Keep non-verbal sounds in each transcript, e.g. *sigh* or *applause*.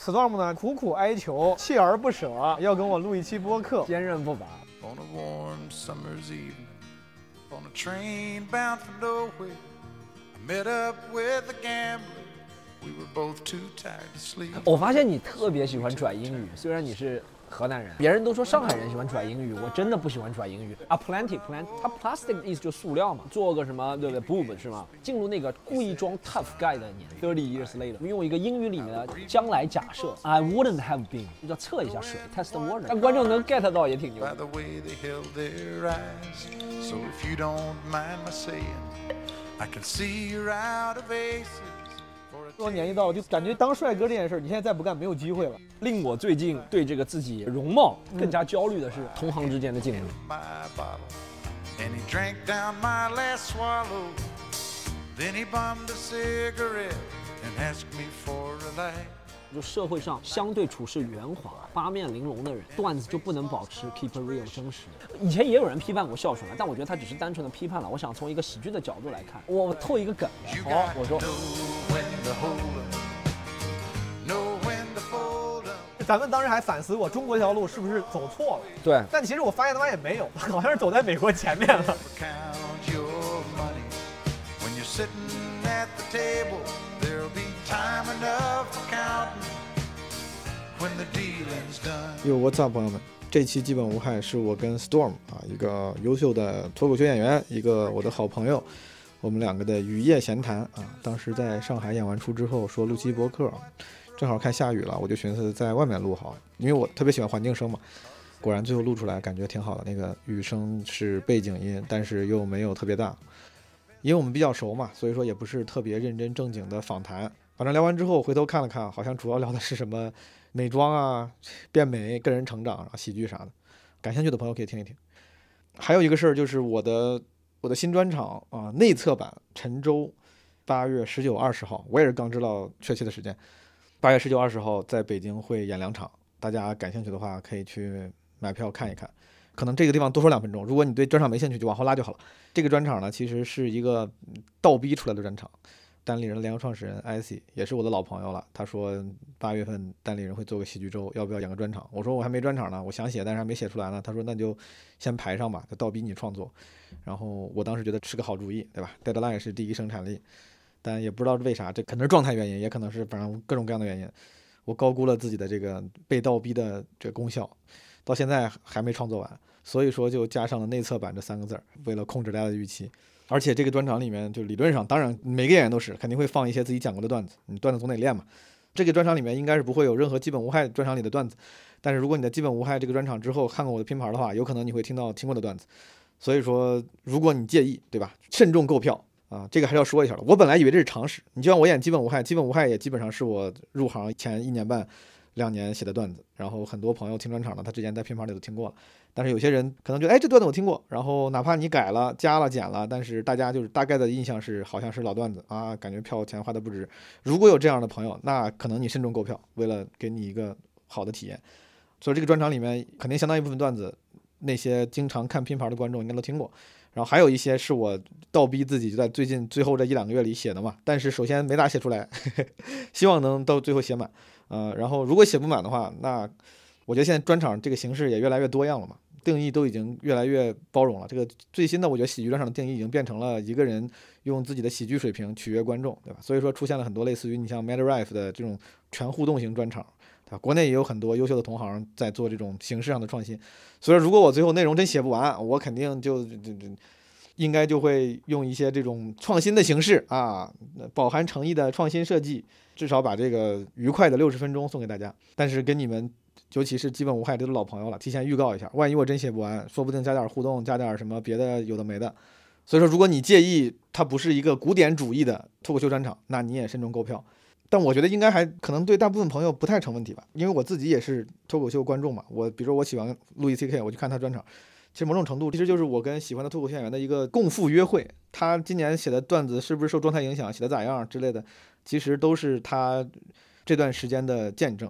Storm 呢苦苦哀求，锲而不舍，要跟我录一期播客，坚韧不拔。 On a warm summer's evening, on a train bound for nowhere, I met up with a gambler. We were both too tired to sleep. 我发现你特别喜欢拽英语，虽然你是河南人，别人都说上海人喜欢拽英语，我真的不喜欢拽英语啊。Plenty plenty，它 plastic 的意思就是塑料嘛，做个什么对不对？Boob 是吗？进入那个故意装 tough guy 的年，thirty years later，用一个英语里面的将来假设，I wouldn't have been，就叫测一下水，test the water，但观众能 get 到也挺牛 By。the way they held their eyes. So if you don't mind my saying, I can see you're out of aces. For a 说年纪到了，就感觉当帅哥这件事儿，你现在再不干没有机会了。令我最近对这个自己容貌更加焦虑的是同行之间的竞争。 my bottle. And he drank down my last swallow. Then he bummed a cigarette and asked me for a light. 就社会上相对处事圆滑、八面玲珑的人，段子就不能保持 keep it real 真实。以前也有人批判过哮喘，但我觉得他只是单纯的批判了。我想从一个喜剧的角度来看，我透一个梗 You，好 got，我 to 说 know when to hold up, know when to fold up. 咱们当时还反思过中国这条路是不是走错了，对，但其实我发现他妈也没有， *laughs* 好像是走在美国前面了。 *laughs* Count your money when you're sitting at the table. There'll be time enough for counting when the dealing's done. 哟，What's up，朋友们？这期基本无害是我跟 Storm 啊，一个优秀的脱口秀演员，一个我的好朋友，我们两个的雨夜闲谈啊。当时在上海演完出之后，说录期博客，啊正好看下雨了，我就寻思在外面录好，因为我特别喜欢环境声嘛。果然最后录出来感觉挺好的，那个雨声是背景音，但是又没有特别大。因为我们比较熟嘛，所以说也不是特别认真正经的访谈。反正聊完之后回头看了看，好像主要聊的是什么美妆啊、变美、个人成长、啊、喜剧啥的，感兴趣的朋友可以听一听。还有一个事儿就是我的我的新专场啊、内测版陈州，八月十九、二十号，我也是刚知道确切的时间，八月十九、二十号在北京会演两场，大家感兴趣的话可以去买票看一看。可能这个地方多说两分钟，如果你对专场没兴趣，就往后拉就好了。这个专场呢，其实是一个嗯倒逼出来的专场。单立人的联合创始人 IC 也是我的老朋友了，他说八月份单立人会做个喜剧周，要不要演个专场？我说我还没专场呢，我想写，但是还没写出来呢。他说那就先排上吧，就倒逼你创作。然后我当时觉得是个好主意，对吧？Deadline 是第一生产力，但也不知道为啥，这可能是状态原因，也可能是反正各种各样的原因，我高估了自己的这个被倒逼的这功效，到现在还没创作完，所以说就加上了内测版这三个字儿，为了控制大家的预期。而且这个专场里面，就理论上，当然每个演员都是肯定会放一些自己讲过的段子，你段子总得练嘛。这个专场里面应该是不会有任何基本无害专场里的段子，但是如果你在基本无害这个专场之后看过我的拼盘的话，有可能你会听到听过的段子。所以说，如果你介意，对吧？慎重购票啊，这个还是要说一下的。我本来以为这是常识，你就像我演基本无害，基本无害也基本上是我入行前一年半、两年写的段子，然后很多朋友听专场的，他之前在拼盘里都听过了。但是有些人可能觉得，哎，这段子我听过，然后哪怕你改了、加了、减了，但是大家就是大概的印象是好像是老段子啊，感觉票钱花的不值。如果有这样的朋友，那可能你慎重购票，为了给你一个好的体验。所以这个专场里面肯定相当一部分段子，那些经常看拼盘的观众应该都听过。然后还有一些是我倒逼自己就在最近最后这一两个月里写的嘛，但是首先没咋写出来， *laughs* 希望能到最后写满。呃，然后如果写不满的话，那我觉得现在专场这个形式也越来越多样了嘛，定义都已经越来越包容了。这个最新的，我觉得喜剧专场的定义已经变成了一个人用自己的喜剧水平取悦观众，对吧？所以说出现了很多类似于你像 Mad Rife 的这种全互动型专场，对吧？国内也有很多优秀的同行在做这种形式上的创新。所以说，如果我最后内容真写不完，我肯定就这这。这应该就会用一些这种创新的形式啊，饱含诚意的创新设计，至少把这个愉快的六十分钟送给大家。但是跟你们尤其是基本无害，这都是老朋友了，提前预告一下，万一我真写不完，说不定加点互动，加点什么别的有的没的。所以说，如果你介意它不是一个古典主义的脱口秀专场，那你也慎重购票。但我觉得应该还可能对大部分朋友不太成问题吧，因为我自己也是脱口秀观众嘛。我比如说我喜欢路易 C K，我去看他专场，其实某种程度其实就是我跟喜欢的脱口秀演员的一个共赴约会。他今年写的段子是不是受状态影响，写的咋样之类的，其实都是他这段时间的见证。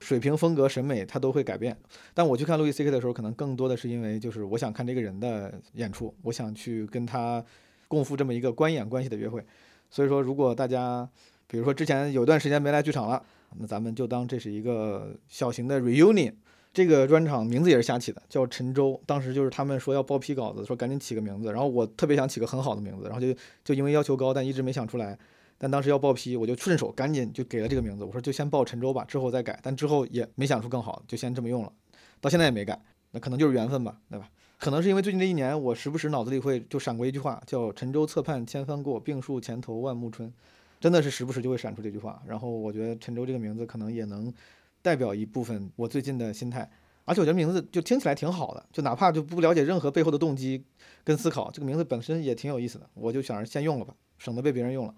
水平、风格、审美，它都会改变。但我去看路易 C K 的时候，可能更多的是因为就是我想看这个人的演出，我想去跟他共赴这么一个观演关系的约会。所以说，如果大家比如说之前有段时间没来剧场了那咱们就当这是一个小型的 reunion。这个专场名字也是瞎起的，叫陈州。当时就是他们说要报批稿子，说赶紧起个名字。然后我特别想起个很好的名字，然后就就因为要求高，但一直没想出来。但当时要报批，我就顺手赶紧就给了这个名字。我说就先报陈州吧，之后再改。但之后也没想出更好的，就先这么用了，到现在也没改。那可能就是缘分吧，对吧？可能是因为最近这一年，我时不时脑子里会就闪过一句话，叫“陈州侧畔千帆过，病树前头万木春”，真的是时不时就会闪出这句话。然后我觉得陈州这个名字可能也能代表一部分我最近的心态，而且我觉得名字就听起来挺好的，就哪怕就不了解任何背后的动机跟思考，这个名字本身也挺有意思的。我就想着先用了吧，省得被别人用了。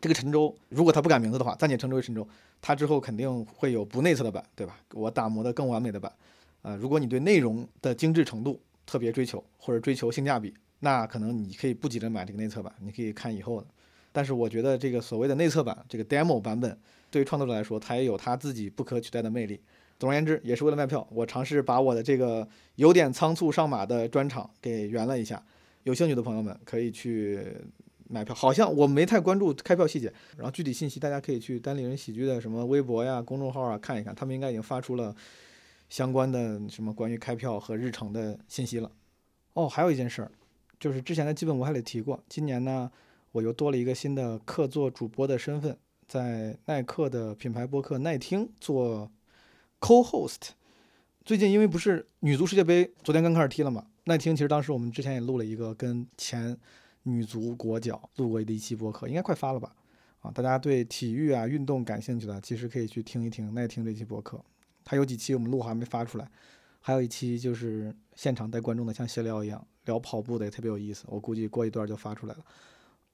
这个陈州，如果他不改名字的话，暂且称之为陈州，他之后肯定会有不内测的版，对吧？我打磨的更完美的版。呃，如果你对内容的精致程度特别追求，或者追求性价比，那可能你可以不急着买这个内测版，你可以看以后的。但是我觉得这个所谓的内测版，这个 demo 版本，对于创作者来说，它也有它自己不可取代的魅力。总而言之，也是为了卖票，我尝试把我的这个有点仓促上马的专场给圆了一下。有兴趣的朋友们可以去买票，好像我没太关注开票细节，然后具体信息大家可以去单立人喜剧的什么微博呀、公众号啊看一看，他们应该已经发出了相关的什么关于开票和日程的信息了。哦，还有一件事儿，就是之前的基本无害里提过，今年呢我又多了一个新的客座主播的身份，在耐克的品牌播客耐听做 co-host。最近因为不是女足世界杯，昨天刚开始踢了嘛，耐听其实当时我们之前也录了一个跟前女足国脚录过的一期播客，应该快发了吧？啊，大家对体育啊、运动感兴趣的，其实可以去听一听耐听这期播客。还有几期我们录还没发出来，还有一期就是现场带观众的，像闲聊一样聊跑步的，也特别有意思。我估计过一段就发出来了。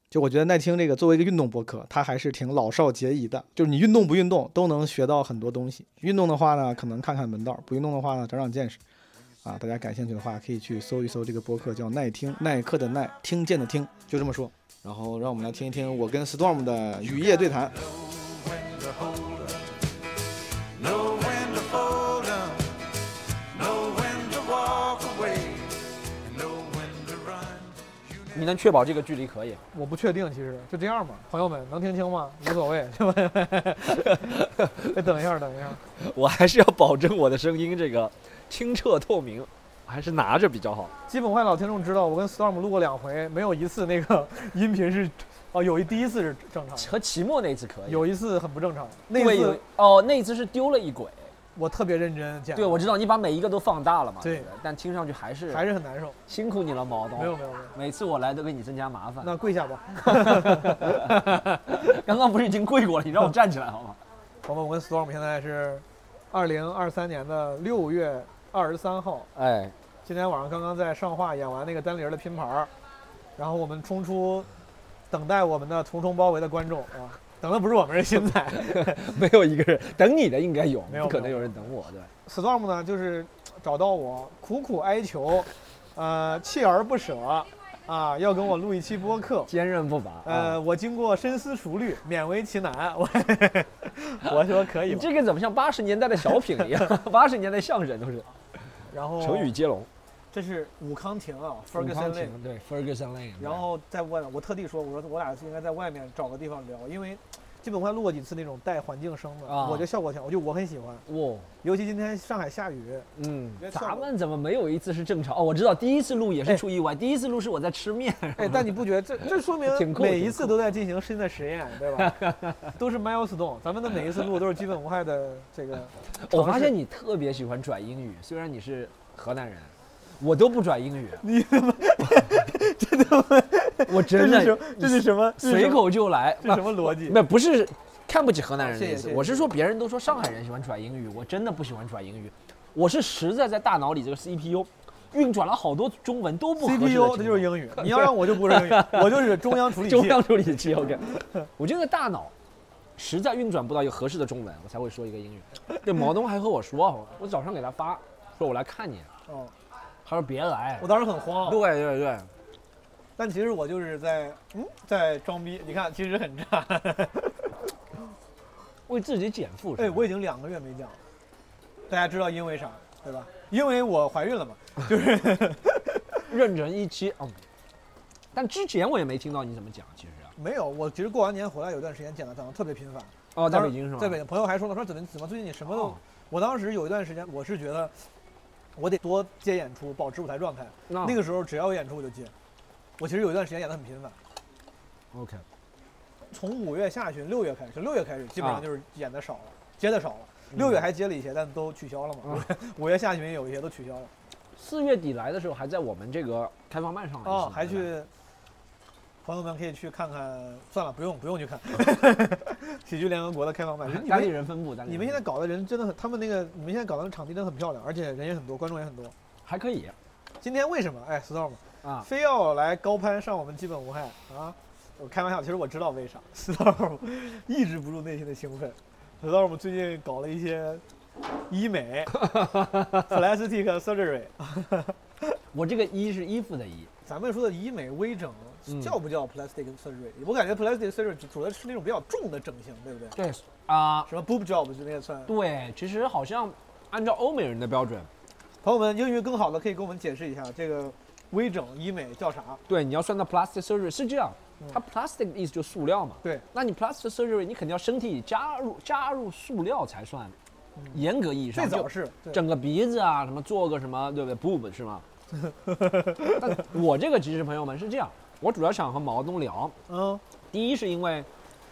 就我觉得耐听这个作为一个运动播客，它还是挺老少皆宜的，就是你运动不运动都能学到很多东西。运动的话呢，可能看看门道；不运动的话呢，长长见识。啊，大家感兴趣的话，可以去搜一搜这个播客，叫耐听，耐克的耐，听见的听，就这么说。然后让我们来听一听我跟 Storm 的雨夜对谈。 Know when to hold up. Know when to fold up. Know when to walk away. And know when to run. You 你能确保这个距离可以吗？我不确定，其实就这样吧。朋友们能听清吗？无所谓，是 *laughs* 吧？哎， *laughs* 等一下，等一下，我还是要保证我的声音这个清澈透明，还是拿着比较好。基本坏老听众知道，我跟 Storm 录过两回，没有一次那个 *laughs* 音频是，哦，有一第一次是正常的，和齐墨那次可以，有一次很不正常。那对有次哦，那次是丢了一轨。我特别认真剪，对，我知道你把每一个都放大了嘛。对不，但听上去还是哦还是很难受。辛苦你了，毛东。没有没有没有，每次我来都给你增加麻烦。那跪下吧。刚刚不是已经跪过了？你让我站起来好吗？朋友们，我跟 Storm 现在是二零二三年的六月二十三号， *laughs* 哎，今天晚上刚刚在上画演完那个单立人的拼盘儿，然后我们冲出等待我们的重重包围的观众啊，等的不是我们是新 *laughs* 仔。没有一个人等你的，应该有，没有不可没能有有人等我。对， Storm 呢，就是找到我，苦苦哀求，呃，锲而不舍，啊，要跟我录一期播客。坚韧不拔。呃，啊，我经过深思熟虑，勉为其难，我 *laughs* 我说可以你吧。这个怎么像八十年代的小品 *laughs* 一样？八十年代相声都是然后成语接龙。这是武康亭啊武哦，Ferguson 康 Lane。亭对 Ferguson Lane。然后在外面，我特地说，我说我俩应该在外面找个地方聊，因为基本快录过几次那种带环境声的，啊我觉得效果挺好，就我很喜欢。哇，尤其今天上海下雨，嗯别，笑我咱们怎么没有一次是正常？哦，我知道，第一次录也是出意外，第一次录是我在 *laughs* 吃面，哎，但你不觉得这这说挺明酷每挺一酷次都在进行新的实验，对吧？都是 milestone，咱们的每一次录都是基本无害的这个。我发现你特别喜欢转英语，虽然你是河南人，我都不转英语。 *laughs* 你怎么真的吗？我真这是什的么这是什么？这是什随么口就来，这是什么逻辑？那不是看不起河南人的谢谢意思谢，谢我是说别人都说上海人喜欢转英语，我真的不喜欢转英语，我是实在在大脑里这个 CPU 运转了好多中文都不合适的 CPU 这就是情英况语，你要让我就不是英语，我就是中央处理器。中央处 *laughs* 理器 OK，我这个大脑实在运转不到一个合适的中文，我才会说一个英语。对，毛东还和我说，我早上给他发，说我来看你，啊哦，他说别来我。当时很慌对，对对，但其实我就是在嗯在装逼。你看，其实很差。为自己减负。 *laughs* 哎，我已也经两个月没讲了，大家知道因为啥对吧？因为我怀孕了嘛，就是认真一期，嗯，但之前我也没听到你怎么讲，其实啊没有。我其实过完年回来有段时间剪的，讲的特别频繁，哦，在当北时京是吗？在北京，朋友还说呢，说怎么怎么最近你什么都哦我当时有一段时间，我是觉得我得多接演出，保持舞台状态。那那个时候只要有演出我就接。我其实有一段时间演得很频繁， OK，嗯从五月下旬、六月开始，六月开始基本啊上就是演的少了，接的少了。嗯六月还接了一些，但都取消了嘛。啊 *laughs* 五月下旬也有一些都取消了。四月底来的时候还在我们这个开放麦上来哦，是还吧去，朋友们可以去看看。算了，不用不用去看 *laughs* 喜剧联合国的开放麦。你单立们人分布，单立你人们现在分搞的人真的很，他们那个你们现在搞的那个场地真的很漂亮，而且人也很多，观众也很多。布还可以今天为什么哎，storm 啊，非要来高攀上我们基本无害啊？我开玩笑，其实我知道为啥。storm 抑制不住内心的兴奋。storm 最近搞了一些医美 *laughs* ，plastic surgery。我这个衣是衣服的衣，咱们说的医美微整嗯叫不叫 plastic surgery？、我感觉 plastic surgery 指指的是那种比较重的整形，对不对？对啊，什么 boob job 就那也算。对，其实好像按照欧美人的标准，朋友们，英语更好的可以给我们解释一下这个微整医美叫啥？对，你要算到 plastic surgery 是这样，嗯它 plastic 的意思就是塑料嘛。对，那你 plastic surgery 你肯定要身体加入加入塑料才算，嗯严格意义最上早就是对整个鼻子啊什么做个什么对不对 boob 是吗？ *laughs* 但我这个其实朋友们是这样，我主要想和毛东聊，嗯。第一是因为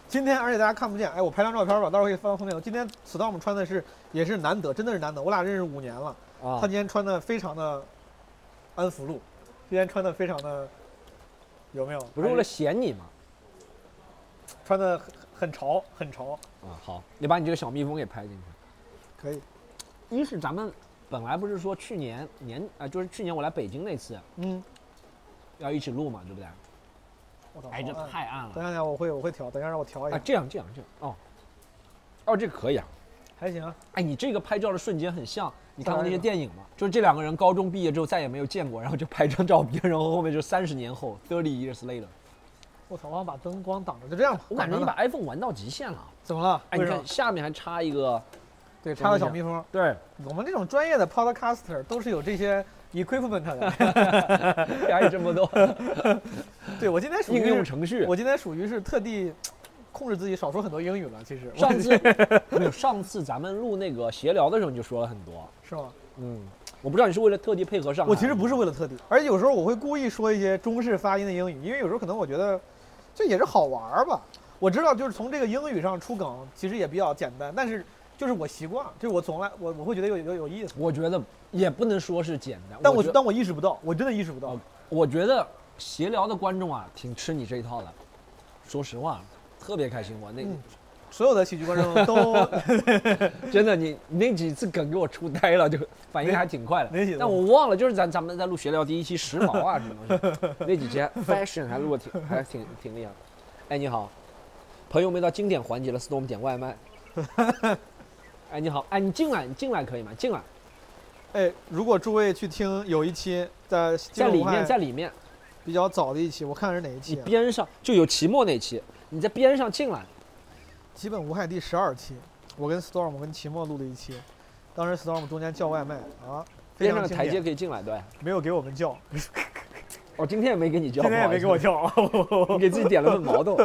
今天，而且大家看不见，哎，我拍张照片吧，到时候可以放到封面。我今天 Storm 穿的是也是难得，真的是难得。我俩认识五年了，啊他今天穿的非常的安福路，今天穿的非常的有没有？不是为了显你嘛。哎穿的很很潮，很潮，啊，好，你把你这个小蜜蜂给拍进去。可以。一是咱们本来不是说去年年啊、就是去年我来北京那次嗯，要一起录嘛，对不对？我操，哎，这好啊暗太暗等了一下，我会我会调，等一下让我调一下，啊！这样这样这样哦，哦，这个可以啊。还行啊。哎，你这个拍照的瞬间很像你看过当那然些了电影吗？就是这两个人高中毕业之后再也没有见过，然后就拍张照片，然后后面就三十年后 （thirty years later）。我操，我想把灯光挡着，就这样吧。我感觉挡你着把呢 iPhone 玩到极限了。怎么了？哎，为你什么看？下面还插一个，对，插个小蜜蜂。对，我们这种专业的 podcaster 都是有这些 equipment 的。 *laughs* 还哎有这么 *laughs* 多对我今天属于应是用程序。我今天属于是特地控制自己少说很多英语了，其实我上次 *laughs* 没有，上次咱们录那个闲聊的时候你就说了很多。是吗？嗯，我不知道你是为了特地配合上海，我其实不是为了特地，而且有时候我会故意说一些中式发音的英语，因为有时候可能我觉得这也是好玩儿吧。我知道就是从这个英语上出梗，其实也比较简单，但是就是我习惯，就是我从来我我会觉得有有有意思，我觉得也不能说是简单，但我我觉得但我意识不到，我真的意识不到哦。我觉得闲聊的观众啊，挺吃你这一套的。说实话，特别开心，我那、嗯所有的喜剧观众 *laughs* 都 *laughs* 真的你你那几次梗给我出呆了，就反应还挺快的。哪哪几次但我忘了，就是咱咱们在录闲聊第一期时髦啊什么东西， *laughs* 那几期还 fashion 还录的挺还挺挺厉害的。哎，你好，朋友们到经典环节了，storm 点 *laughs* 外卖。哎，你好，哎，你进来，你进来可以吗？进来，哎，如果诸位去听有一期在在里面，在在里面。比较早的一期，我看是哪一你期、啊？边上就有期末那期，你在边上进来，基本无害第十二期，我跟 Storm 我跟齐墨录的一期，当时 Storm 中间叫外卖啊，非边常上的经台阶典可以进来，对。没有给我们叫，哦，今天也没给你叫，今天也没给我叫，叫，你给自己点了份毛豆。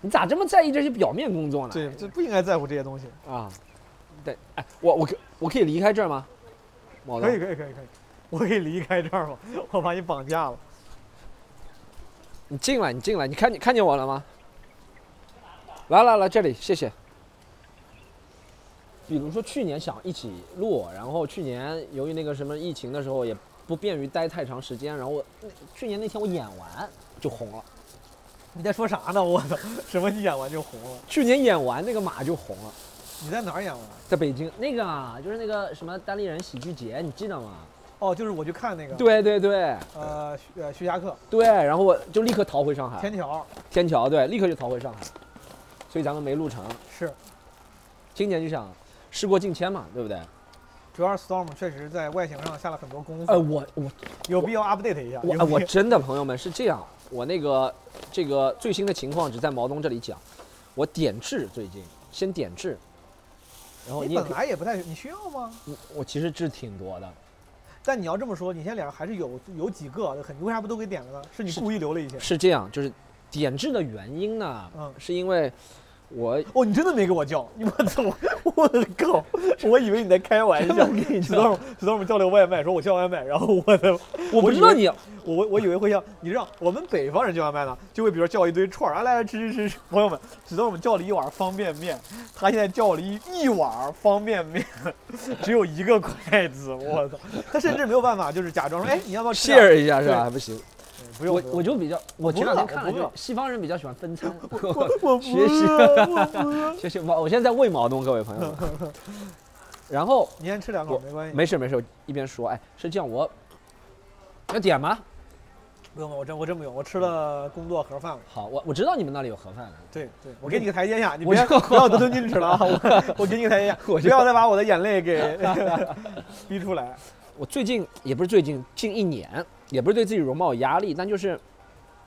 你咋这么在意这些表面工作呢？ *laughs* 对，这不应该在乎这些东西。啊，对，哎，我我可我可以离开这儿吗？毛豆可以，可以，可以，可以，我可以离开这儿吗？我把你绑架了。你进来，你进来，你看你看见我了吗？来来来，这里，谢谢。比如说去年想一起录，然后去年由于那个什么疫情的时候也不便于待太长时间，然后我那去年那天我演完就红了，你在说啥呢？我操，什么你演完就红了？去年演完那个马就红了，你在哪儿演完？在北京那个啊，就是那个什么单立人喜剧节，你记得吗？哦，就是我去看那个，，对对对呃，徐呃徐霞客、对，然后我就立刻逃回上海，天桥天桥对，立刻就逃回上海，所以咱们没录成。是，今年就想事过境迁嘛，对不对？主要是 Storm 确实在外形上下了很多功夫，呃，我我有必要 update 一下。我有哎必我要真的朋友们是这样，我那个这个最新的情况只在毛东这里讲，我点痣最近先点痣，然后你你也本可以来也不太，你需要吗？我我其实痣挺多的，但你要这么说，你现在脸上还是有有几个很，你为啥不都给点了呢？是你故意留了一些？是这样，就是点痣的原因呢，嗯是因为我哦，你真的没给我叫，你我操！我 *laughs* 靠！我以为你在开玩笑。Storm Storm 叫了个外卖，说我叫外卖，然后我的我不知道你我我我以为会像你让我们北方人叫外卖呢，就会比如叫一堆串儿，啊来来吃吃吃吃。朋友们，只当我们叫了一碗方便面，他现在叫了一一碗方便面，只有一个筷子，我操！他甚至没有办法就是假装说，哎，你要不要吃点儿？ share 一下是吧？对还不行，不用，我不用我就比较，我前两天看了，我不饿就西方人比较喜欢分餐。 *laughs* 我我不学习饿我不饿谢谢，我我现在在喂毛东，各位朋友们。 *laughs* 然后你先吃两口没关系，没事没事，我一边说，哎，是这样，我要点吗？不用，我真我真不用，我吃了工作盒饭了。好，我我知道你们那里有盒饭的，对对，我给你个台阶下，你我别就不要得寸进尺了啊！我我给你个台阶下， *laughs* 我不就要再把我的眼泪给 *laughs* 逼出来。我最近也不是最近，近一年也不是对自己容貌有压力，但就是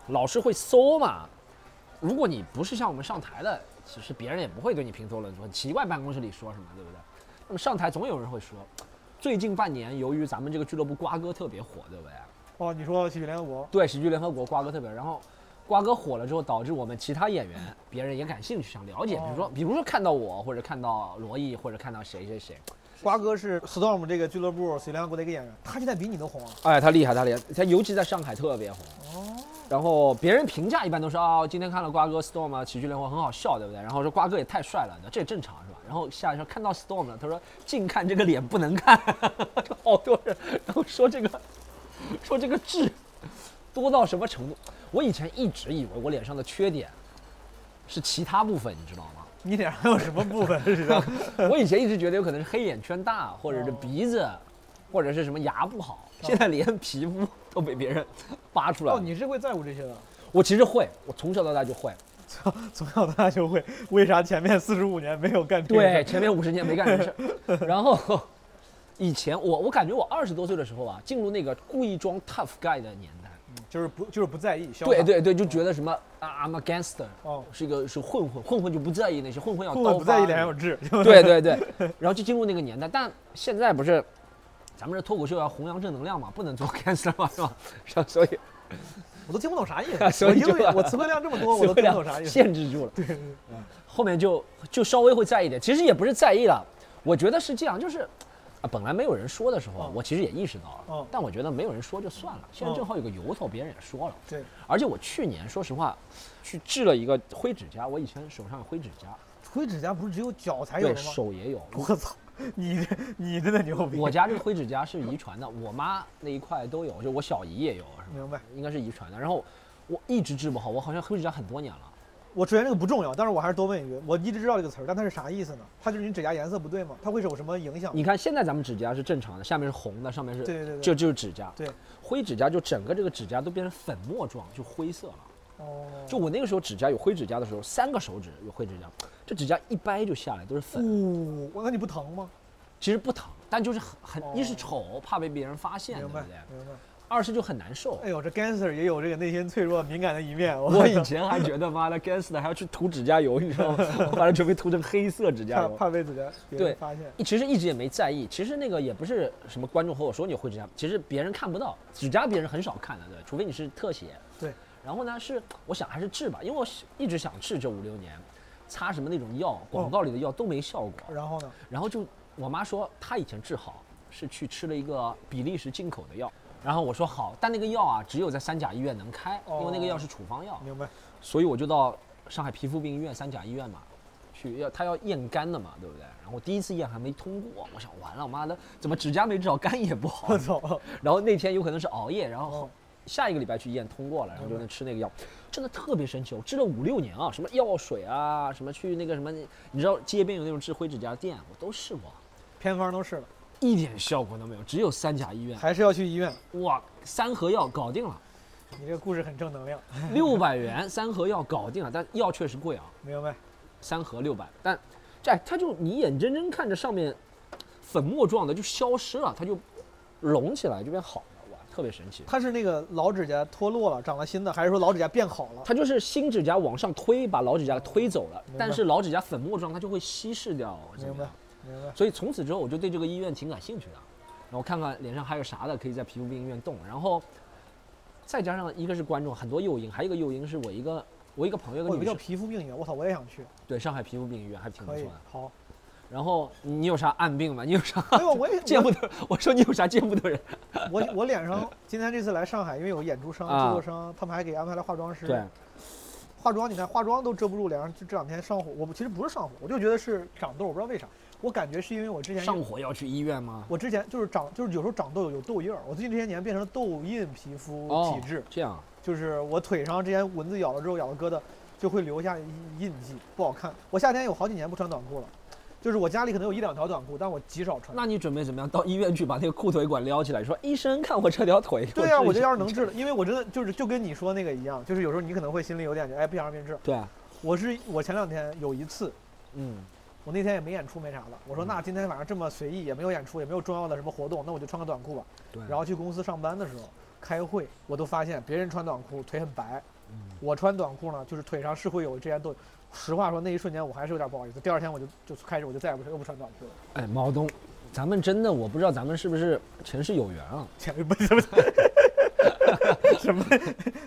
老是会搜嘛。如果你不是像我们上台的，其实别人也不会对你评头论足，很奇怪办公室里说什么，对不对？那么上台总有人会说，最近半年由于咱们这个俱乐部瓜哥特别火，对不对？哦，你说喜剧联合国，对，喜剧联合国瓜哥特别，然后瓜哥火了之后，导致我们其他演员别人也感兴趣，想了解，比如说比如说看到我，或者看到罗毅，或者看到谁谁谁，瓜哥是 Storm 这个俱乐部喜剧联合国的一个演员，他现在比你都红啊！哎，他厉害，他厉害，他尤其在上海特别红。哦，然后别人评价一般都是啊、今天看了瓜哥 Storm 啊，喜剧联合国很好笑，对不对？然后说瓜哥也太帅了，这也正常是吧？然后下一说看到 Storm 了，他说近看这个脸不能看， *laughs* 就好多人，然后说这个说这个痣多到什么程度？我以前一直以为我脸上的缺点是其他部分，你知道吗？你脸上有什么部分是 *laughs* 吧？ *laughs* 我以前一直觉得有可能是黑眼圈大，或哦者是鼻子，或者是什么牙不好，现在连皮肤都被别人扒出来哦，了。你是会在乎这些的，我其实会，我从小到大就会。从从小到大就会。为啥前面四十五年没有干这个事对，儿？前面五十年没干什么事 *laughs* 儿然后以前我我感觉我二十多岁的时候啊，进入那个故意装 tough guy 的年代。就是不就是不在意。消化对，对对，就觉得什么啊，I'm a gangster，哦，是一个是混混，混混就不在意那些，混混要不哦刀不在意疤脸上有痣。 *laughs* *laughs* 对对对，然后就进入那个年代。但现在不是，咱们这脱口秀要弘扬正能量嘛，不能做 *laughs* gangster 嘛，是吧？所所以我都听不懂啥意思。啊所我以英就语我词汇量这么 *laughs* 多，我都听词汇不量懂啥意思。限制住了。对，后面就就稍微会在意一点，其实也不是在意了，我觉得是这样，就是。啊，本来没有人说的时候，嗯我其实也意识到了嗯，但我觉得没有人说就算了。现在嗯正好有个由头，别人也说了，对，而且我去年说实话，去治了一个灰指甲，我以前手上有灰指甲，灰指甲不是只有脚才有对的吗？手也有，我操，你这你真的牛逼！我家这个灰指甲是遗传的，我妈那一块都有，就我小姨也有，是吧？明白。应该是遗传的。然后我一直治不好，我好像灰指甲很多年了。我之前这个不重要，但是我还是多问一句，我一直知道这个词儿，但它是啥意思呢？它就是你指甲颜色不对吗？它会有什么影响？你看现在咱们指甲是正常的，下面是红的，上面是，对对对这就是指甲。对，灰指甲就整个这个指甲都变成粉末状，就灰色了。哦，就我那个时候指甲有灰指甲的时候，三个手指有灰指甲，这指甲一掰就下来都是粉，哦，那你不疼吗？其实不疼，但就是很哦很，一是丑，怕被别人发现，对明不白对？明白。二是就很难受。哎呦，这 gangster 也有这个内心脆弱敏感的一面。 *laughs* 我以前还觉得妈的 gangster 还要去涂指甲油，你知 *laughs* 道吗？我把它全被涂成黑色指甲怕油。怕被指甲别对人发现。其实一直也没在意，其实那个也不是什么观众和我说你会指甲，其实别人看不到，指甲别人很少看的，对，除非你是特写。对，然后呢，是我想还是治吧，因为我一直想治这五六年，擦什么那种药，广告里的药都没效果。哦然后呢？然后就我妈说她以前治好是去吃了一个比利时进口的药，然后我说好，但那个药啊只有在三甲医院能开，因为那个药是处方药。明白。所以我就到上海皮肤病医院三甲医院嘛，去要他要验肝的嘛，对不对？然后我第一次验还没通过，我想完了，妈的，怎么指甲没治好，肝也不好我。操， *laughs* 然后那天有可能是熬夜，然后哦下一个礼拜去验通过了，然后就能吃那个药，真的特别神奇，我治了五六年啊，什么药水啊，什么去那个什么，你知道街边有那种治灰指甲的店，我都试过。偏方都试了，一点效果都没有，只有三甲医院，还是要去医院。哇，三合药搞定了，你这个故事很正能量，六百元三合药搞定了，但药确实贵啊，明白？三盒六百，但这哎它就你眼睁睁看着上面粉末状的就消失了，它就隆起来就变好了，哇，特别神奇。它是那个老指甲脱落了，长了新的，还是说老指甲变好了？它就是新指甲往上推，把老指甲推走了明白，但是老指甲粉末状它就会稀释掉。怎明白么样？，明白。所以从此之后我就对这个医院挺感兴趣的，然后看看脸上还有啥的可以在皮肤病医院动，然后再加上一个是观众很多诱因，还有一个诱因是我一个我一个朋友我有的女个叫生，皮肤病的，我操，我也想去，对上海皮肤病医院还挺不可错以的。， *laughs* 好，然后你有啥暗病吗？你有啥没有，我也见不得？ *laughs* 我说你有啥见不得人？我我脸上今天这次来上海，因为有个演出商、啊制作商，他们还给安排了化妆师。对，，化妆你看化妆都遮不住脸上，就这两天上火。我其实不是上火，我就觉得是长痘，我不知道为啥。我感觉是因为我之前上火要去医院吗？我之前就是长，就是有时候长痘有痘印儿。我最近这些年变成痘印皮肤哦体质，这样，就是我腿上之前蚊子咬了之后咬了疙瘩，就会留下印记，不好看。我夏天有好几年不穿短裤了，就是我家里可能有一两条短裤，但我极少穿。那你准备怎么样？到医院去把那个裤腿管撩起来，说医生看我这条腿。给对呀、治一我觉得下要是能治的，因为我真的就是就跟你说那个一样，就是有时候你可能会心里有点觉得哎不想让别人治。对啊，我是我前两天有一次，嗯，我那天也没演出没啥的，我说嗯那今天晚上这么随意，也没有演出，也没有重要的什么活动，那我就穿个短裤吧。对。然后去公司上班的时候开会，我都发现别人穿短裤腿很白，嗯我穿短裤呢就是腿上是会有这些痘。实话说那一瞬间我还是有点不好意思，第二天我就就开始我就再也不穿又不穿短裤了， *laughs* 哎，毛东，咱们真的我不知道咱们是不是前世有缘啊？前不是 *laughs* 不是什么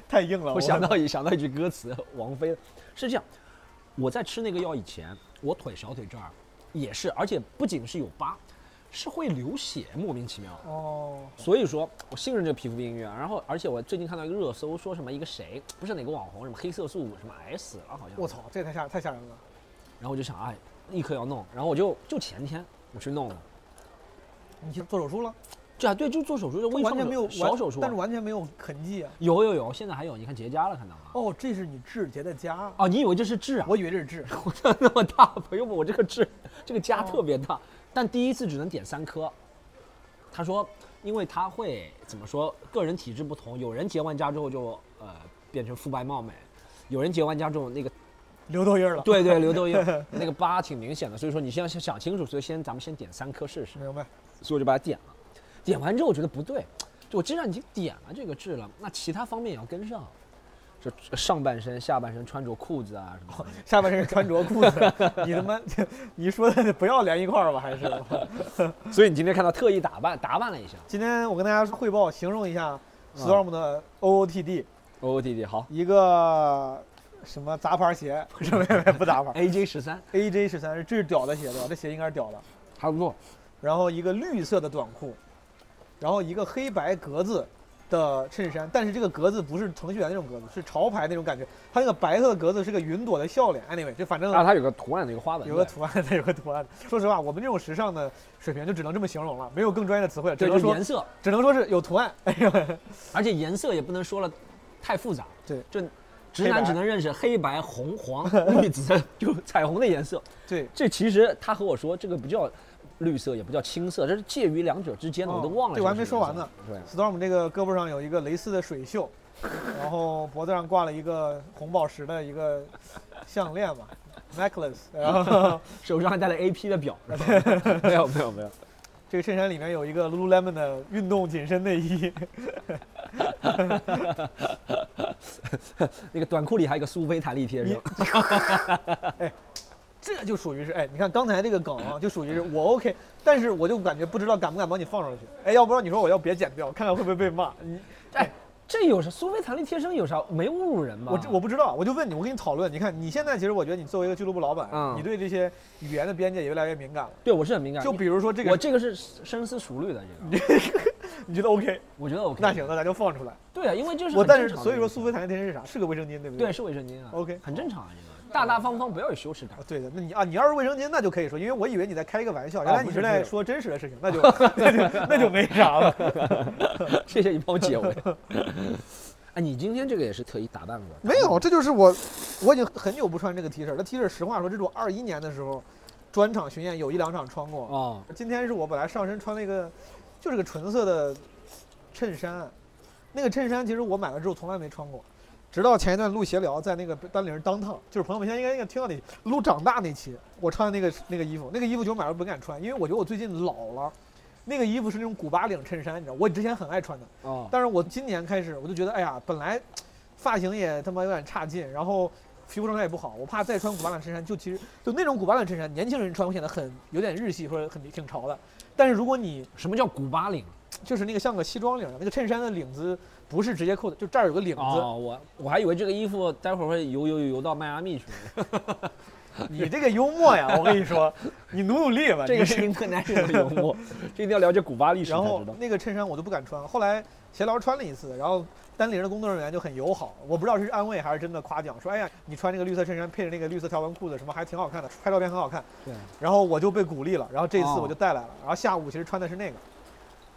太硬了， *laughs* 我想到一想到一句歌词，王菲的是这样：我在吃那个药以前，我腿小腿这儿也是，而且不仅是有疤，是会流血，莫名其妙。哦，所以说，我信任这个皮肤病医院。然后，而且我最近看到一个热搜，说什么一个谁，不是哪个网红，什么黑色素什么癌死了，好像。我！操，这也太吓太吓人了。然后我就想，哎，立刻要弄。然后我就就前天我去弄了，你去做手术了？这啊对，就做手术，就微完创全没有手小手术啊，但是完全没有痕迹啊。有有有，现在还有，你看结痂了，看到吗？哦，这是你痣结的痂啊，哦，你以为这是痣啊？我以为这是痣。我的那么大，朋友们，我这个痣，这个痂特别大，但第一次只能点三颗。他说，因为他会怎么说，个人体质不同，有人结完痂之后就呃变成肤白貌美，有人结完痂之后那个留痘印 *laughs* 儿了。对对刘豆印那个疤挺明显的，所以说你先想想清楚，所以先咱们先点三颗试试。明白。所以我就把它点了，点完之后我觉得不对，就我既然已经点了这个痣了，那其他方面也要跟上，就上半身、下半身穿着裤子啊什么的。 *laughs* 下半身穿着裤子，你他妈，你说的不要连一块儿吧？还是？ *laughs* 所以你今天看到特意打扮打扮了一下。今天我跟大家汇报，形容一下 Storm 的 OOTD，哦，弟弟好一个什么杂牌鞋？ *laughs* 不是，没有没有不杂牌。 ，AJ 十三 AJ 十三是这是屌的鞋对吧？这鞋应该是屌的。还不错，然后一个绿色的短裤，然后一个黑白格子的衬衫，但是这个格子不是程序员那种格子，是潮牌那种感觉。它那个白色的格子是个云朵的笑脸，anyway，就反正然后它有个图案的一个花纹，有个图案，它有个图案。说实话，我们这种时尚的水平就只能这么形容了，没有更专业的词汇了，只对，能就是说颜色，只能说是有图案。 *laughs* 而且颜色也不能说了太复杂，对，就黑直白男只能认识黑白、红、 *laughs* 黄、绿、紫，就彩虹的颜色。对，这其实他和我说，这个不叫绿色，也不叫青色，这是介于两者之间的，哦我都忘了。对我还没说完呢。对， Storm 这个胳膊上有一个蕾丝的水袖，然后脖子上挂了一个红宝石的一个项链嘛，necklace，然后。手上还戴了 AP 的表，是吧 *laughs* 没有没有没有，这个衬衫里面有一个 Lululemon 的运动紧身内衣，那个短裤里还有一个苏菲弹力贴，是吧？这就属于是哎，你看刚才这个梗啊，就属于是我 OK，但是我就感觉不知道敢不敢帮你放上去。哎，要不然你说我要别剪掉，看看会不会被骂。你哎，这有啥？苏菲弹力贴身有啥？没侮辱人吧？我这我不知道，我就问你，我跟你讨论。你看你现在其实我觉得你作为一个俱乐部老板，嗯你对这些语言的边界也越来越敏感了。对我是很敏感，就比如说这我个，这个是深思熟虑的，这个你觉得 OK，我觉得 OK。 *laughs* 那行，，那咱就放出来。对啊，因为这是我很但是正常的所以一说个苏菲弹力贴身是啥？是个卫生巾，对不对？对是卫生巾啊 OK 很正常啊，这个大大方方，不要有羞耻感啊。对的，那你啊，你要是卫生巾，那就可以说，因为我以为你在开一个玩笑，原啊来你不是是在不是说真实的事情，那就 *laughs* 那就那就没啥 *laughs* 了。谢谢你帮我 *laughs* 解围。哎，你今天这个也是特意打扮过的？ *laughs* 没有，这就是我，我已经很久不穿这个 T 恤。这 T 恤实话说，这是我二一年的时候，专场巡演有一两场穿过。哦，今天是我本来上身穿了一个，就是个纯色的衬衫，那个衬衫其实我买了之后从来没穿过，直到前一段录闲聊，在那个丹岭当趟，就是朋友们现在应该应该听到你录长大那期，我穿的那个那个衣服，那个衣服就买了不敢穿，因为我觉得我最近老了。那个衣服是那种古巴领衬衫，你知道，我之前很爱穿的，哦，但是我今年开始，我就觉得，哎呀，本来发型也他妈有点差劲，然后皮肤状态也不好，我怕再穿古巴领衬衫，就其实就那种古巴领衬衫，年轻人穿会显得很有点日系或者很挺潮的。但是如果你什么叫古巴领？就是那个像个西装领儿，那个衬衫的领子不是直接扣的，就这儿有个领子。哦，我我还以为这个衣服待会儿会游游游游到迈阿密去呢。你这个幽默呀，我跟你说，你努努力吧。这个你是英特男人的幽默， *laughs* 这一定要了解古巴历史才然后知道。那个衬衫我就不敢穿，后来闲聊穿了一次，然后丹林的工作人员就很友好，我不知道是安慰还是真的夸奖，说哎呀，你穿这个绿色衬衫配着那个绿色条纹裤子什么还挺好看的，拍照片很好看。对。然后我就被鼓励了，然后这次哦我就带来了，然后下午其实穿的是那个。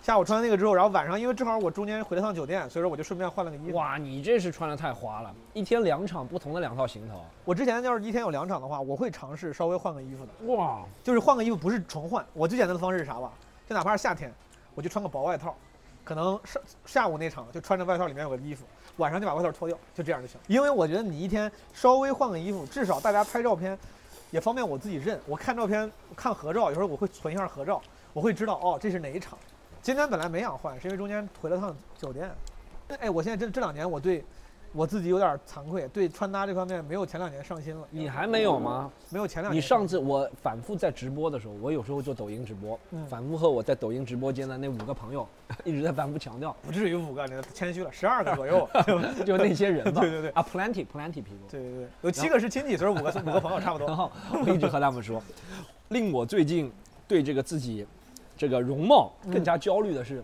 下午穿那个之后，然后晚上因为正好我中间回了趟酒店，所以说我就顺便换了个衣服。哇，你这是穿的太花了，一天两场不同的两套行头。我之前要是一天有两场的话，我会尝试稍微换个衣服的，哇，就是换个衣服不是纯换。我最简单的方式是啥吧？就哪怕是夏天，我就穿个薄外套，可能上下午那场就穿着外套里面有个衣服，晚上就把外套脱掉，就这样就行。因为我觉得你一天稍微换个衣服，至少大家拍照片也方便我自己认。我看照片看合照，有时候我会存一下合照，我会知道哦这是哪一场。今天本来没想换，是因为中间回了趟酒店。哎，我现在这这两年我对我自己有点惭愧，对穿搭这方面没有前两年上心了。你还没有吗？没有前两年你上上次我反复在直播的时候，我有时候会做抖音直播，嗯反复和我在抖音直播间的那五个朋友 *laughs* 一直在反复强调，不至于五个，你谦虚了，十 *laughs* 二个左右。就那些人吧。对对对啊，plenty plenty people。对对对，有七个是亲戚，所以五个是五个朋友差不 *laughs* 然多。后我一直和他们说，令我最近对这个自己这个容貌嗯更加焦虑的是，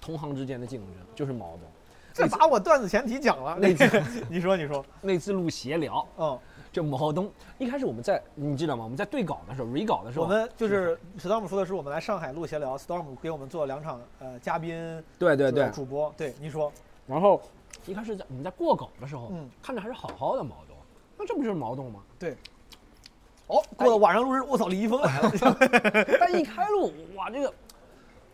同行之间的竞争就是矛盾。这把我段子前提讲了，那那次 *laughs* 个你说你说，那次录闲聊，嗯，就毛东一开始我们在你记得吗？我们在对稿的时候，re 稿的时候，我们就是 Storm 说的是我们来上海录闲聊，Storm 给我们做两场呃嘉宾对对对，主播，对你说，然后一开始在我们在过稿的时候，嗯看着还是好好的毛东，那这不就是毛东吗？哦，哎过了晚上录制，我操，李易峰来 *laughs* 了，但一开录，哇，这个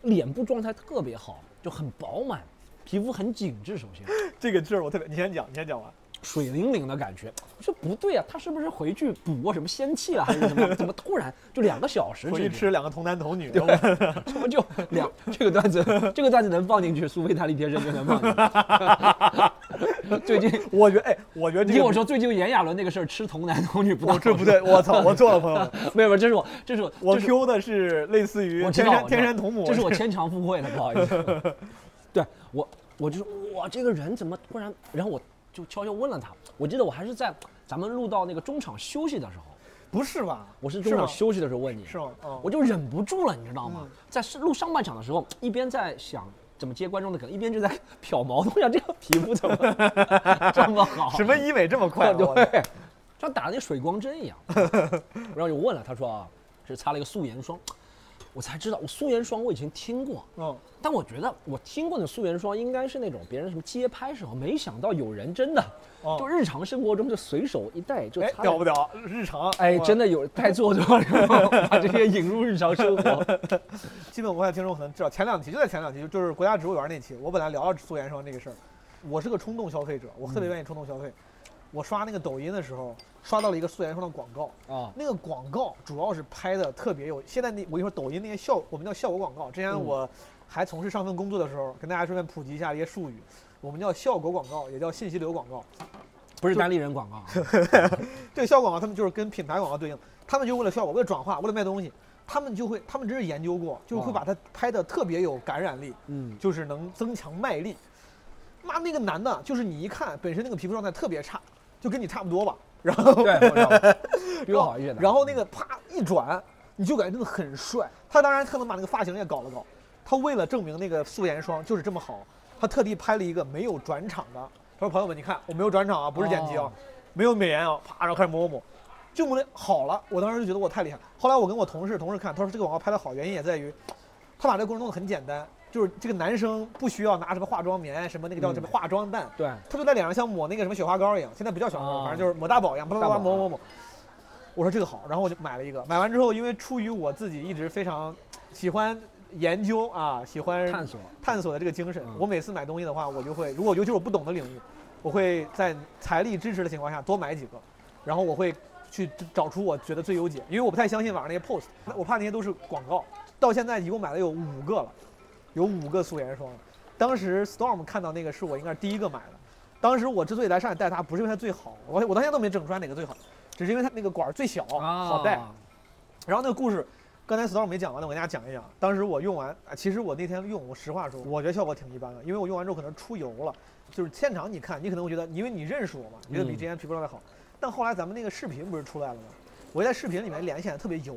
脸部状态特别好，就很饱满，皮肤很紧致，首先这个劲儿我特别，你先讲，你先讲完。水灵灵的感觉。我说不对啊，他是不是回去补过什么仙气了，啊还是什么？怎么突然就两个小时回之去内吃两个童男童女，怎么就两这个段子，这个段子能放进去，苏菲弹力贴身就能放进去。 *laughs* 最近我觉得哎，我觉得你这跟个我说最近炎亚纶那个事儿，吃童男童女不我当这不对，我 *laughs* 操，我错了，朋友们，没有，没有，这是我，这是我，我这是 Q 的是类似于我知天道山我知道天山童母，这是我牵强附会的，不好意思。对我，我就说我这个人怎么突然，然后我就悄悄问了他，我记得我还是在咱们录到那个中场休息的时候，不是吧？我是是中场吗休息的时候问你，是吗？哦我就忍不住了，你知道吗嗯？在录上半场的时候，一边在想。怎么接观众的梗，一边就在瞟毛东想这个皮肤怎么这么好？什么医美这么快？啊我的哦对，像打那水光针一样。然后就问了，他说啊，是擦了一个素颜霜，我才知道，我素颜霜我以前听过，嗯，但我觉得我听过的素颜霜应该是那种别人什么街拍时候，没想到有人真的哦就日常生活中就随手一带就哎，擦了。屌不屌？日常哎，真的，的有太做作了，把这些引入日常生活。 *laughs* 基本文化听众可能知道，前两期就在前两期，就是国家植物园那期，我本来聊了素颜霜这个事儿。我是个冲动消费者，我特别愿意冲动消费。我刷那个抖音的时候，刷到了一个素颜霜的广告，啊，那个广告主要是拍的特别有。现在那我跟你说，抖音那些效，我们叫效果广告。之前嗯我还从事上份工作的时候，跟大家顺便普及一下一些术语，我们叫效果广告，也叫信息流广告。不是单立人广告啊，这个效果广告，他们就是跟品牌广告对应，他们就为了效果，为了转化，为了卖东西，他们就会，他们真是研究过，就会哇把它拍的特别有感染力，嗯，就是能增强卖力。妈，那个男的，就是你一看本身那个皮肤状态特别差，就跟你差不多吧，然后对，我 *laughs* 知道比我好一些的。然后那个啪一转，你就感觉真的很帅。他当然特能把那个发型也搞了搞，他为了证明那个素颜霜就是这么好，他特地拍了一个没有转场的。他说：“朋友们，你看我没有转场啊，不是剪辑啊，哦没有美颜啊，啪，然后开始抹抹抹，就抹的好了。我当时就觉得我太厉害了。后来我跟我同事同事看，他说这个广告拍的好，原因也在于他把这个过程弄得很简单，就是这个男生不需要拿什么化妆棉，啊什么那嗯个叫什么化妆蛋，对，他就在脸上像抹那个什么雪花膏一样，现在不叫雪花膏，啊反正就是抹大宝一样，啪啪啪大啪宝啊抹抹抹。我说这个好，然后我就买了一个。买完之后，因为出于我自己一直非常喜欢研究啊，喜欢探索探索的这个精神嗯，我每次买东西的话，我就会，如果尤其是我不懂的领域，我会在财力支持的情况下多买几个，然后我会去找出我觉得最优解，因为我不太相信网上那些 post，我怕那些都是广告。到现在一共买了有五个了，有五个素颜霜了。当时 Storm 看到那个是我应该是第一个买的，当时我之所以来上海带它，不是因为它最好，我哦啊我到现在都没整出来哪个最好，只是因为它那个管儿最小，好带。啊然后那个故事，刚才 storm 没讲完的，我给大家讲一讲。当时我用完，啊其实我那天用，我实话说，我觉得效果挺一般的，因为我用完之后可能出油了。就是现场你看，你可能会觉得，因为你认识我嘛，觉得比之前皮肤状态好。但后来咱们那个视频不是出来了吗？我在视频里面脸显得特别油，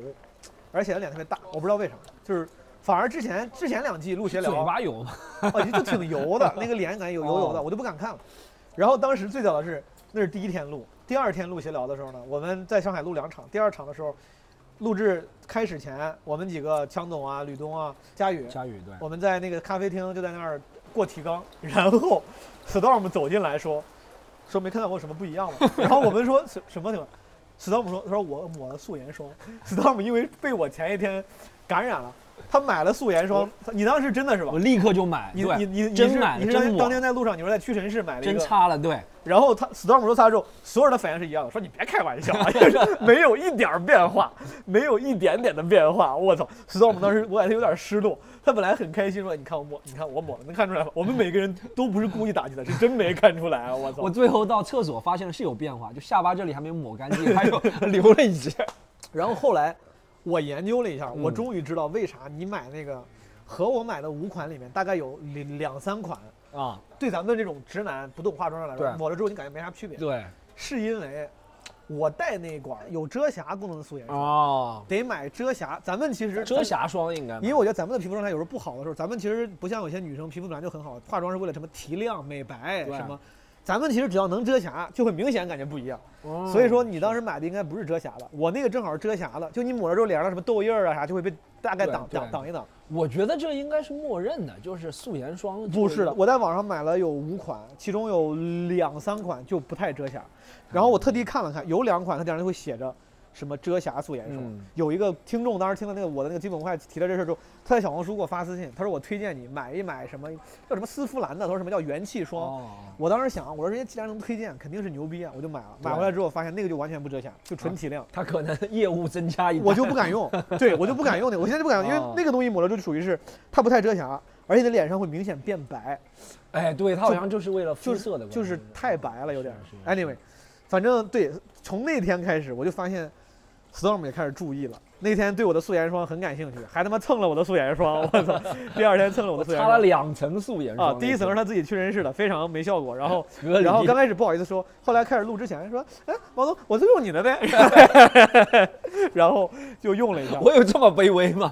而且显得脸特别大，我不知道为啥，就是反而之前之前两季录闲嘴聊，巴有吗？ *laughs* 哦，就挺油的，那个脸感觉有油油的，我就不敢看了。然后当时最早的是，那是第一天录，第二天录闲聊的时候呢，我们在上海录两场，第二场的时候，录制开始前，我们几个强总啊、吕东啊、佳宇，佳宇对，我们在那个咖啡厅就在那儿过提纲， *laughs* 然后 Storm 走进来说，说没看到我有什么不一样吗？ *laughs* 然后我们说什什么情况？Storm 说，他说我抹了素颜霜，Storm 因为被我前一天感染了，他买了素颜霜，他你当时真的是吧我？立刻就买，你对你，你你真是买你了是真当抹当天在路上，你说在屈臣氏买了一真个，擦了，对，然后他 Storm 说擦之后，所有人的反应是一样的，说你别开玩笑啊，就是 *laughs* 没有一点儿变化，没有一点点的变化，我操！Storm 当时我感觉有点失落，他本来很开心说你看我抹，你看我抹了，能看出来吗？我们每个人都不是故意打击他，是真没看出来啊，我操！我最后到厕所发现了是有变化，就下巴这里还没有抹干 *laughs* 净，还有留了一截。然后后来我研究了一下，嗯我终于知道为啥你买那个和我买的五款里面大概有两两三款。啊，对咱们这种直男不懂化妆的来说，对抹了之后你感觉没啥区别。对，是因为我带那管儿有遮瑕功能的素颜霜，哦，得买遮瑕。咱们其实遮，瑕霜应该吧，因为我觉得咱们的皮肤状态有时候不好的时候，咱们其实不像有些女生皮肤本来就很好，化妆是为了什么提亮、美白对什么。咱们其实只要能遮瑕，就会明显感觉不一样。哦所以说你当时买的应该不是遮瑕的，我那个正好是遮瑕的，就你抹了之后脸上什么痘印儿啊啥就会被大概对挡对挡挡一挡。我觉得这应该是默认的，就是素颜霜不是的，的，我在网上买了有五款，其中有两三款就不太遮瑕，然后我特地看了看，有两款它顶上就会写着什么遮瑕素颜霜。嗯有一个听众当时听了那个我的那个基本快提了这事儿之后，他在小红书给我发私信，他说我推荐你买一买什么叫什么丝芙兰的，他说什么叫元气霜。哦，我当时想，我说人家既然能推荐，肯定是牛逼啊，我就买了。买回来之后发现那个就完全不遮瑕，就纯提亮。他可能业务增加一半， *laughs* 我就不敢用，对我就不敢用那个，我现在就不 *laughs* 敢用，因为那个东西抹了之后就属于是它不太遮瑕，而且你的脸上会明显变白。哎，对他好像就是为了肤色的关系，就是太白了，有点儿。是是 Anyway，反正对，从那天开始我就发现，Storm 也开始注意了。那天对我的素颜霜很感兴趣，还他妈蹭了我的素颜霜，我 *laughs* 操！第二天蹭了我我的素颜擦了霜。两层素颜霜啊，第一层是他自己去人事的，非常没效果。然 *laughs* 后，隔离，然后刚开始不好意思说，后来开始录之前说，哎，王总，我就用你的 *laughs* 呗，然后就用了一下。我有这么卑 *laughs* 微吗？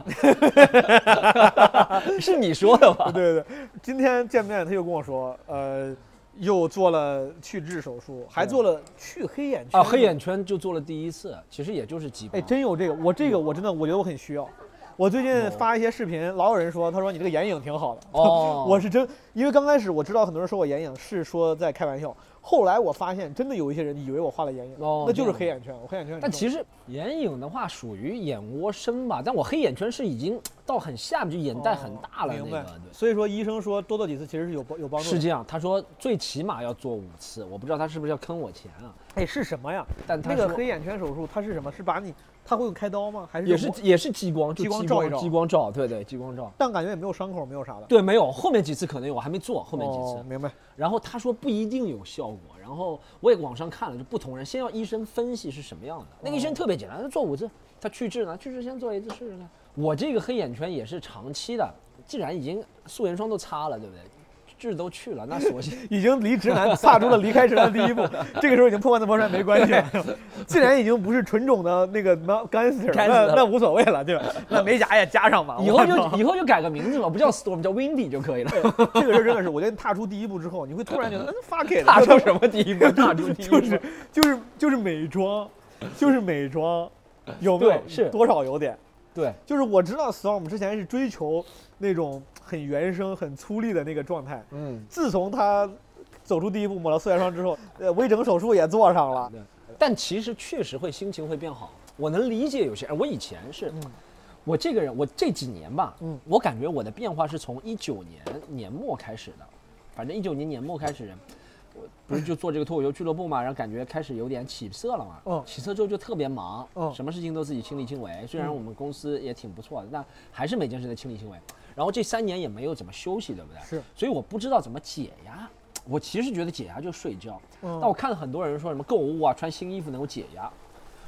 是你说的吧？对对，对，今天见面他又跟我说，呃，又做了去痣手术，还对做了去黑眼圈啊，黑眼圈就做了第一次，其实也就是几哎，把。真有这个，我这个我真的我觉得我很需要。我最近哦发一些视频，老有人说，他说你这个眼影挺好的。哦我是真，因为刚开始我知道很多人说我眼影是说在开玩笑，后来我发现真的有一些人以为我画了眼影，哦那就是这样黑眼圈，我黑眼圈很重。但其实实眼影的话属于眼窝深吧，但我黑眼圈是已经到很下面，就眼袋很大了、哦明那白个。对，所以说医生说多做几次其实是有帮有帮助是的。这样，他说最起码要做五次，我不知道他是不是要坑我钱啊？哎，是什么呀？但他那个说黑眼圈手术它是什么？是把你，它会用开刀吗？还是也什是么也是激光，就激光激照一照激光照，对对，激光照。但感觉也没有伤口，没有啥的。对，没有，后面几次可能有，我还没做后面几次。哦，明白。然后他说不一定有效果，然后我也网上看了，就不同人先要医生分析是什么样的。那个哦医生特别简单，他做五次，他去痣呢，去痣先做一次试试看。我这个黑眼圈也是长期的，既然已经素颜霜都擦了，对不对？痣都去了，那索性 *laughs* 已经离直男踏出了离开直男的 *laughs* 第一步，这个时候已经破罐子破摔没关系 *laughs* 了。既然已经不是纯种的那个 gangster，干死那了那无所谓了，对 *laughs* 吧？那美甲也加上吧，以后我靠就以后就改个名字吧，不叫 Storm，叫 Windy 就可 *laughs* 以了。这个事儿真的是，我觉得你踏出第一步之后，你会突 *laughs* 然觉得，嗯，fuck it，踏出就是什么第一步？踏出第一 *laughs* 步。 *laughs* 就是就是就是美妆，就是美 *laughs* 妆，有没有对？是多少有点。对，就是我知道 Storm 之前是追求那种很原生、很粗粝的那个状态，嗯。自从他走出第一步，抹了素颜霜之后，呃，微整手术也做上了。但其实确实会心情会变好。我能理解有些人，我以前是，嗯我这个人，我这几年吧，嗯我感觉我的变化是从一九年年末开始的，反正一九年年末开始，我不是就做这个脱口秀俱乐部嘛，然后感觉开始有点起色了嘛，嗯起色之后就特别忙，嗯什么事情都自己亲力亲为，虽然我们公司也挺不错的，但还是每件事都亲力亲为。然后这三年也没有怎么休息，对不对？是，所以我不知道怎么解压。我其实觉得解压就睡觉，嗯但我看了很多人说什么购物啊，穿新衣服能够解压，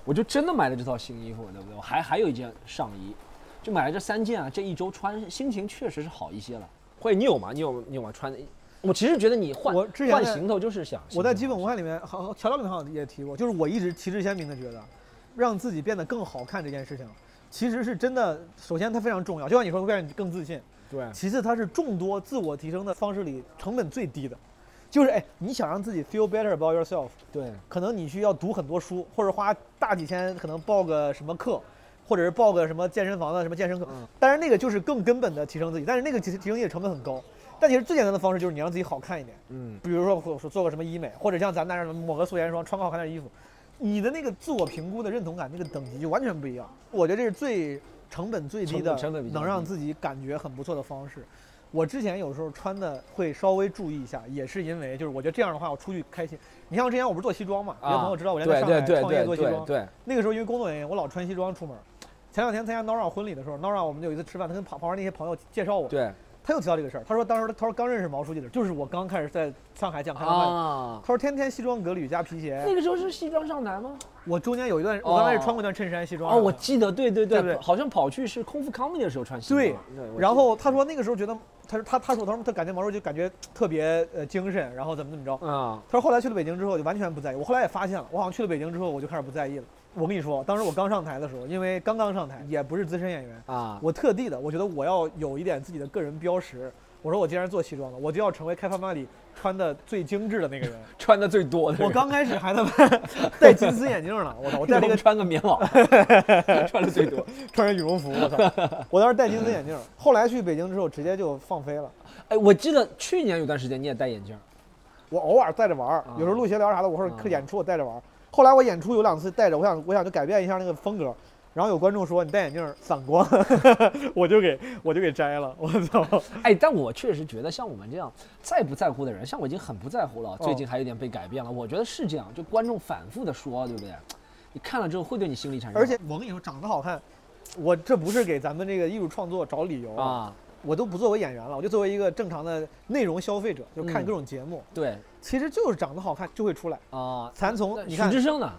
我就真的买了这套新衣服，对不对？我还还有一件上衣，就买了这三件啊，这一周穿心情确实是好一些了。会，你有吗？你有你有吗？穿的，我其实觉得你换我之前换在行头就是想，我在基本无害里面，好像调料里面好像也提过，就是我一直旗帜鲜明的觉得，让自己变得更好看这件事情，其实是真的。首先它非常重要，就像你说会让你更自信，对其次它是众多自我提升的方式里成本最低的，就是哎，你想让自己 feel better about yourself，对可能你需要读很多书，或者花大几千，可能报个什么课，或者是报个什么健身房的什么健身课。嗯但是那个就是更根本的提升自己，但是那个提提升自己的成本很高。但其实最简单的方式就是你让自己好看一点，嗯，比如说我说做个什么医美，或者像咱男人抹个素颜霜，穿个好看点的衣服，你的那个自我评估的认同感那个等级就完全不一样。我觉得这是最成本最低的，成成本比较低能让自己感觉很不错的方式。我之前有时候穿的会稍微注意一下，也是因为就是我觉得这样的话我出去开心。你像我之前我不是做西装嘛，有啊的朋友知道我原来在对上对海对创业对做西对装，对，那个时候因为工作原因我老穿西装出门。前两天参加 Nora 婚礼的时候，Nora 我们有一次吃饭，他跟旁旁边那些朋友介绍我，对他又提到这个事儿，他说当时他说刚认识毛书记的时候，就是我刚开始在上海讲开放麦的时候啊，他说天天西装革履加皮那鞋，个时候是西装上台吗？我中间有一段，嗯哦我刚开始穿过一段衬衫西装。啊哦，我记得，对对对不对好像跑去是空腹 comedy 的时候穿西装。对对我记得然后他说那个时候觉得，他说他他说他说他感觉毛书记就感觉特别呃精神，然后怎么怎么着。啊，他说后来去了北京之后就完全不在意，我后来也发现了，我好像去了北京之后我就开始不在意了。我跟你说，当时我刚上台的时候，因为刚刚上台，也不是资深演员，啊，我特地的，我觉得我要有一点自己的个人标识。我说我既然做西装了，我就要成为开放麦里穿的最精致的那个人。穿的最多的人，我刚开始还他妈 *laughs* 戴金丝眼镜呢，我操！我戴了带 *laughs* 这一个个穿个棉袄， *laughs* 穿的最多。穿着羽绒服，我操！我当时戴金丝眼镜儿，后来去北京之后直接就放飞了。哎，我记得去年有段时间你也戴眼镜儿，我偶尔戴着玩儿啊，有时候录闲聊啥的，我或者啊看演出我戴着玩儿。后来我演出有两次戴着，我想我想就改变一下那个风格。然后有观众说你戴眼镜儿散光， *laughs* 我就给我就给摘了，我操！哎，但我确实觉得像我们这样在不在乎的人，像我已经很不在乎哦了，最近还有点被改变了。我觉得是这样，就观众反复的说，对不对？你看了之后会对你心理产生， *laughs* 而且我跟你说长得好看，我这不是给咱们这个艺术创作找理由啊，啊，我都不作为演员了，我就作为一个正常的内容消费者，就看嗯各种节目，对其实就是长得好看就会出来。啊，咱从那哦你徐看志 *laughs* 胜呢？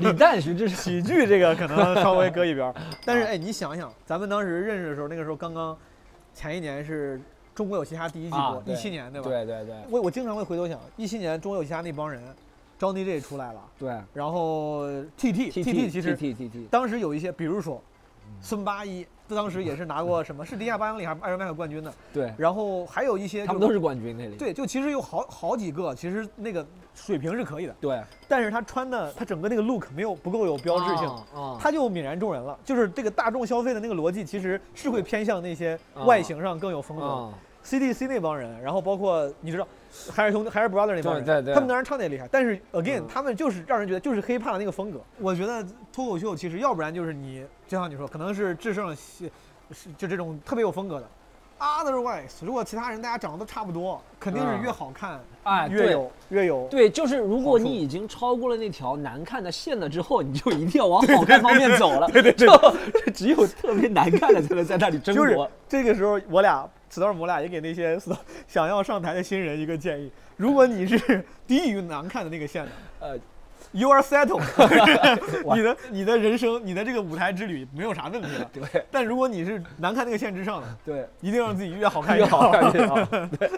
李诞、徐志胜喜剧这个可能稍微搁一边儿， *laughs* 但是哎，你想想，咱们当时认识的时候，那个时候刚刚前一年是《中国有嘻哈》第一季啊播，，一对七、 *laughs* 年对吧？对对对我我经常会回头想，一七年《中国有嘻哈》那帮人，Johnny J 出来了，对然后 TT ，T TT 其实 T T T 当时有一些，比如说孙八一，他当时也是拿过什么，是迪亚八英里还是艾瑞麦克冠军的，对，然后还有一些他就们都是冠军那里。对，就其实有好好几个，其实那个水平是可以的，对，但是他穿的他整个那个 look 没有不够有标志性。啊，他就泯然众人了。就是这个大众消费的那个逻辑，其实是会偏向那些外形上更有风格。啊 CDC 那帮人，然后包括你知道，海尔兄弟、海尔 brother 那帮人，对对对他们当然唱的也厉害，但是 again，、嗯他们就是让人觉得就是黑怕的那个风格。我觉得脱口秀其实要不然就是你，就像你说，可能是制胜是是就这种特别有风格的。Otherwise，如果其他人大家长得都差不多，肯定是嗯越好看、哎，越对有越有。对，就是如好果处你已经超过了那条难看的线了之后，你就一定要往好看方面走了。对对就 *laughs* 只有特别难看的才能在那里争就是夺。这个时候，我俩 storm 我俩也给那些 Storm 想要上台的新人一个建议：如果你是低于难看的那个线的，呃，you are settled， *laughs* *laughs* 哇你的你的人生，你的这个舞台之旅没有啥问题了。对但如果你是难看那个线之上的，对，一定让自己越好看越好好。看越好。对，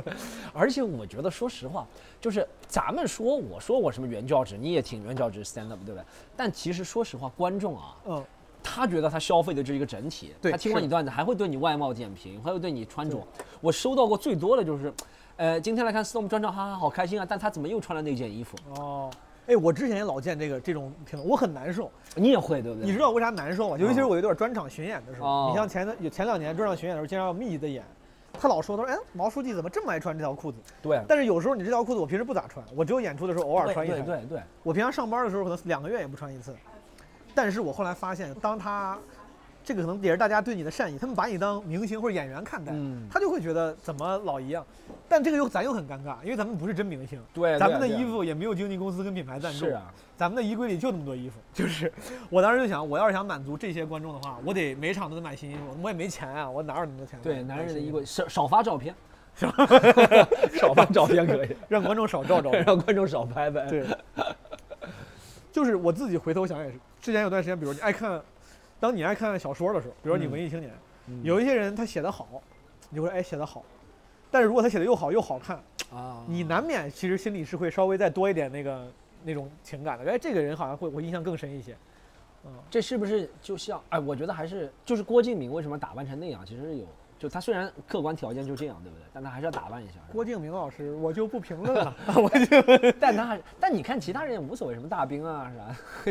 *laughs* 而且我觉得，说实话，就是咱们说我说我什么原教旨，你也挺原教旨 stand up，对不对？但其实说实话，观众啊， *laughs* 嗯，他觉得他消费的就是一个整体，对他听完是你段子还会对你外貌点评，还会对你穿着。我收到过最多的就是，呃，今天来看 Storm 专场，哈哈，好开心啊！但他怎么又穿了那件衣服？哦。哎，我之前也老见这个这种评论，我很难受。你也会对不对？你知道我为啥难受吗？尤其是我有点专场巡演的时候，哦你像前段有前两年专场巡演的时候，经常要密集的演，他老说他说，哎，毛书记怎么这么爱穿这条裤子？对，但是有时候你这条裤子我平时不咋穿，我只有演出的时候偶尔穿一对穿。对对我平常上班的时候可能两个月也不穿一次，但是我后来发现，当他这个可能也是大家对你的善意，他们把你当明星或者演员看待，嗯他就会觉得怎么老一样。但这个又咱又很尴尬，因为咱们不是真明星，对，啊咱们的对衣服也没有经纪公司跟品牌赞助，是啊，咱们的衣柜里就那么多衣服。就是我当时就想，我要是想满足这些观众的话，我得每场都得买新衣服，我也没钱啊，我哪有那么多钱买？对，男人的买新衣服柜少少发 *laughs* 照片， *laughs* 少发照片可以，让观众少照照。让观众少拍拍。对，就是我自己回头想也是，之前有段时间，比如你爱看当你爱看小说的时候，比如说你嗯文艺青年，嗯有一些人他写的好，你就会说哎写的好，但是如果他写的又好又好看，啊，你难免其实心里是会稍微再多一点那个那种情感的。哎，这个人好像会我印象更深一些。嗯这是不是就像哎？我觉得还是就是郭敬明为什么打扮成那样，其实是有就他虽然客观条件就这样，对不对？但他还是要打扮一下。是吧郭敬明老师，我就不评论 *laughs* 了，我就但他还但你看其他人也无所谓，什么大兵啊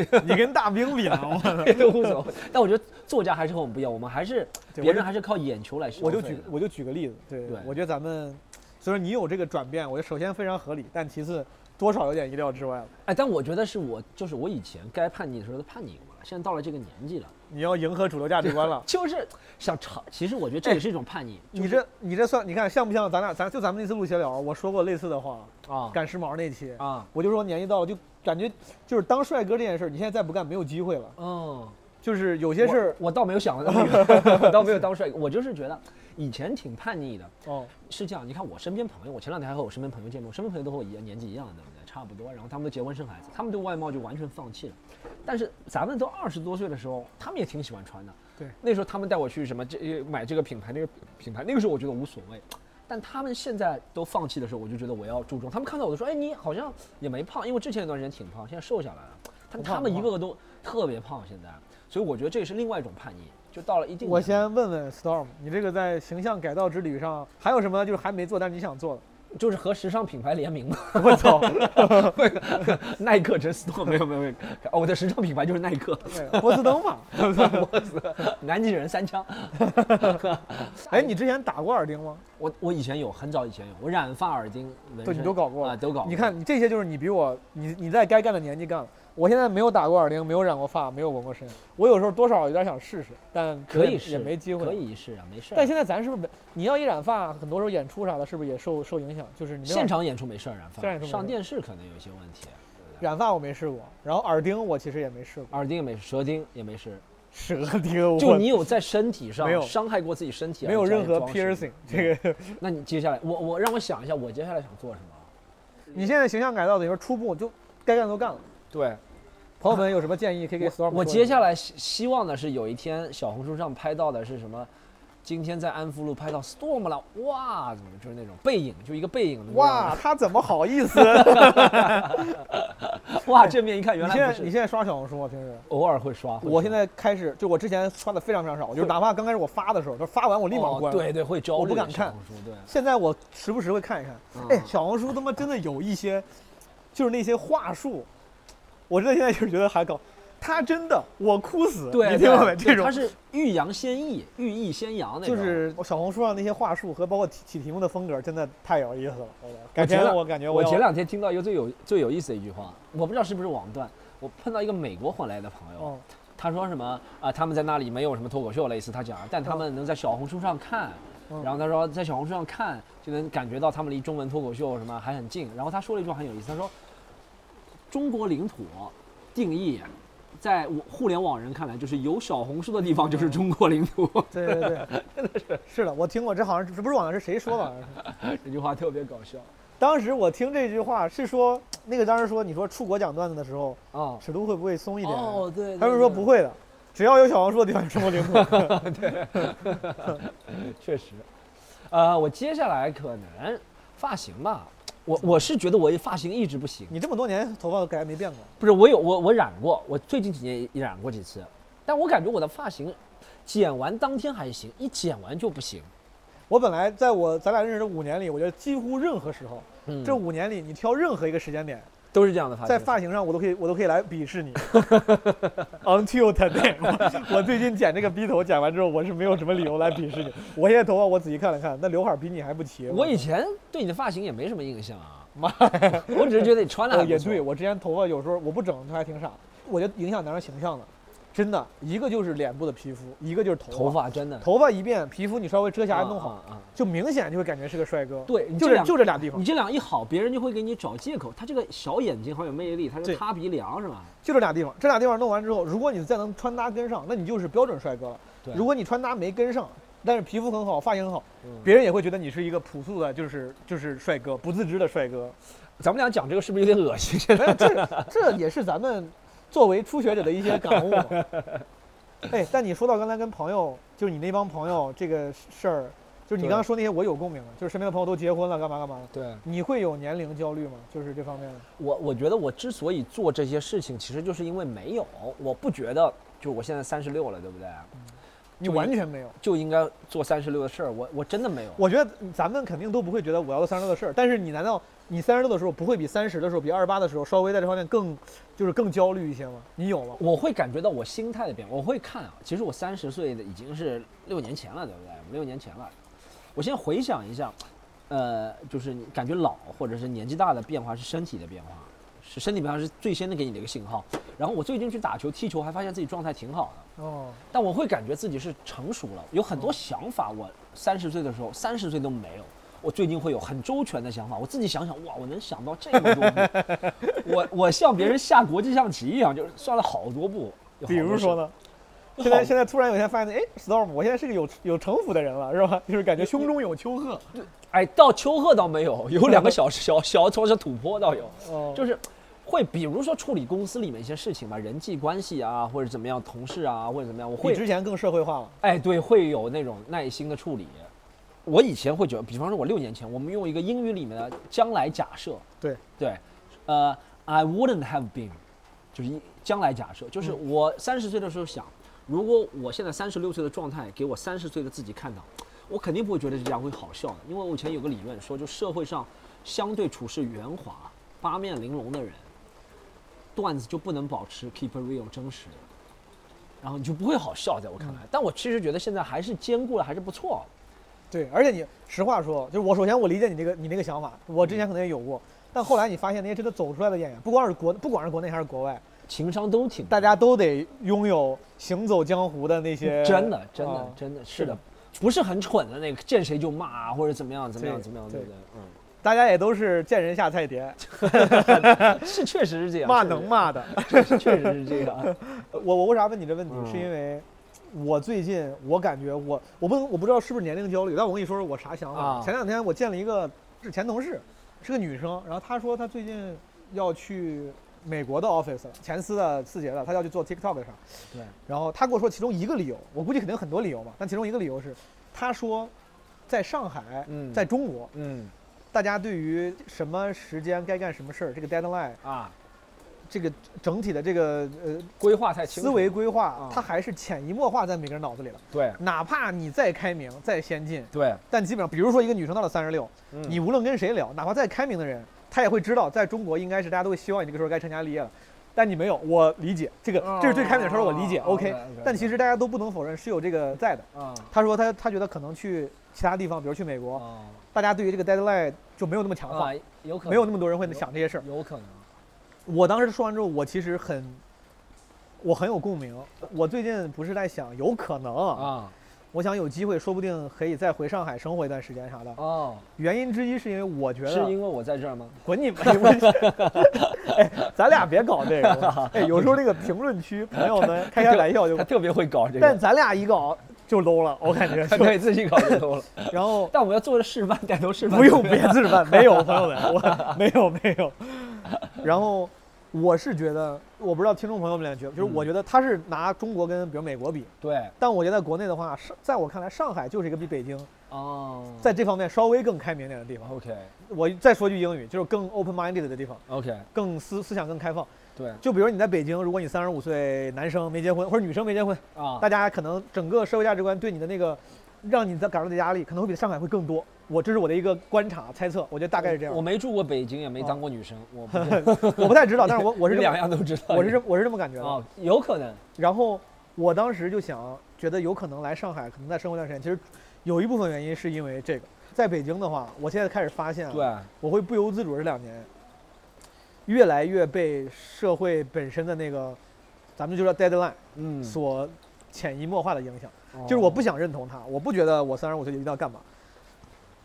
啥，你跟大兵比了，我 *laughs* 也都无所谓。但我觉得作家还是和我们不一样，我们还是对别我就人还是靠眼球来消费我就的举我就举个例子，对，对我觉得咱们所以说你有这个转变，我觉得首先非常合理，但其次多少有点意料之外了。哎，但我觉得是我就是我以前该叛逆的时候都叛逆过了，现在到了这个年纪了，。你要迎合主流价值观了就是想尝。其实我觉得这也是一种叛逆。你就是这你这算你看像不像咱俩咱就咱们那次录闲聊，我说过类似的话，啊赶时髦那期，啊我就说年纪到了就感觉就是当帅哥这件事儿，你现在再不干没有机会了。嗯。就是有些事儿，我我倒没有想到那个， *laughs* 我倒没有当帅哥，我就是觉得以前挺叛逆的。哦，是这样，你看我身边朋友，我前两天还和我身边朋友见面，我身边朋友都和我一样年纪一样，对不对？差不多，然后他们都结婚生孩子，他们对外貌就完全放弃了。但是咱们都二十多岁的时候，他们也挺喜欢穿的。对那时候他们带我去什么这呃买这个品牌那个品牌，那个时候我觉得无所谓。但他们现在都放弃的时候，我就觉得我要注重。他们看到我都说：“哎，你好像也没胖，因为我之前有段时间挺胖，现在瘦下来了。”但不胖他们不一胖个个都特别胖，现在，所以我觉得这也是另外一种叛逆，就到了一定我年龄先问问 Storm，你这个在形象改造之旅上还有什么就是还没做但是你想做 *laughs* 的？就是和时尚品牌联名嘛，我操！耐克真 store 没有没有没有，哦，我的时尚品牌就是耐 *laughs* 克，对波司登嘛。我死南极人三枪。哎，你之前打过耳钉吗？我我以前有，很早以前有，我染发、耳钉、纹对身，你都搞过啊，都搞过。你看，你这些就是你比我，你你在该干的年纪干了。我现在没有打过耳钉，没有染过发，没有纹过身。我有时候多少有点想试试，但可也以试，也没机会。可。以试啊，没事儿。但现在咱是不是没你要一染发，很多时候演出啥的，是不是也受受影响？就是你没有现场演出没事儿，染现场演出发没事上电视可能有一些问题。啊染发我没试过，然后耳钉我其实也没试过。耳钉也没事，舌钉也没事。蛇钉我就你有在身体上没有伤害过自己身 *laughs* 体，啊没有而任何加以装饰 piercing 这个。那你接下来，我我让我想一下，我接下来想做什么？啊你现在形象改造等于说初步就该干的都干了。对，朋友们有什么建议可以给 Storm？我说我一接下下来希希望的是有一天小红书上拍到的是什么？今天在安福路拍到 Storm 了，哇，怎么就是那种背影，就一个背影能够让 *laughs* 哇，他怎么好意思？我，哇，正面一看你原现来在不是，你现在刷小红书吗？平时？偶尔会刷，会我刷现在开始，就我之前刷的非常非常少，就是哪怕刚开始我发的时候，就发完我立马哦关。对，对，会焦虑，我不敢看小红书，对，现在我时不时会看一看。嗯 *laughs* 哎，小红书他妈真的有一些，就是那些话术，我真的现在就是觉得还搞，他真的我哭死，对，你听过没？嗯对这它种是欲扬先抑，欲抑先扬那就种，是小红书上那些话术和包括起起题目的风格，真的太有意思了。我改前天两我感觉我要前两天听到一个最有最有意思的一句话，我不知道是不是网段，我碰到一个美国回来的朋友，哦他说什么啊、他们在那里没有什么脱口秀类似他讲，但他们能在小红书上看，嗯然后他说在小红书上看就能感觉到他们离中文脱口秀什么还很近。然后他说了一句话很有意思，他说中国领土定义。在我互联网人看来，就是有小红书的地方就是中国领土。 *laughs* 对对对，真的是是的，我听过这好像是不是网上是谁说的？好像是这句话特别搞笑当时我听这句话是说，那个当时说你说出国讲段子的时候，啊！尺度会不会松一点？哦，对，他们说不，会的，只要有小黄书的地方有中国领 *laughs* 土。确实。呃，我接下来可能发型吧，我我是觉得我发型一直不行。你这么多年头发改没变过，不是，我有我我染过，我最近几年也也染过几次，但我感觉我的发型，剪完当天还行，一剪完就不行。我本来在我咱俩认识的五年里，我觉得几乎任何时候，嗯这五年里你挑任何一个时间点，都是这样的发型。在发型上我都可以我都可以来鄙视 *laughs* 你。Until today，我我最近剪这个逼头，剪完之后我是没有什么理由来鄙视你。我现在头发我仔细看了看，那刘海比你还不齐。我以前对你的发型也没什么印象啊，妈，我只是觉得你穿的哦，还不也错对，我之前头发有时候我不整，它还挺傻的。我觉得影响男人形象的，真的，一个就是脸部的皮肤，一个就是头头发真的头发一变，皮肤你稍微遮瑕弄好，啊啊啊就明显就会感觉是个帅哥。，对，你就这是两就这俩地方你，这两一好，别人就会给你找借口。他这个小眼睛好有魅力，他对是塌鼻梁是吧？就这俩地方，这俩地方弄完之后，如果你再能穿搭跟上，那你就是标准帅哥了。对如果你穿搭没跟上，但是皮肤很好，发型很好，嗯别人也会觉得你是一个朴素的，就是就是帅哥，不自知的帅 *laughs* 哥。咱们俩讲这个是不是有点恶心？现在 *laughs* 没有，这这也是咱们作为初学者的一些感悟嘛。哎，但你说到刚才跟朋友，就是你那帮朋友这个事儿，就是你对刚刚说那些，我有共鸣了，就是身边的朋友都结婚了，干嘛干嘛的。对你会有年龄焦虑吗？就是这方面的。我，我觉得我之所以做这些事情，其实就是因为没有，我不觉得，就是我现在三十六了，对不对？你完全没有，就应该做三十六的事儿，我我真的没有。我觉得咱们肯定都不会觉得我要做三十六的事儿，但是你难道你三十六的时候不会比三十的时候、比二十八的时候稍微在这方面更，就是更焦虑一些吗？你有吗？我会感觉到我心态的变化，我会看啊。其实我三十岁的已经是六年前了，对不对？五六年前了。我现在回想一下，呃，就是你感觉老或者是年纪大的变化是身体的变化，是身体变化是最先的给你的一个信号。然后我最近去打球踢球，还发现自己状态挺好的，哦，但我会感觉自己是成熟了，有很多想法。我三十岁的时候，三十岁都没有。我最近会有很周全的想法，我自己想想，哇，我能想到这么多步， *laughs* 我我像别人下国际象棋一样，就是算了好多步。有好比如多事说呢？有现在好现在突然有一天发现，哎，storm，我现在是个有有城府的人了，是吧？就是感觉胸中有丘壑。哎，到丘壑倒没有，有两个小 *laughs* 时小小小小土坡倒有，哦，就是会比如说处理公司里面一些事情吧，人际关系啊，或者怎么样，同事啊，或者怎么样，我比会之前更社会化了。哎，对，会有那种耐心的处理。我以前会觉得，比方说，我六年前，我们用一个英语里面的将来假设，对对，呃，I wouldn't have been，就是一将来假设，就是我三十岁的时候想，如果我现在三十六岁的状态给我三十岁的自己看到，我肯定不会觉得这样会好笑的，因为我以前有个理论说，就社会上相对处事圆滑、八面玲珑的人，段子就不能保持 keep it real 真实，然后你就不会好笑，在我看来。嗯但我其实觉得现在还是兼顾了，还是不错。对，而且你实话说，就是我首先我理解你这个你那个想法，我之前可能也有过，但后来你发现那些真的走出来的演员，不光是国不管是国内还是国外，情商都挺高大家都得拥有行走江湖的那些。真的真的啊真的是是的的，不是很蠢的那个，见谁就骂啊或者怎么样怎么样对怎么样，对对不对？嗯，大家也都是见人下菜碟，嗯是确实是这样，骂确实能，骂 *laughs* 的。确实确实是这 *laughs* 样。啊我我为啥问你这问题，嗯是因为我最近我感觉我我不能我不知道是不是年龄焦虑，但我跟你说说我啥想法。啊前两天我见了一个是前同事，是个女生，然后她说她最近要去美国的 office 了，前司的字节的，她要去做 TikTok 的啥。对，然后她跟我说其中一个理由，我估计肯定有很多理由嘛，但其中一个理由是，她说在上海，嗯在中国，嗯大家对于什么时间该干什么事儿，这个 deadline，啊，这个整体的这个呃规划太清楚思了维规划，啊它还是潜移默化在每个人脑子里了。对哪怕你再开明、再先进，对，但基本上，比如说一个女生到了三十六，嗯你无论跟谁聊，哪怕再开明的人，他也会知道，在中国应该是大家都会希望你这个时候该成家立业了。但你没有，我理解这个，这是最开明的时候，我理解哦，OK。啊对但其实大家都不能否认是有这个在的。啊他说他他觉得可能去其他地方，比如去美国，啊大家对于这个 deadline 就没有那么强化啊，，有可能没有那么多人会想这些事儿。有可能我当时说完之后，我其实很，我很有共鸣。我最近不是在想，有可能，啊我想有机会，说不定可以再回上海生活一段时间啥的。哦，原因之一是因为我觉是得，因为我在这儿吗？滚你妈！你 *laughs* 们哎，咱俩别搞这 *laughs* 个。哎，有时候这个评论区朋友们开开玩笑就他，特别会搞这但个，咱俩一搞就 low 了，我 *laughs* 感觉他就。可以自己搞 *laughs* 这个了。然后但我要做的示范，带头示 *laughs* 范。不用别自办，没有朋友们，我没有没有。然后我是觉得，我不知道听众朋友们俩觉得，就是我觉得他是拿中国跟比如美国比，对但我觉得在国内的话，是在我看来，上海就是一个比北京哦，在这方面稍微更开明点的地方。 OK 我再说句英语，就是更 open minded 的地方， OK 更思思想更开放。对就比如你在北京，如果你三十五岁男生没结婚，或者女生没结婚，啊大家可能整个社会价值观对你的那个，让你的感受的压力，可能会比上海会更多。我这是我的一个观察猜测，我觉得大概是这样。我没住过北京，也没当过女生，我不 *laughs* 我不太知道，但是 *laughs* 我我我是这两么样都知道。我是这我是这么感觉的。啊，有可能然后我当时就想，觉得有可能来上海，可能再生活一段时间。其实有一部分原因是因为这个，在北京的话，我现在开始发现，啊对，我会不由自主这两年，越来越被社会本身的那个，咱们就说 deadline 嗯，所潜移默化的影响。哦就是我不想认同它，我不觉得我三十五岁就一定要干嘛。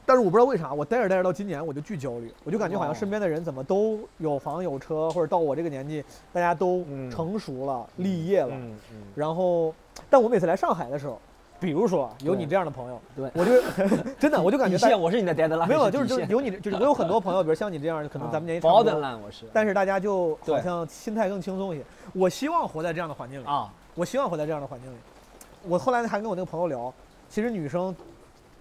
但是我不知道为啥，我待着待着到今年我就巨焦虑，我就感觉好像哦身边的人怎么都有房有车，或者到我这个年纪，大家都嗯成熟了、立业了。嗯嗯然后，但我每次来上海的时候，比如说啊，有你对这样的朋友，对我就 *laughs* 真的我就感觉底大线，我是你的 deadline，没有，啊是就是底就是线 *laughs* 啊哦有你这，就是我有很多朋友，比如像你这样，可能咱们年纪差不多， borderline 我是，但是大家就好对像心态更轻松一些。我希望活在这样的环境里，啊，我希望活在这样的环境里。我后来还跟我那个朋友聊，其实女生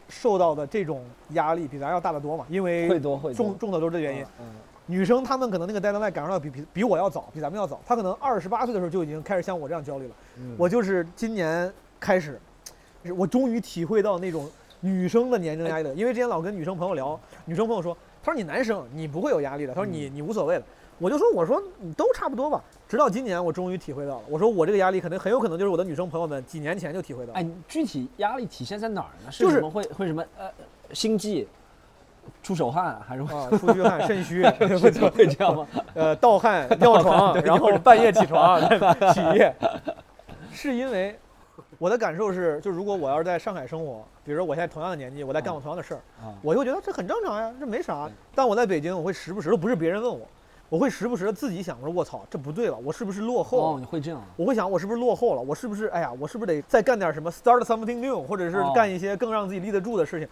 受到的这种压力比咱要大得多嘛，因会为多会多中中的都是这原因。嗯，女生她们可能那个 deadline 感受到比比比我要早，比咱们要早。她可能二十八岁的时候就已经开始像我这样焦虑了。嗯我就是今年开始，是我终于体会到那种女生的年龄压力了。因为之前老跟女生朋友聊，女生朋友说，她说你男生你不会有压力的，她说你你无所谓的。我就说我说你都差不多吧。直到今年我终于体会到了，我说我这个压力可能很有可能就是我的女生朋友们几年前就体会到了。哎，你具体压力体现在哪儿呢？是就什是么会会什么呃心悸、出手汗，还是会啊，出虚汗、肾虚， *laughs* 会这 *laughs* 会这样吗？呃，盗 *laughs* 汗、尿床，然后半夜起床起夜，是因为我的感受是，就如果我要是在上海生活，比如说我现在同样的年纪，我在干我同样的事儿，啊，我就会觉得这很正常呀，这没啥对。但我在北京，我会时不时的，不是别人问我，我会时不时的自己想，我说我操，这不对吧？我是不是落后哦，了？你会这样啊？我会想，我是不是落后了？我是不是哎呀，我是不是得再干点什么，start something new，或者是哦干一些更让自己立得住的事情？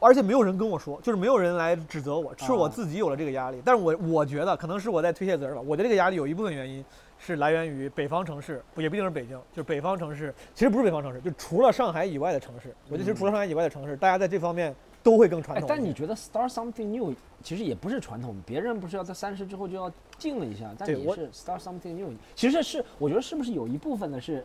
而且没有人跟我说，就是没有人来指责我，是啊我自己有了这个压力。但是我我觉得可能是我在推卸责任吧。我觉得这个压力有一部分原因是来源于北方城市，不也不一定是北京，就是北方城市，其实不是北方城市，就除了上海以外的城市，我觉得其实除了上海以外的城市，大家在这方面都会更传哎统一些。，但你觉得 start something new 其实也不是传统，别人不是要在三十之后就要静了一下，但对你我是 start something new，其实是我觉得是不是有一部分的是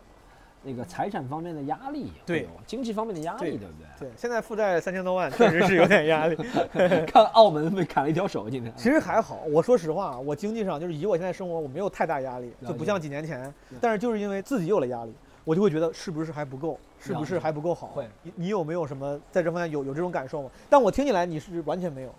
那个财产方面的压力也会对有，经济方面的压力，对对不对？对现在负债三千多万，确实是有点压力。 *laughs* 看澳门被砍了一条手，今天其实还好，我说实话，我经济上就是以我现在生活，我没有太大压力，了就不解像几年前。但是就是因为自己有了压力，我就会觉得是不是还不够，是不是还不够好？会你你有没有什么在这方面有有这种感受吗？但我听起来你是完全没有。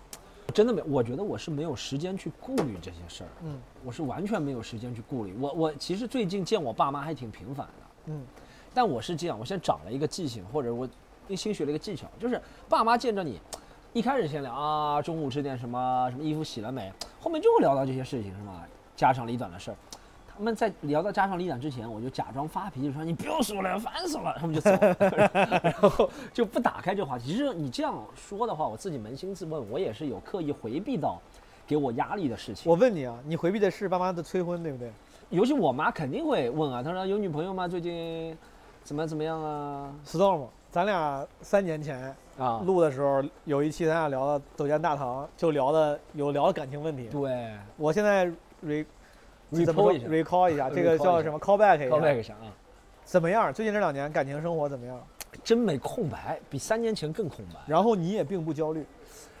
真的没，我觉得我是没有时间去顾虑这些事儿，嗯我是完全没有时间去顾虑。我我其实最近见我爸妈还挺频繁的，嗯，但我是这样，我现在长了一个记性，或者我新学了一个技巧，就是爸妈见着你，一开始先聊啊，中午吃点什么，什么衣服洗了没，后面就聊到这些事情是吗？家长里短的事儿。他们在聊到家长里短之前，我就假装发脾气说：“你不用说了，烦死了。”他们就走，然后就不打开这话题。其实你这样说的话，我自己扪心自问，我也是有刻意回避到给我压力的事情。我问你啊，你回避的是爸妈的催婚，对不对？尤其我妈肯定会问啊，她说有女朋友吗？最近怎么怎么样啊？ storm，咱俩三年前啊，录的时候有一期，咱俩聊到走进大堂，就聊的有聊的感情问题。对我现在 re 怎么说，report 一下呃 recall 一下，这 recall 个一下叫什么 callback 一下 callback 一下啊，怎么样？最近这两年感情生活怎么样？真没空白，比三年前更空白。然后你也并不焦虑，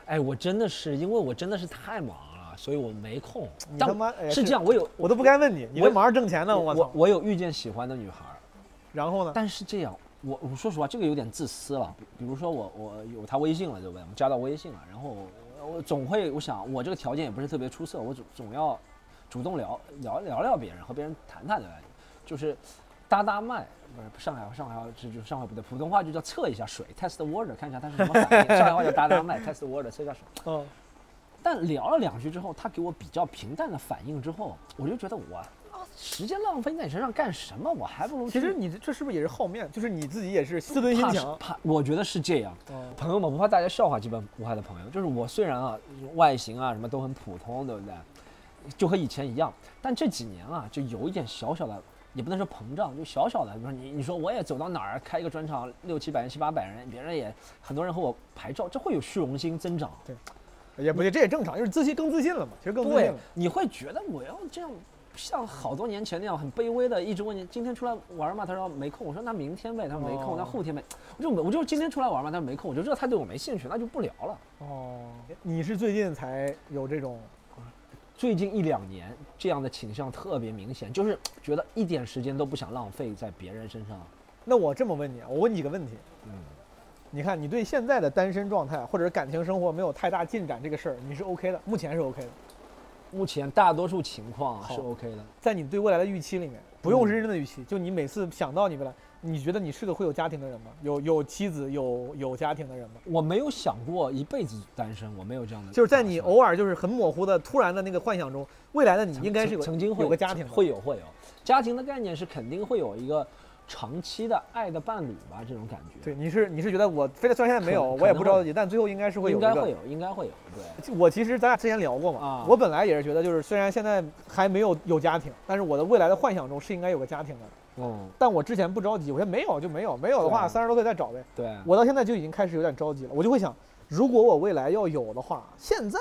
哎，我真的是因为我真的是太忙了，所以我没空你。他但妈哎呀是这，样，我有我都不该问你，你我这忙着挣钱呢，我我操！我有遇见喜欢的女孩儿，然后呢？但是这样，我我说实话，这个有点自私了。比比如说我我有她微信了，对不对？我们加到微信了，然后我我总会我想我这个条件也不是特别出色，我总总要主动聊聊聊聊别人，和别人谈谈对吧？就是搭搭脉。不是上海话，上海话这就上海不对，普通话就叫测一下水，test the water，看一下它是什么反应。上海话叫搭搭脉，test the water，测一下水。嗯，但聊了两句之后，他给我比较平淡的反应之后，我就觉得我啊，时间浪费在你身上干什么？我还不如其实去你这这是不是也是好面？就是你自己也是自尊心怕是强。怕，我觉得是这样。嗯，朋友们不怕大家笑话，基本无害的朋友，就是我虽然啊外形啊什么都很普通，对不对？就和以前一样，但这几年啊就有一点小小的，也不能说膨胀，就小小的。比如说你你说我也走到哪儿开一个专场，六七百人、七八百人，别人也很多人和我拍照，这会有虚荣心增长。也不对，这也正常，就是自信更自信了嘛。其实更自信对了。，你会觉得我要这样，像好多年前那样很卑微的，一直问你今天出来玩吗？他说没空。我说那明天呗，他说没空。哦那后天呗，我就我就今天出来玩嘛，他说没空，我就知道他对我没兴趣，那就不聊了。哦，你是最近才有这种最近一两年这样的倾向特别明显，就是觉得一点时间都不想浪费在别人身上。那我这么问你啊，我问你几个问题。嗯，你看，你对现在的单身状态或者是感情生活没有太大进展这个事儿，你是 OK 的，目前是 OK 的。目前大多数情况是好 OK 的。在你对未来的预期里面，不用是认真的预期，就你每次想到你未来，你觉得你是个会有家庭的人吗？有有妻子、有有家庭的人吗？我没有想过一辈子单身，我没有这样的打算。就是在你偶尔就是很模糊的、突然的那个幻想中，未来的你曾嗯应该是曾有曾经会有个家庭的会有会有家庭的概念是肯定会有一个长期的爱的伴侣吧，这种感觉。对，，你是你是觉得我非常虽然现在没有，可能我也不可能会着急，但最后应该是会有应一该个。会有，应该会有。对，我其实咱俩之前聊过嘛，啊我本来也是觉得就是虽然现在还没有有家庭，但是我的未来的幻想中是应该有个家庭的。哦，但我之前不着急，我说没有就没有，没有的话对啊三十多岁再找呗。对，我到现在就已经开始有点着急了，我就会想，如果我未来要有的话，现在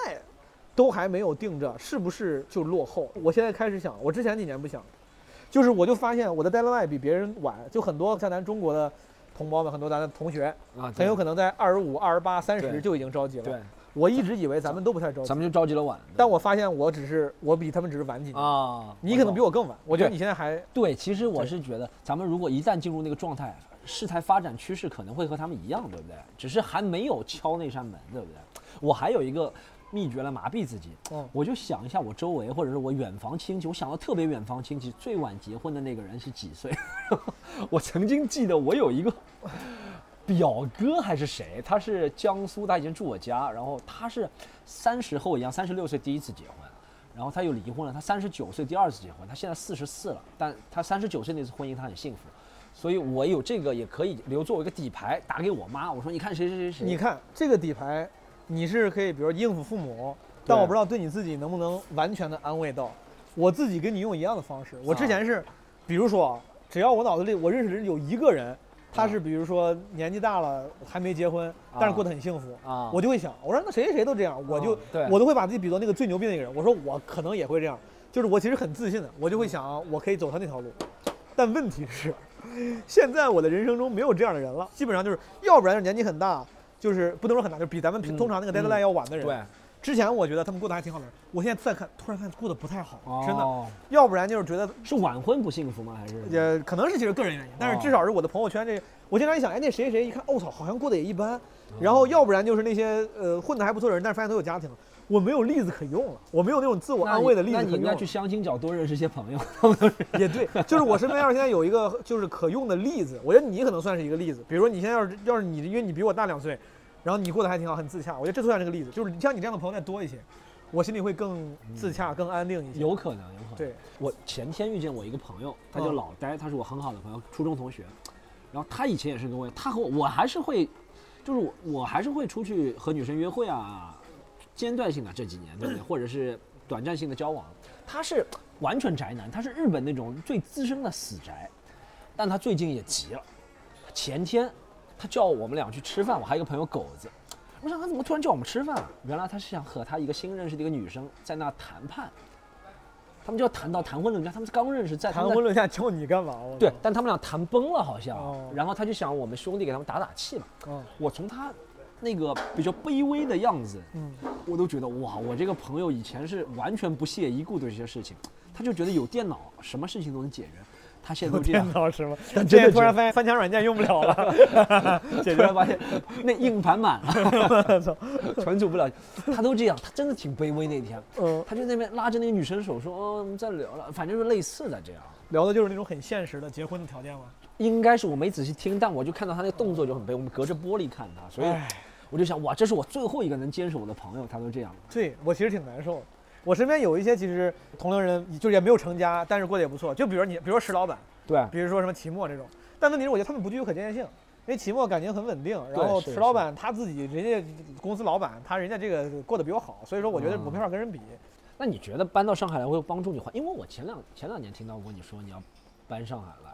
都还没有定着，是不是就落后？我现在开始想，我之前几年不想，就是我就发现我的 deadline 比别人晚，就很多像咱中国的同胞们，很多咱的同学，啊，很有可可能在二十五、二十八、三对十就已经着急了。对，我一直以为咱们都不太着急咱，们就着急了晚。但我发现我只是我比他们只是晚几年，啊，你可能比我我更晚。我觉得对你现在还懂对，其实我对是觉得，咱们如果一旦进入那个状态，事态发展趋势可能会和他们一样，对不对？只是还没有敲那扇门，对不对？我还有一个秘诀来麻痹自己，嗯我就想一下我周围或者是我远房亲戚，我想到特别远房亲戚最晚结婚的那个人是几岁？ *laughs* 我曾经记得我有一个表哥还是谁，他是江苏，他以前住我家，然后他是三十后一样，三十六岁第一次结婚，然后他又离婚了，他三十九岁第二次结婚，他现在四十四了，但他三十九岁那次婚姻他很幸福，所以我有这个也可以留作为一个底牌，打给我妈，我说你看谁谁谁谁，你看这个底牌，你是可以比如应付父母，对但我不知道对你自己能不能完全的安慰到。我自己跟你用一样的方式，我啊之前是，比如说，啊，只要我脑子里我认识的人有一个人，他是比如说年纪大了还没结婚，但是过得很幸福，啊啊，嗯我就会想，我说那谁谁谁都这样，我就对我都会把自己比作那个最牛逼的那个人，我说我可能也会这样，就是我其实很自信的，我嗯就会想我可以走他那条路，但问题是，现在我的人生中没有这样的人了，基本上就是要不然就是年纪很大，就是不能说很大，就是比咱们平嗯通常那个嗯 deadline 要晚的人。对，之前我觉得他们过得还挺好的，我现在再看，突然看过得不太好，真的。哦要不然就是觉得是晚婚不幸福吗？还是也可能是其实个人原因，但是至少是我的朋友圈这，我经常一想，哎，那谁谁一看，哦操，好像过得也一般。然后要不然就是那些呃混得还不错的人，但是发现都有家庭了，我没有例子可用了，我没有那种自我那安你慰的例子那可你应用该了。去相亲角多认识一些朋友。 *laughs* 也对，就是我身边要是现在有一个就是可用的例子，我觉得你可能算是一个例子。比如说你现在要是要是你，因为你比我大两岁，然后你过得还挺好，很自洽，我觉得这算是个例子。就是像你这样的朋友再多一些，我心里会更自洽、更安定一些。有可能，有可能。对，我前天遇见我一个朋友，他叫嗯老呆，他是我很好的朋友，初中同学。然后他以前也是跟我，他和我，我还是会，就是我，我还是会出去和女生约会啊，间断性的这几年，对不嗯对？或者是短暂性的交往。他是完全宅男，他是日本那种最资深的死宅，但他最近也急了。前天他叫我们俩去吃饭，我还有一个朋友狗子，我想他怎么突然叫我们吃饭了、原来他是想和他一个新认识的一个女生在那谈判，他们就要谈到谈婚论嫁，他们刚认识在他谈们在婚论嫁教你干嘛？我对操，但他们俩谈崩了好像，哦然后他就想我们兄弟给他们打打气嘛。嗯我从他那个比较卑微的样子，嗯，我都觉得哇，我这个朋友以前是完全不屑一顾对这些事情，他就觉得有电脑什么事情都能解决，他现在都这样电，脑是吗？但真的突然是发现翻墙软件用不了 *laughs* 了，解突决然发现那硬盘满了，了。操存储不了，他都这样，他真的挺卑微那天，嗯，他就那边拉着那个女生手说，哦，我们再聊了，反正就是类似的这样。聊的就是那种很现实的结婚的条件嘛。应该是我没仔细听，但我就看到他那个动作就很卑微，我们隔着玻璃看他，所以唉我就想，哇，这是我最后一个能坚守我的朋友，他都这样。对我其实挺难受的。我身边有一些其实同龄人，就是也没有成家，但是过得也不错。就比如你，比如说石老板，对，比如说什么齐墨这种。但问题是，我觉得他们不具有可见性，因为齐墨感情很稳定，然后是石老板他自己人家公司老板，他人家这个过得比我好，所以说我觉得嗯我没法跟人比。那你觉得搬到上海来会帮助你换？因为我前两前两年听到过你说你要搬上海来，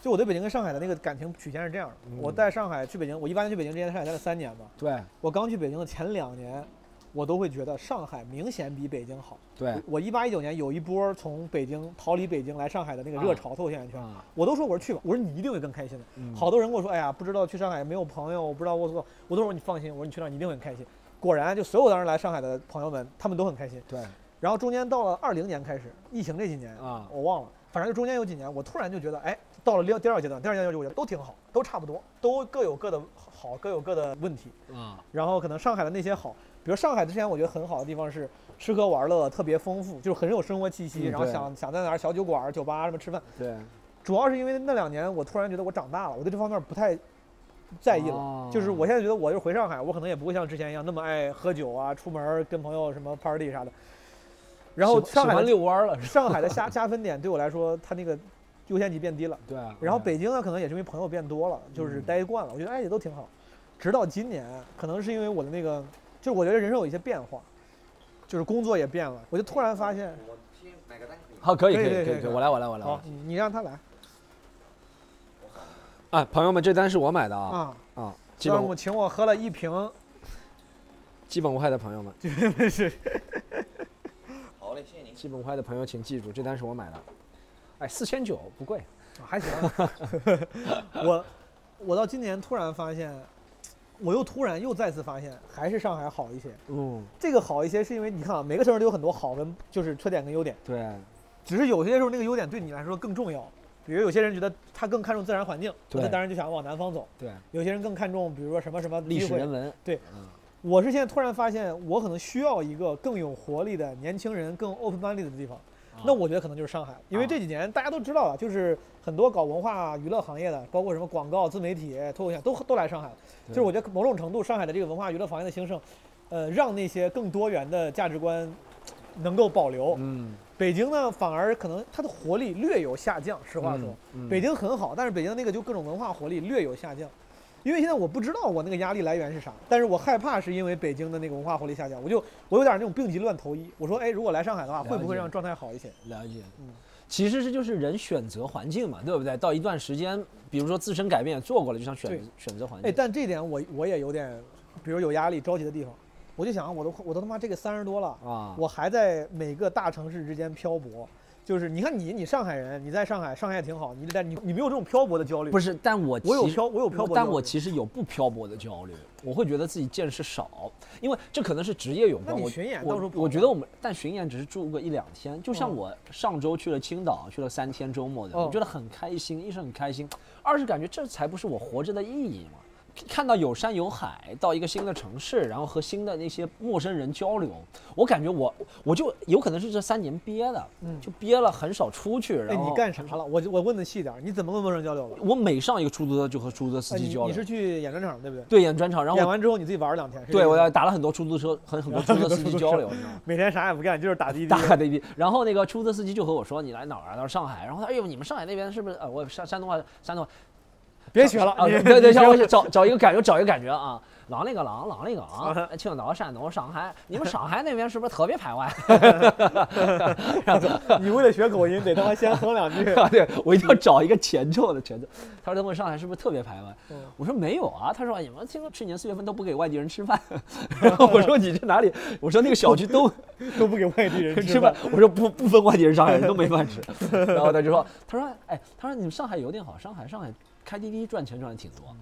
就我对北京跟上海的那个感情曲线是这样的：嗯我在上海去北京，我一般去北京之前，在上海待了三年嘛。对我刚去北京的前两年，我都会觉得上海明显比北京好。对我一八一九年有一波从北京逃离北京来上海的那个热潮，脱口秀演员圈，啊，我都说我说去吧，我说你一定会更开心的。嗯好多人跟我说，哎呀，不知道去上海没有朋友，我不知道我做，我都说你放心，我说你去那儿你一定会很开心。果然，就所有当时来上海的朋友们，他们都很开心。对然后中间到了二零年开始，疫情这几年啊我忘了，反正就中间有几年，我突然就觉得，哎，到了第二第二阶段，第二阶段就我觉得都挺好，都差不多，都各有各的好，各有各的问题。啊，然后可能上海的那些好，比如上海之前我觉得很好的地方是吃喝玩乐特别丰富，就是很有生活气息，嗯然后对想想在哪儿小酒馆儿、酒吧什么吃饭，对，主要是因为那两年我突然觉得我长大了，我对这方面不太在意了。哦就是我现在觉得我就回上海，我可能也不会像之前一样那么爱喝酒啊，出门儿跟朋友什么 party 啥的。然后喜欢上海喜欢的遛弯儿了，是吧上海的加加分点对我来说，它那个优先级变低了。对，然后北京呢，可能也是因为朋友变多了，就是嗯待惯了，我觉得哎也都挺好。直到今年，可能是因为我的那个，就是我觉得人生有一些变化，就是工作也变了，我就突然发现， *laughs* 好，可以，可可以以，可以可可以以，可以，我来，我来，我来。我好来，你你让他来啊，朋友们，这单是我买的啊啊。啊，基端本午无请我喝了一瓶，基本无害的朋友们，是好嘞，谢谢您。基本无害的朋友请记住，这单是我买的。哎，四千九不贵，还 *laughs* 行。我我到今年突然发现，我又突然又再次发现，还是上海好一些。嗯，这个好一些是因为你看啊，每个城市都有很多好跟就是缺点跟优点，对只是有些时候那个优点对你来说更重要。比如有些人觉得他更看重自然环境，那他对当然就想往南方走；对，有些人更看重比如说什么什么历机史会人文，我是现在突然发现，我可能需要一个更有活力的年轻人、更 open minded 的地方。那我觉得可能就是上海，因为啊这几年大家都知道了，啊就是很多搞文化啊娱乐行业的，包括什么广告、自媒体、脱口秀，都都来上海了。就是我觉得某种程度，上海的这个文化娱乐行业的兴盛，呃，让那些更多元的价值观能够保留。嗯，北京呢，反而可能它的活力略有下降。实话说，嗯，北京很好，但是北京那个就各种文化活力略有下降，因为现在我不知道我那个压力来源是啥，但是我害怕是因为北京的那个文化活力下降，我就我有点那种病急乱投医，我说哎，如果来上海的话，了解会不会让状态好一些？了解嗯，其实这就是人选择环境嘛，对不对？到一段时间，比如说自身改变也做过了，就想对选选择环哎，境。但这点我我也有点，比如有压力着急的地方，我就想我都我都他妈这个三十多了，啊，我还在每个大城市之间漂泊。就是你看你，你上海人，你在上海，上海也挺好，你在你你没有这种漂泊的焦虑，不是？是，但我我有其实漂我有漂泊的但焦我虑其实有不漂泊的焦虑，我会觉得自己见识少，因为这可能是职业有那关。你我巡演我到时候跑我觉吧得我们但巡演只是住个一两天，就像嗯我上周去了青岛，去了三天周末的，哦我觉得很开心，一是很开心，二是感觉这才不是我活着的意义嘛。看到有山有海，到一个新的城市，然后和新的那些陌生人交流，我感觉我我就有可能是这三年憋的，嗯就憋了，很少出去。哎，然后你干啥了？我我问的细点儿，你怎么跟陌生人交流了？我每上一个出租车就和出租车哎司你机交流。你是去演专场对不对？对演专场，然后演我完之后你自己玩了两天。是对这我意思要吗打了很多出租车和很多出租车司机交流，你 *laughs* 知道吗？每天啥也不干，就是打滴滴。大海的一批，然后那个出租车司机就和我说：“你来哪儿啊？”他说：“上海。”然后他：“哎呦，你们上海那边是不是？呃，我山山东话，山东话。 *laughs* 别学了 *laughs* 啊，你对对，你像学我是找找一个感觉，找一个感觉啊。狼那个狼，狼那个 *laughs* 狼，啊青岛、山东、上海，你们上海那边是不是特别排 *laughs* 外？你为了学口音，得他妈先哼两句。对我一定要找一个前奏的前奏。他说他问上海是不是特别排外嗯？我说没有啊。他说哎你们听说去年四月份都不给外地人吃饭， *laughs* 然后我说你这哪里？我说那个小区都都不给外地人 *laughs* 吃饭。我说不不分外地人、上海人都没 *laughs* 饭吃。然后他就说，他说哎，他说你们上海有点好，上海上海开滴滴赚钱赚的挺嗯多。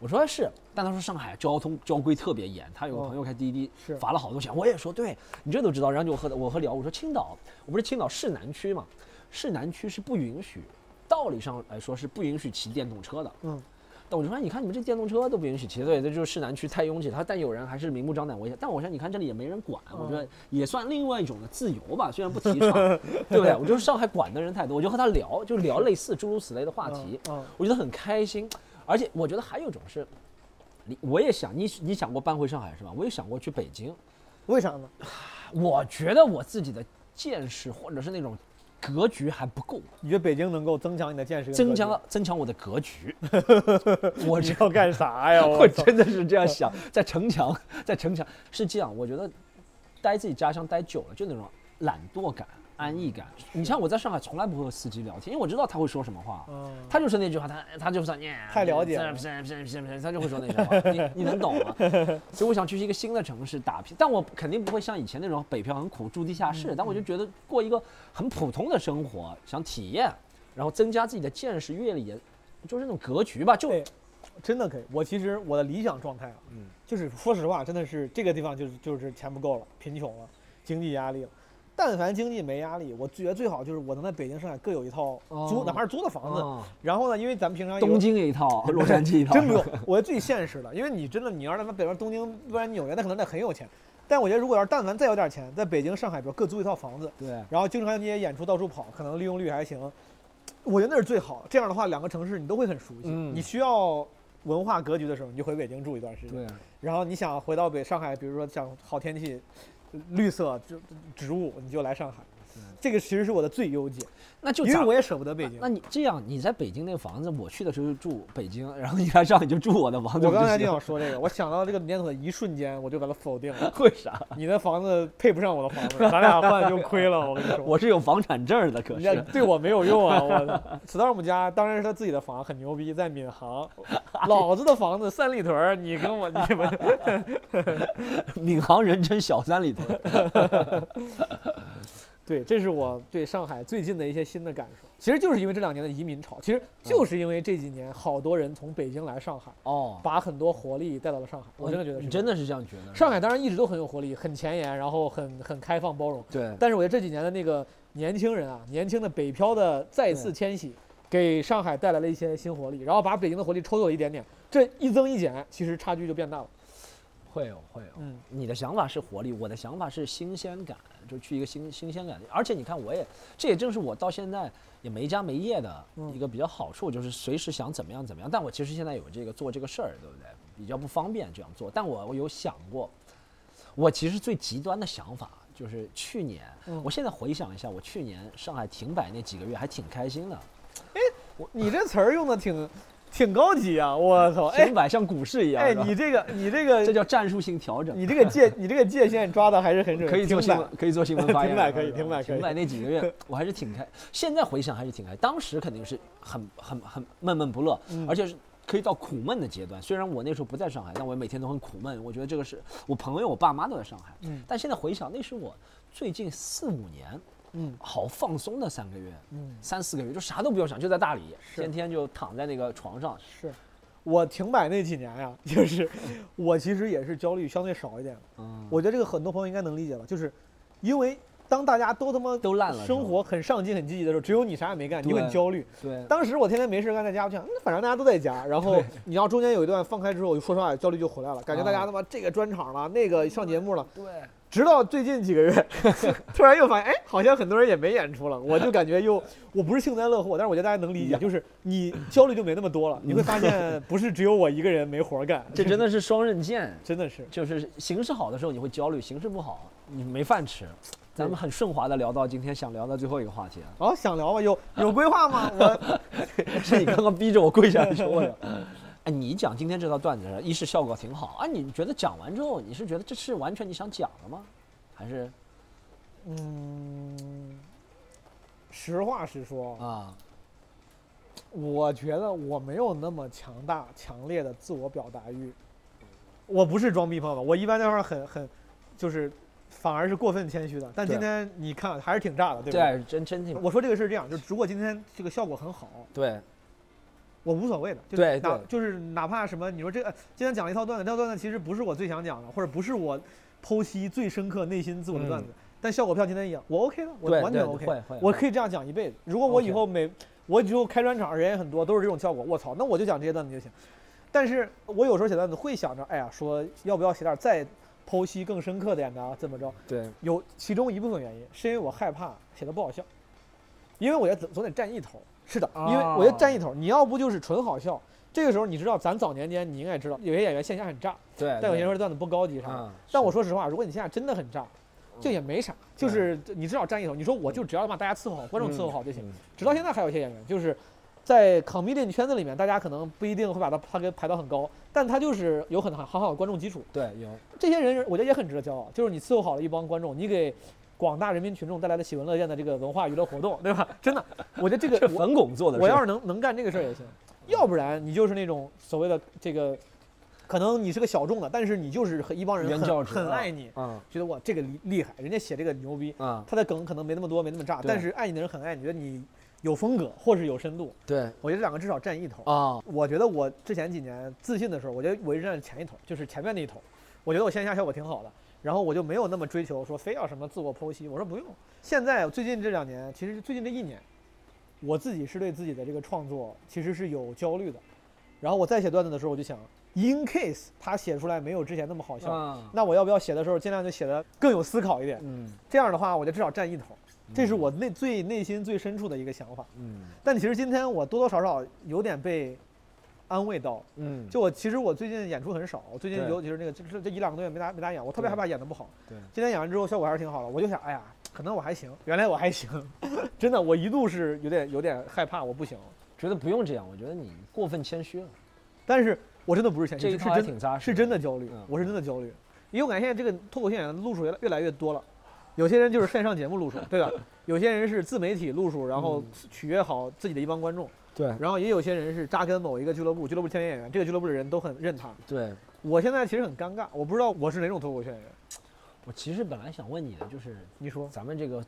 我说是，但他说上海交通交规特别严，他有个哦朋友开滴滴是罚了好多钱。我也说对，你这都知道。然后就和我和聊，我说青岛，我不是青岛市南区嘛，市南区是不允许，道理上来说是不允许骑电动车的。嗯。但我就说，哎你看你们这电动车都不允许骑，对，这就是市南区太拥挤。他但有人还是明目张胆违法。但我想，你看这里也没人管，我觉得嗯也算另外一种的自由吧，虽然不提倡，对不对？我就是上海管的人太多，我就和他聊，就聊类似诸如此类的话题，嗯嗯我觉得很开心。而且我觉得还有一种是，你我也想你你想过搬回上海是吧？我也想过去北京，为啥呢？我觉得我自己的见识或者是那种格局还不够，你觉得北京能够增强你的见识？增强。增强我的格局。我你 *laughs* 这要干啥呀？ *laughs* 我我操！真的是这样想，在城墙， *laughs* 在城墙是这样，我觉得待自己家乡待久了，就那种懒惰感、安逸感。你像我在上海从来不会和司机聊天，因为我知道他会说什么话。嗯他就是那句话，他他就算念，啊太了解了他就会说那句 *laughs* 话，你你能懂吗？所以我想去一个新的城市打拼，但我肯定不会像以前那种北漂很苦住地下嗯室，但我就觉得过一个很普通的生活，想体验，然后增加自己的见识、阅历，也就是那种格局吧，就哎真的可以。我其实我的理想状态啊，就是说实话，真的是这个地方就是就是钱不够了，贫穷了，经济压力了。但凡经济没压力，我觉得最好就是我能在北京、上海各有一套租，哦哪怕是租的房子。啊然后呢，因为咱们平常有东京也一 *laughs* 套，洛杉矶一套，真不用，我觉得最现实的，因为你真的，你要是他妈北边东京，不然纽约，那可能得很有钱。但我觉得，如果要是但凡再有点钱，在北京、上海，比如各租一套房子，对，然后经常你也演出到处跑，可能利用率还行。我觉得那是最好的。这样的话，两个城市你都会很熟悉。嗯你需要文化格局的时候，你就回北京住一段时间。对，然后你想回到北上海，比如说想好天气、绿色、植植物，你就来上海。这个其实是我的最优解，那嗯就因为咱啊我也舍不得北京那。你这样，你在北京那个房子，我去的时候就住北京，然后你来上海就住我的房子。我刚才就就。想说这个，我想到这个念头的一瞬间，我就把它否定了为啥？你的房子配不上我的房 *laughs* 子，咱俩换就亏了。我跟你说，我是有房产证 *laughs* 的，可你这是对我没有用啊！我 storm 家当然是他自己的房，很牛逼，在闵行。老子的房子三里屯儿，你跟我你 *laughs* 们闵行人称小三里屯。对，这是我对上海最近的一些新的感受。其实就是因为这两年的移民潮，嗯其实就是因为这几年好多人从北京来上海，哦，把很多活力带到了上海。 *laughs* 我真的觉得是你真的。的是这样觉得？上海当然一直都很有活力，很前沿，然后很很开放包容。对，但是我觉得这几年的那个年轻人啊，年轻的北漂的再次迁徙，给上海带来了一些新活力，然后把北京的活力抽走了一点点，这一增一减，其实差距就变大了。会有会有。嗯，你的想法是活力，我的想法是新鲜感，就去一个新新鲜感。而且你看，我也这也正是我到现在也没家没业的嗯一个比较好处，就是随时想怎么样怎么样。但我其实现在有这个做这个事儿，对不对？比较不方便这样做，但我我有想过，我其实最极端的想法就是去年，嗯我现在回想一下，我去年上海停摆那几个月还挺开心的，你这词儿用的挺挺高级啊！我操，哎停摆像股市一样。哎，是吧你这个你这个这叫战术性调整。你这个界你这个界限抓的还是很准，可以做挺新板闻，可以做新闻发言停了。摆可以是吧停摆可以停摆那几个月，我还是挺开。现在回想还是挺开，当时肯定是很很很闷闷不乐，嗯而且是可以到苦闷的阶段。虽然我那时候不在上海，但我每天都很苦闷。我觉得这个是我朋友、我爸妈都在上海，嗯但现在回想，那是我最近四五年嗯好放松的三个月。嗯三四个月就啥都不用想，就在大理，是天天就躺在那个床上。是。我停摆那几年呀、就是 *laughs* 我其实也是焦虑相对少一点的。嗯，我觉得这个很多朋友应该能理解吧，就是因为当大家都他妈都烂了是吧生活很上进、很积极的时候，只有你啥也没干，你对很焦虑。对，当时我天天没事干，在家，我就想，嗯，反正大家都在家。然后你要中间有一段放开之后，说实话，焦虑就回来了，感觉大家他妈这个专场了，那个上节目了。啊对，直到最近几个月， *laughs* 突然又发现，哎，好像很多人也没演出了，我就感觉又，我不是幸灾乐祸，但是我觉得大家能理解，就是你焦虑就没那么多了，你会发现不是只有我一个人没活儿干， *laughs* 这真的是双刃剑。真的是。就是形势好的时候你会焦虑，形势不好你没饭吃。咱们很顺滑的聊到今天想聊的最后一个话题啊， *laughs* 好、想聊吧，有有规划吗？我是你刚刚逼着我跪下来求我的。 *laughs* 哎，你讲今天这套段子，一是效果挺好啊，你觉得讲完之后，你是觉得这是完全你想讲的吗？还是嗯，实话实说，啊，我觉得我没有那么强大、强烈的自我表达欲。我不是装逼朋友们，我一般在那儿很很，就是反而是过分谦虚的。但今对天你看还是挺炸的，对吧？对，啊真真挺我说这个是这样，就如果今天这个效果很好，对我无所谓的。就对哪对就是哪怕什么，你说这个今天讲了一套段子，这套段子其实不是我最想讲的，或者不是我剖析最深刻内心自我的段子，但效果票今天一样，我 OK 的，我嗯对完对全 OK 的。会会我可以这样讲一辈子。如果我以后每我以后开专场，人也很多，都是这种效果，我操，那我就讲这些段子就行。但是我有时候写段子会想着，哎呀，说要不要写点再剖析更深刻的点呢？怎么着？对有其中一部分原因是因为我害怕写的不好笑，因为我觉得总总得占一头。是的，啊因为我觉得占一头，你要不就是纯好笑。这个时候你知道，咱早年间你应该知道，有些演员线下很炸，对，但有些人说段子不高级啥的。啊，但我是嗯说实话，如果你现在真的很炸，这也没啥，就是你至少占一头。你说我就只要把大家伺候好，观众伺候好就行。嗯直到现在还有一些演员，就是在 comedian 圈子里面，大家可能不一定会把他他给排到很高，但他就是有很很好的观众基础。对有这些人我觉得也很值得骄傲，就是你伺候好了一帮观众，你给广大人民群众带来了喜闻乐见的这个文化娱乐活动，对吧？真的，我觉得这个 *laughs* 这我冯巩做的，我要是能能干这个事儿也行，要不然你就是那种所谓的这个。可能你是个小众的，但是你就是和一帮人原教很旨很啊爱你，啊觉得哇这个厉害，人家写这个牛逼，啊他的梗可能没那么多，没那么炸，对但是爱你的人很爱你，觉得你有风格或是有深度，对我觉得这两个至少占一头。啊我觉得我之前几年自信的时候，我觉得我一直站前一头，就是前面那一头。我觉得我线下效果挺好的，然后我就没有那么追求说非要什么自我剖析。我说不用。现在最近这两年，其实最近这一年，我自己是对自己的这个创作其实是有焦虑的。然后我在写段子的时候，我就想，in case 他写出来没有之前那么好笑，啊那我要不要写的时候尽量就写的更有思考一点？嗯这样的话，我就至少占一头。这是嗯我内最内心最深处的一个想法。嗯但其实今天我多多少少有点被安慰到了。嗯就我其实我最近演出很少，我最近对尤其是那个这这这一两个多月没咋没咋演，我特别对害怕演的不好。对今天演完之后效果还是挺好的，我就想，哎呀，可能我还行，原来我还行，真的，我一度是有点有点害怕，我不行，觉得不用这样，我觉得你过分谦虚了，但是我真的不是谦这虚，一哎是套还真的挺扎实，是真的。焦虑嗯，我是真的焦虑，因为我感觉现在这个脱口秀演员的路数越来越来越多了，有些人就是线上节目路数，对吧？有些人是自媒体路数，然后嗯取悦好自己的一帮观众，对然后也有些人是扎根某一个俱乐部，俱乐部青年演员，这个俱乐部的人都很认他。对，我现在其实很尴尬，我不知道我是哪种脱口秀演员。我其实本来想问你的就是你说咱们这个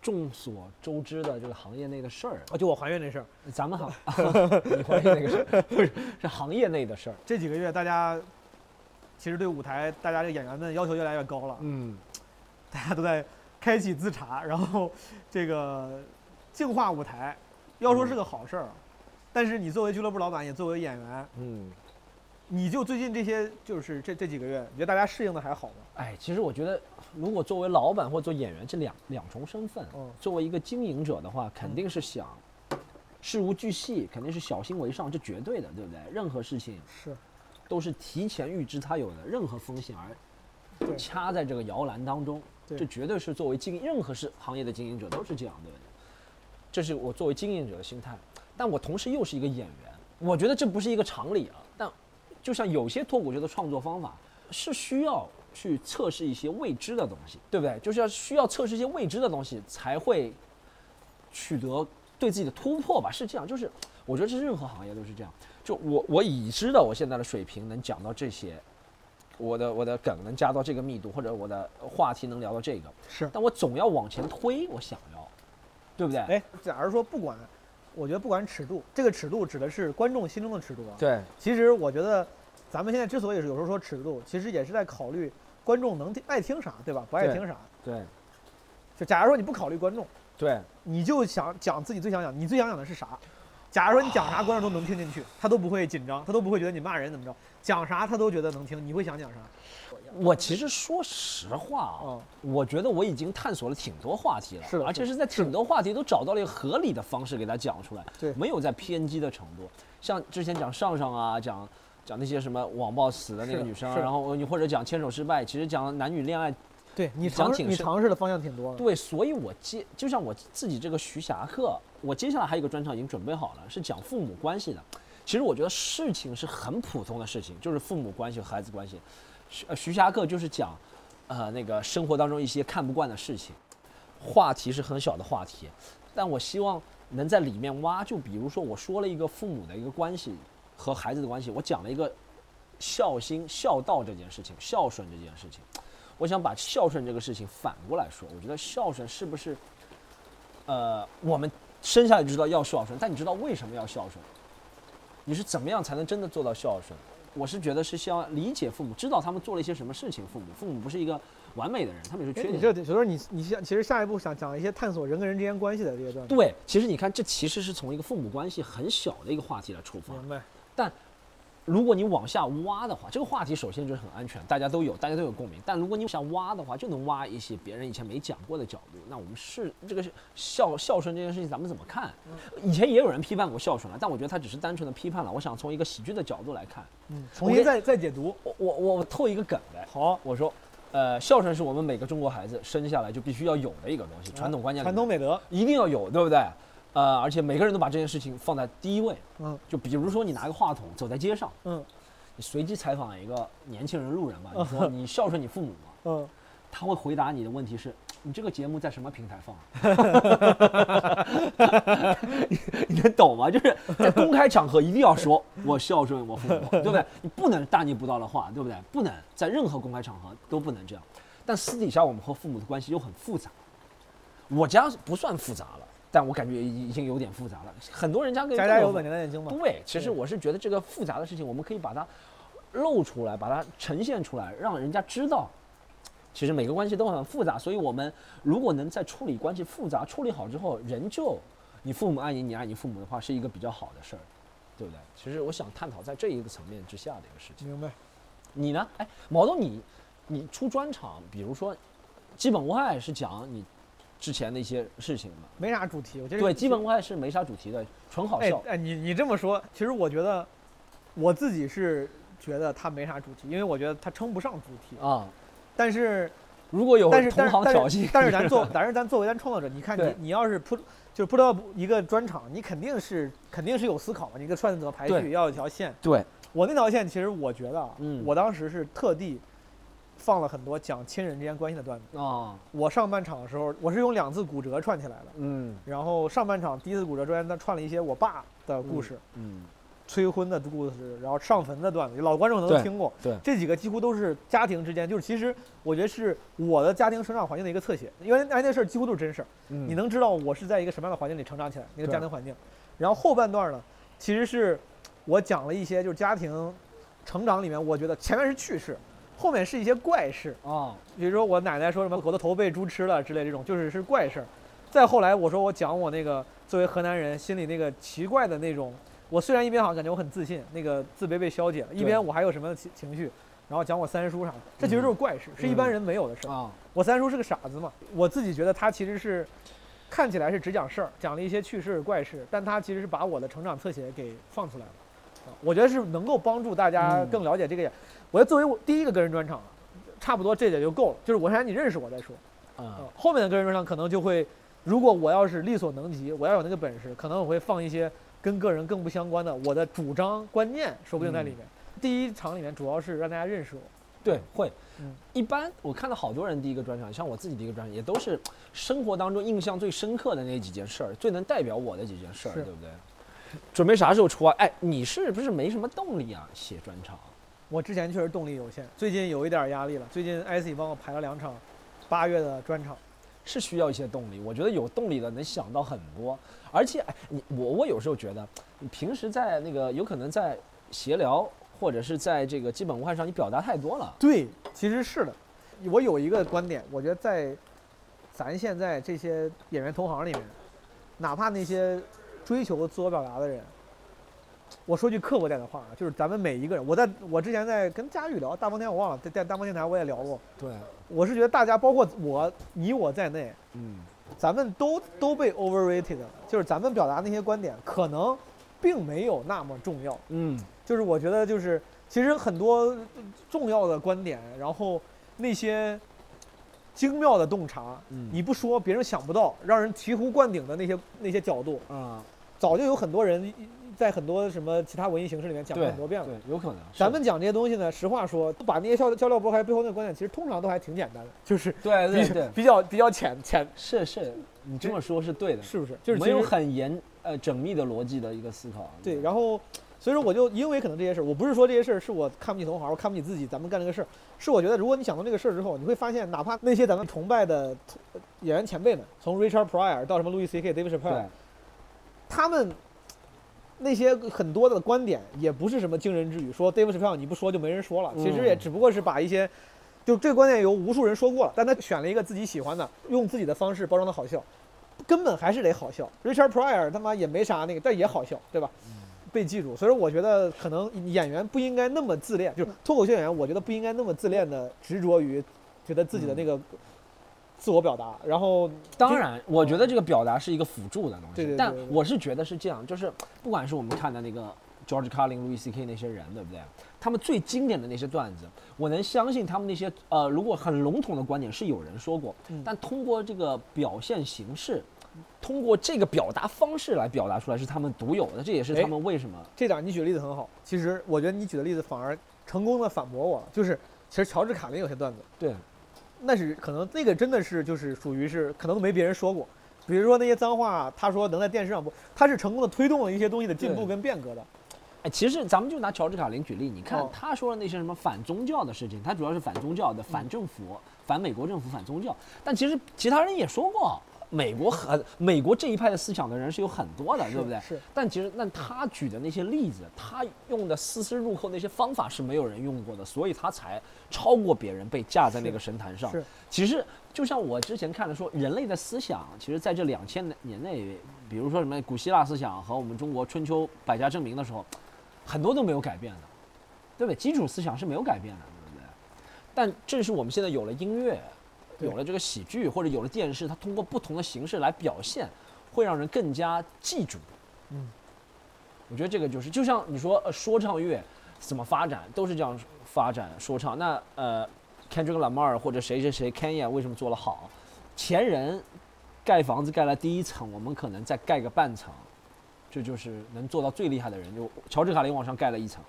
众所周知的这个行业内的事儿，啊，就我还原这事儿，*laughs* 咱们行，你怀疑那个事儿，不是是行业内的事儿。啊这几个月大家其实对舞台，大家这个演员们要求越来越高了，嗯，大家都在开启自查，然后这个净化舞台，要说是个好事儿啊，但是你作为俱乐部老板，也作为演员，嗯，你就最近这些就是这这几个月，你觉得大家适应的还好吗？哎，其实我觉得，如果作为老板或做演员这两两重身份，嗯作为一个经营者的话，肯定是想事无巨细，肯定是小心为上，这绝对的，对不对？任何事情是，都是提前预知它有的任何风险而对掐在这个摇篮当中，对这绝对是作为经营任何是行业的经营者都是这样，对不对？这是我作为经营者的心态，但我同时又是一个演员，我觉得这不是一个常理啊。但就像有些脱口秀的创作方法是需要去测试一些未知的东西，对不对？就是要需要测试一些未知的东西才会取得对自己的突破吧，是这样。就是我觉得这任何行业都是这样。就我我已知的我现在的水平能讲到这些，我的我的梗能加到这个密度，或者我的话题能聊到这个，是但我总要往前推，我想要，对不对？哎，假如说不管，我觉得不管尺度，这个尺度指的是观众心中的尺度啊。对，其实我觉得，咱们现在之所以有时候说尺度，其实也是在考虑观众能听爱听啥，对吧？不爱对听啥。对，就假如说你不考虑观众，对，你就想讲自己最想讲，你最想讲的是啥？假如说你讲啥，观众都能听进去，他都不会紧张，他都不会觉得你骂人怎么着，讲啥他都觉得能听，你会想讲啥？我其实说实话啊，嗯我觉得我已经探索了挺多话题了，是的而且是在挺多话题都找到了一个合理的方式给它讲出来，对没有在偏激的程度。像之前讲上上啊，讲讲那些什么网暴死的那个是女生，啊是然后你或者讲牵手失败，其实讲男女恋爱，对你想尝试挺你深尝试的方向挺多的。对，所以我接就像我自己这个徐霞客，我接下来还有一个专场已经准备好了，是讲父母关系的。其实我觉得事情是很普通的事情，就是父母关系和孩子关系。徐呃徐霞客就是讲，呃，那个生活当中一些看不惯的事情，话题是很小的话题，但我希望能在里面挖。就比如说，我说了一个父母的一个关系和孩子的关系，我讲了一个孝心、孝道这件事情，孝顺这件事情。我想把孝顺这个事情反过来说，我觉得孝顺是不是，呃，我们生下来就知道要孝顺，但你知道为什么要孝顺？你是怎么样才能真的做到孝顺？我是觉得是先理解父母，知道他们做了一些什么事情。父母，父母不是一个完美的人，他们也是哎缺你点。这所以说你你想，其实下一步想讲一些探索人跟人之间关系的这些段子。对，其实你看，这其实是从一个父母关系很小的一个话题来出发。明白。如果你往下挖的话，这个话题首先就是很安全，大家都有，大家都有共鸣。但如果你想挖的话，就能挖一些别人以前没讲过的角度。那我们是这个是孝孝顺这件事情，咱们怎么看？以前也有人批判过孝顺了，但我觉得他只是单纯的批判了。我想从一个喜剧的角度来看，嗯，重我新给再再解读。我我我我透一个梗来，好，我说，呃，孝顺是我们每个中国孩子生下来就必须要有的一个东西，啊传统观念里面传统美德。一定要有，对不对？呃，而且每个人都把这件事情放在第一位。嗯，就比如说你拿个话筒走在街上，嗯你随机采访一个年轻人、路人吧， *laughs* 你说你孝顺你父母吗？嗯，他会回答你的问题是：你这个节目在什么平台放、啊 *laughs* 你你能懂吗？就是在公开场合一定要说 *laughs* “我孝顺我父母”，对不对？你不能大逆不道的话，对不对？不能在任何公开场合都不能这样。但私底下我们和父母的关系又很复杂，我家不算复杂了，但我感觉已已经有点复杂了。很多人家跟家家有本难念的经嘛。对，其实对我是觉得这个复杂的事情，我们可以把它露出来，把它呈现出来，让人家知道，其实每个关系都很复杂。所以，我们如果能在处理关系复杂处理好之后，人就你父母爱你，你爱你父母的话，是一个比较好的事儿，对不对？其实我想探讨在这一个层面之下的一个事情。明白。你呢？哎，毛东你，你出专场，比如说，基本无害是讲你之前的一些事情嘛？没啥主题，我觉得对，基本无害是没啥主题的，纯好哎笑。哎，你你这么说，其实我觉得我自己是觉得它没啥主题，因为我觉得它称不上主题。 *laughs* 啊、但是如果有但是啊同行挑但衅是，但是咱作但是咱作为咱创作者，你看你对你要是扑就是扑到一个专场，你肯定是肯定是有思考嘛，你个串则排对序要有一条线。 *laughs* *laughs* 对，我那条线其实我觉得啊，嗯我当时是特地放了很多讲亲人之间关系的段子。啊，我上半场的时候，我是用两次骨折串起来的，嗯然后上半场第一次骨折中间，他串了一些我爸的故事、嗯，催婚的故事，然后上坟的段子，老观众可能对都听过。对这几个几乎都是家庭之间，就是其实我觉得是我的家庭成长环境的一个侧写，因为那那事儿几乎都是真事儿。你嗯你能知道我是在一个什么样的环境里成长起来，那个对家庭环境。然后后半段呢，其实是我讲了一些就是家庭成长里面，我觉得前面是趣事，后面是一些怪事，啊，比如说我奶奶说什么狗的头被猪吃了之类这种，就是是怪事儿。再后来我说我讲我那个作为河南人心里那个奇怪的那种，我虽然一边好像感觉我很自信，那个自卑被消解了，一边我还有什么情情绪，然后讲我三叔啥的，这其实就是怪事，是一般人没有的事儿。啊，我三叔是个傻子嘛，我自己觉得他其实是看起来是只讲事儿，讲了一些趣事怪事，但他其实是把我的成长侧写给放出来了。啊我觉得是能够帮助大家嗯更了解这个演。我觉得作为我第一个个人专场啊，差不多这点就够了。就是我先让你认识我再说。啊啊，后面的个人专场可能就会，如果我要是力所能及，我要有那个本事，可能我会放一些跟个人更不相关的我的主张观念，说不定在里面。第一场里面主要是让大家认识我。对，会嗯。一般我看到好多人第一个专场，像我自己第一个专场，也都是生活当中印象最深刻的那几件事儿，最能代表我的几件事儿，是对不对？准备啥时候出啊？哎，你是不是没什么动力啊？写专场？我之前确实动力有限，最近有一点压力了。最近 IC 帮我排了两场八月的专场，是需要一些动力。我觉得有动力的能想到很多，而且哎，你我我有时候觉得，你平时在那个有可能在闲聊或者是在这个基本无害上，你表达太多了。对，其实是的。我有一个观点，我觉得在咱现在这些演员同行里面，哪怕那些追求自我表达的人，我说句刻薄点的话啊，就是咱们每一个人，我在我之前在跟佳玉聊大风天，我忘了在在大风天台我也聊过，对，我是觉得大家包括我你我在内，嗯，咱们都都被 overrated 了，就是咱们表达那些观点可能并没有那么重要。嗯，就是我觉得就是其实很多重要的观点，然后那些精妙的洞察，嗯你不说别人想不到，让人醍醐灌顶的那些那些角度，啊，早就有很多人在很多什么其他文艺形式里面讲过对，很多遍了。对，有可能。是咱们讲这些东西呢，实话说，把那些笑笑料博开背后那个观点，其实通常都还挺简单的，就是对比对 *laughs* 对，比较比较浅浅，是是，你这么说是对的，是不是？就是其没有实很严呃缜密的逻辑的一个思考。对，然后所以说我就因为可能这些事儿，我不是说这些事儿是我看不起同行，我看不起自己，咱们干这个事儿，是我觉得如果你想到这个事儿之后，你会发现，哪怕那些咱们崇拜的同呃演员前辈们，从 Richard Pryor 到什么 Louis C.K. David Chappelle，对，他们那些很多的观点也不是什么惊人之语，说 David Chappelle 你不说就没人说了，其实也嗯只不过是把一些。就这个观点有无数人说过了，但他选了一个自己喜欢的，用自己的方式包装的好笑，根本还是得好笑。Richard Pryor 他妈也没啥那个，但也好笑，对吧？被记住，所以说我觉得可能演员不应该那么自恋，就是脱口秀演员，我觉得不应该那么自恋的执着于觉得自己的那个自我表达，然后当然，我觉得这个表达是一个辅助的东西，嗯对对对但对对我是觉得是这样，就是不管是我们看的那个 George Carlin、Louis C.K. 那些人，对不对？他们最经典的那些段子，我能相信他们那些呃，如果很笼统的观点是有人说过，嗯但通过这个表现形式，通过这个表达方式来表达出来是他们独有的，这也是哎他们为什么、这点你举的例子很好。其实我觉得你举的例子反而成功的反驳我了，就是其实乔治卡林有些段子，对那是可能那个真的是就是属于是可能都没别人说过，比如说那些脏话，他说能在电视上播，他是成功的推动了一些东西的进步对跟变革的。哎，其实咱们就拿乔治卡林举例，你看哦他说的那些什么反宗教的事情，他主要是反宗教的、反政府、反美国政府、反宗教。但其实其他人也说过，美国很美国这一派的思想的人是有很多的，对不对？是但其实，那他举的那些例子，他用的丝丝入扣那些方法是没有人用过的，所以他才超过别人，被架在那个神坛上。是其实就像我之前看的说，人类的思想，其实在这两千年内，比如说什么古希腊思想和我们中国春秋百家争鸣的时候，很多都没有改变的，对不对？基础思想是没有改变的，对不对？但正是我们现在有了音乐，对有了这个喜剧或者有了电视，它通过不同的形式来表现，会让人更加记住。嗯，我觉得这个就是，就像你说、呃、说唱乐怎么发展，都是这样发展说唱。那呃， Kendrick Lamar 或者谁谁谁 Kanye 为什么做得好，前人盖房子盖了第一层，我们可能再盖个半层，这就是能做到最厉害的人。就乔治卡林往上盖了一层，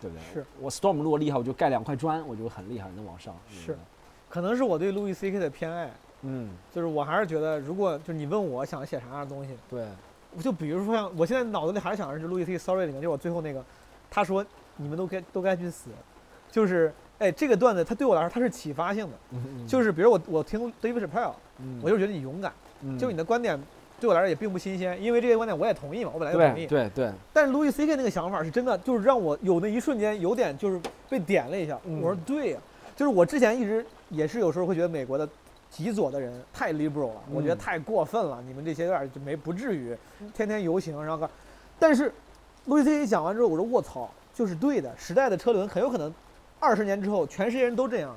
对不对？是我 Storm 如果厉害，我就盖两块砖，我就很厉害，能往上。是嗯可能是我对路易 C K 的偏爱，嗯，就是我还是觉得，如果就是你问我想写啥样的东西，对，，我就比如说像我现在脑子里还是想的是路易 C Sorry 里面，就是我最后那个，他说你们都该都该去死，就是哎这个段子它对我来说它是启发性的，就是是比如我我听 David Chappelle，嗯我就觉得你勇敢，嗯就你的观点对我来说也并不新鲜，因为这些观点我也同意嘛，我本来就同对意。对对，但是路易 C K 那个想法是真的，就是让我有那一瞬间有点就是被点了一下，嗯我说对呀、就是我之前一直也是有时候会觉得美国的。极左的人太 liberal 了，我觉得嗯太过分了。你们这些有点就没不至于，天天游行，然后干。但是，路易 C K 讲完之后，我说卧槽，就是对的。时代的车轮很有可能，二十年之后全世界人都这样。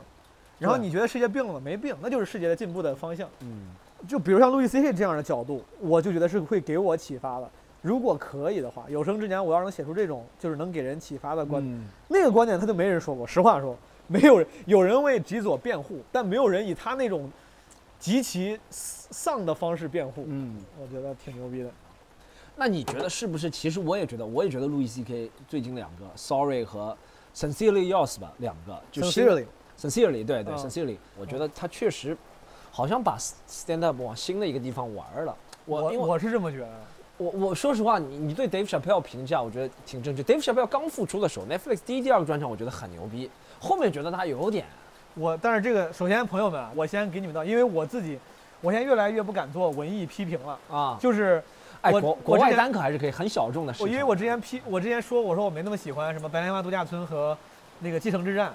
然后对你觉得世界病了吗？没病，那就是世界的进步的方向。嗯就比如像路易 C K 这样的角度，我就觉得是会给我启发的。如果可以的话，有生之年我要是能写出这种就是能给人启发的观点，嗯那个观点他就没人说过。实话说，没有人有人为极左辩护，但没有人以他那种极其丧的方式辩护。嗯。我觉得挺牛逼的。那你觉得是不是？其实我也觉得，我也觉得路易 C K 最近两个 Sorry 和 Sincerely Yours 吧，两个就 s 新 e r i l y Sincerely 对对、嗯 Sincerely，我觉得他确实好像把 Stand Up 往新的一个地方玩儿了。我因为我我是这么觉得。我我说实话，你你对 Dave Chappelle 评价，我觉得挺正确。Dave Chappelle 刚复出的时候，Netflix 第一、第二个专场我觉得很牛逼，后面觉得他有点我但是这个，首先朋友们啊，我先给你们道，因为我自己，我现在越来越不敢做文艺批评了，啊，就是哎我国我国之外前单口还是可以很小众的事我情。因为我之前批，我之前说我说我没那么喜欢什么《白莲花度假村》和那个《继承之战》，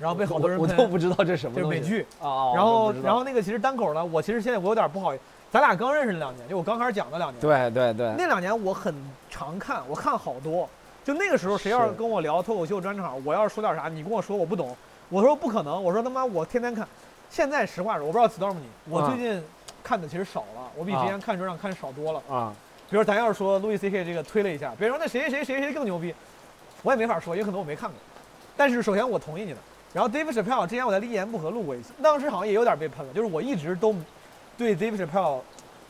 然后被好多人我我喷都不知道这是什么就是东西美剧，啊，啊然我后都不知道然后那个其实单口呢，我其实现在我有点不好意，咱俩刚认识那两年，就我刚开始讲的两年，对对对，那两年我很常看，我看好多。就那个时候，谁要是是跟我聊脱口秀专场，我要是说点啥，你跟我说我不懂，我说不可能，我说他妈我天天看。现在实话说，我不知道 storm 你，我啊最近看的其实少了，我比之前看专场看少多了。啊，比如咱要是说路易 C K 这个推了一下，别人说那谁谁谁谁谁更牛逼，我也没法说，也可能我没看过。但是首先我同意你的。然后 David Chappelle 之前我在一言不合录过一期，当时好像也有点被喷了，就是我一直都对 David Chappelle，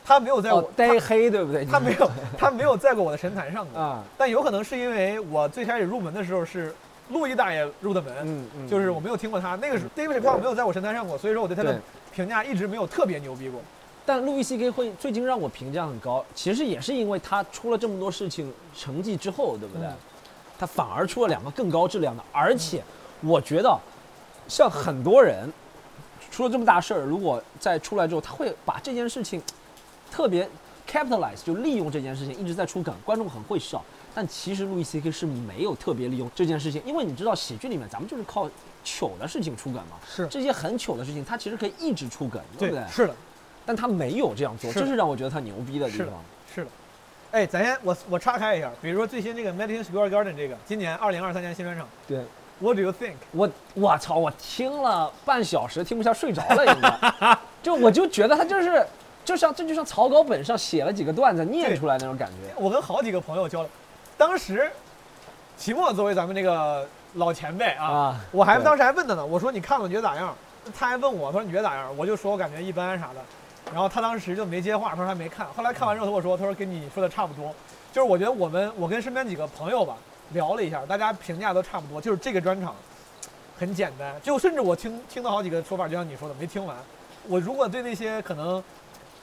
他没有在我、哦，呆黑对不对？他没有他没有在过我的神坛上过，啊，但有可能是因为我最开始入门的时候是路易大爷入的门，嗯嗯，就是我没有听过他那个时候 David Chappelle 没有在我神坛上过，所以说我对他的对评价一直没有特别牛逼过。但路易 C K 会最近让我评价很高，其实也是因为他出了这么多事情成绩之后，对不对？嗯他反而出了两个更高质量的，而且我觉得，像很多人出了这么大事儿，如果在出来之后，他会把这件事情特别 capitalize，就利用这件事情一直在出梗，观众很会笑。但其实路易 C K 是没有特别利用这件事情，因为你知道喜剧里面咱们就是靠糗的事情出梗嘛，是这些很糗的事情，他其实可以一直出梗，对不对？是的，但他没有这样做，是这是让我觉得他牛逼的地是的方。是的。哎，咱先我我岔开一下，比如说最新这个 Madison Square Garden 这个，今年二零二三年新专场对， ，What do you think？我我操，我听了半小时，听不下，睡着了应该。 *laughs* 就我就觉得他就是，就像这就像草稿本上写了几个段子念出来那种感觉。我跟好几个朋友交流，当时齐墨作为咱们这个老前辈啊，啊我还对当时还问他呢，我说你看了你觉得咋样？他还问我，他说你觉得咋样？我就说我感觉一般啥的，然后他当时就没接话，他说他没看。后来看完之后他跟我说，他说跟你说的差不多，就是我觉得我们我跟身边几个朋友吧聊了一下，大家评价都差不多，就是这个专场很简单，就甚至我听听到好几个说法，就像你说的没听完。我如果对那些可能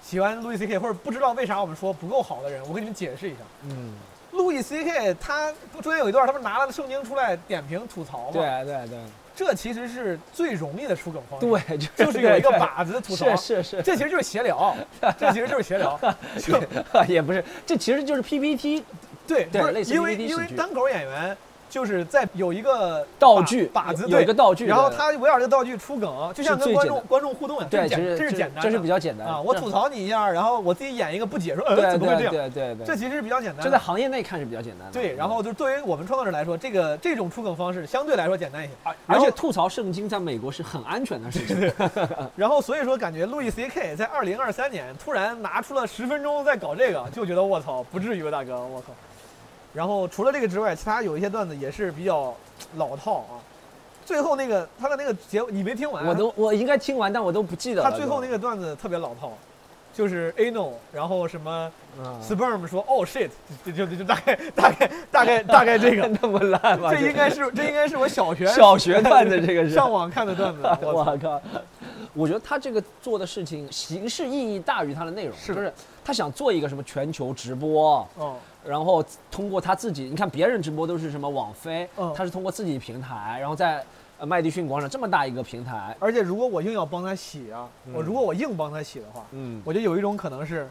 喜欢路易 C K 或者不知道为啥我们说不够好的人，我给你们解释一下。嗯，路易 C K 他不中间有一段，他不是拿了圣经出来点评吐槽吗？对啊对对这其实是最容易的出梗方式，对，就是有一个对 *laughs* 靶子吐槽，是是是，这其实就是闲聊，这其实就是闲 *laughs* 聊，就也不是，这其实就是 PPT 对对不是类似于因为 VT 因为喜剧单口演员就是在有一个道靶具靶子有有一个对道具的，然后他围绕这个道具出梗，就像是跟最观简众单观众互动一样，这对，是其简实这是简单的，这是比较简单啊，我吐槽你一下，然后我自己演一个不解说，对呃，怎么会这对样？对对对，这其实是比较简单的，这在行业内看是比较简单的。嗯对，然后就作为我们创作者来说，这个这种出梗方式相对来说简单一些，而然后且吐槽圣经在美国是很安全的事情。然后所以说，感觉路易 C K 在二零二三年突然拿出了十分钟在搞这个，就觉得我操，不至于吧，大哥，我靠。然后除了这个之外，其他有一些段子也是比较老套啊。最后那个他的那个结尾，你没听完？啊我都我应该听完，但我都不记得了他都。最后 *laughs* 那个段子特别老套，就是 anal，然后什么啊，sperm 说 oh shit，就就就就大概 *laughs* 大概大概大概这个 *laughs* 那么烂吗？这应该是这应该是我小学小学段子，这个是 *laughs* 上网看的段子。我我操靠！我觉得他这个做的事情形式意义大于他的内容，是的就是他想做一个什么全球直播，哦，然后通过他自己，你看别人直播都是什么网飞，嗯他是通过自己平台，然后在呃麦迪逊广场这么大一个平台，而且如果我硬要帮他洗啊，我如果我硬帮他洗的话，嗯，我觉得有一种可能是，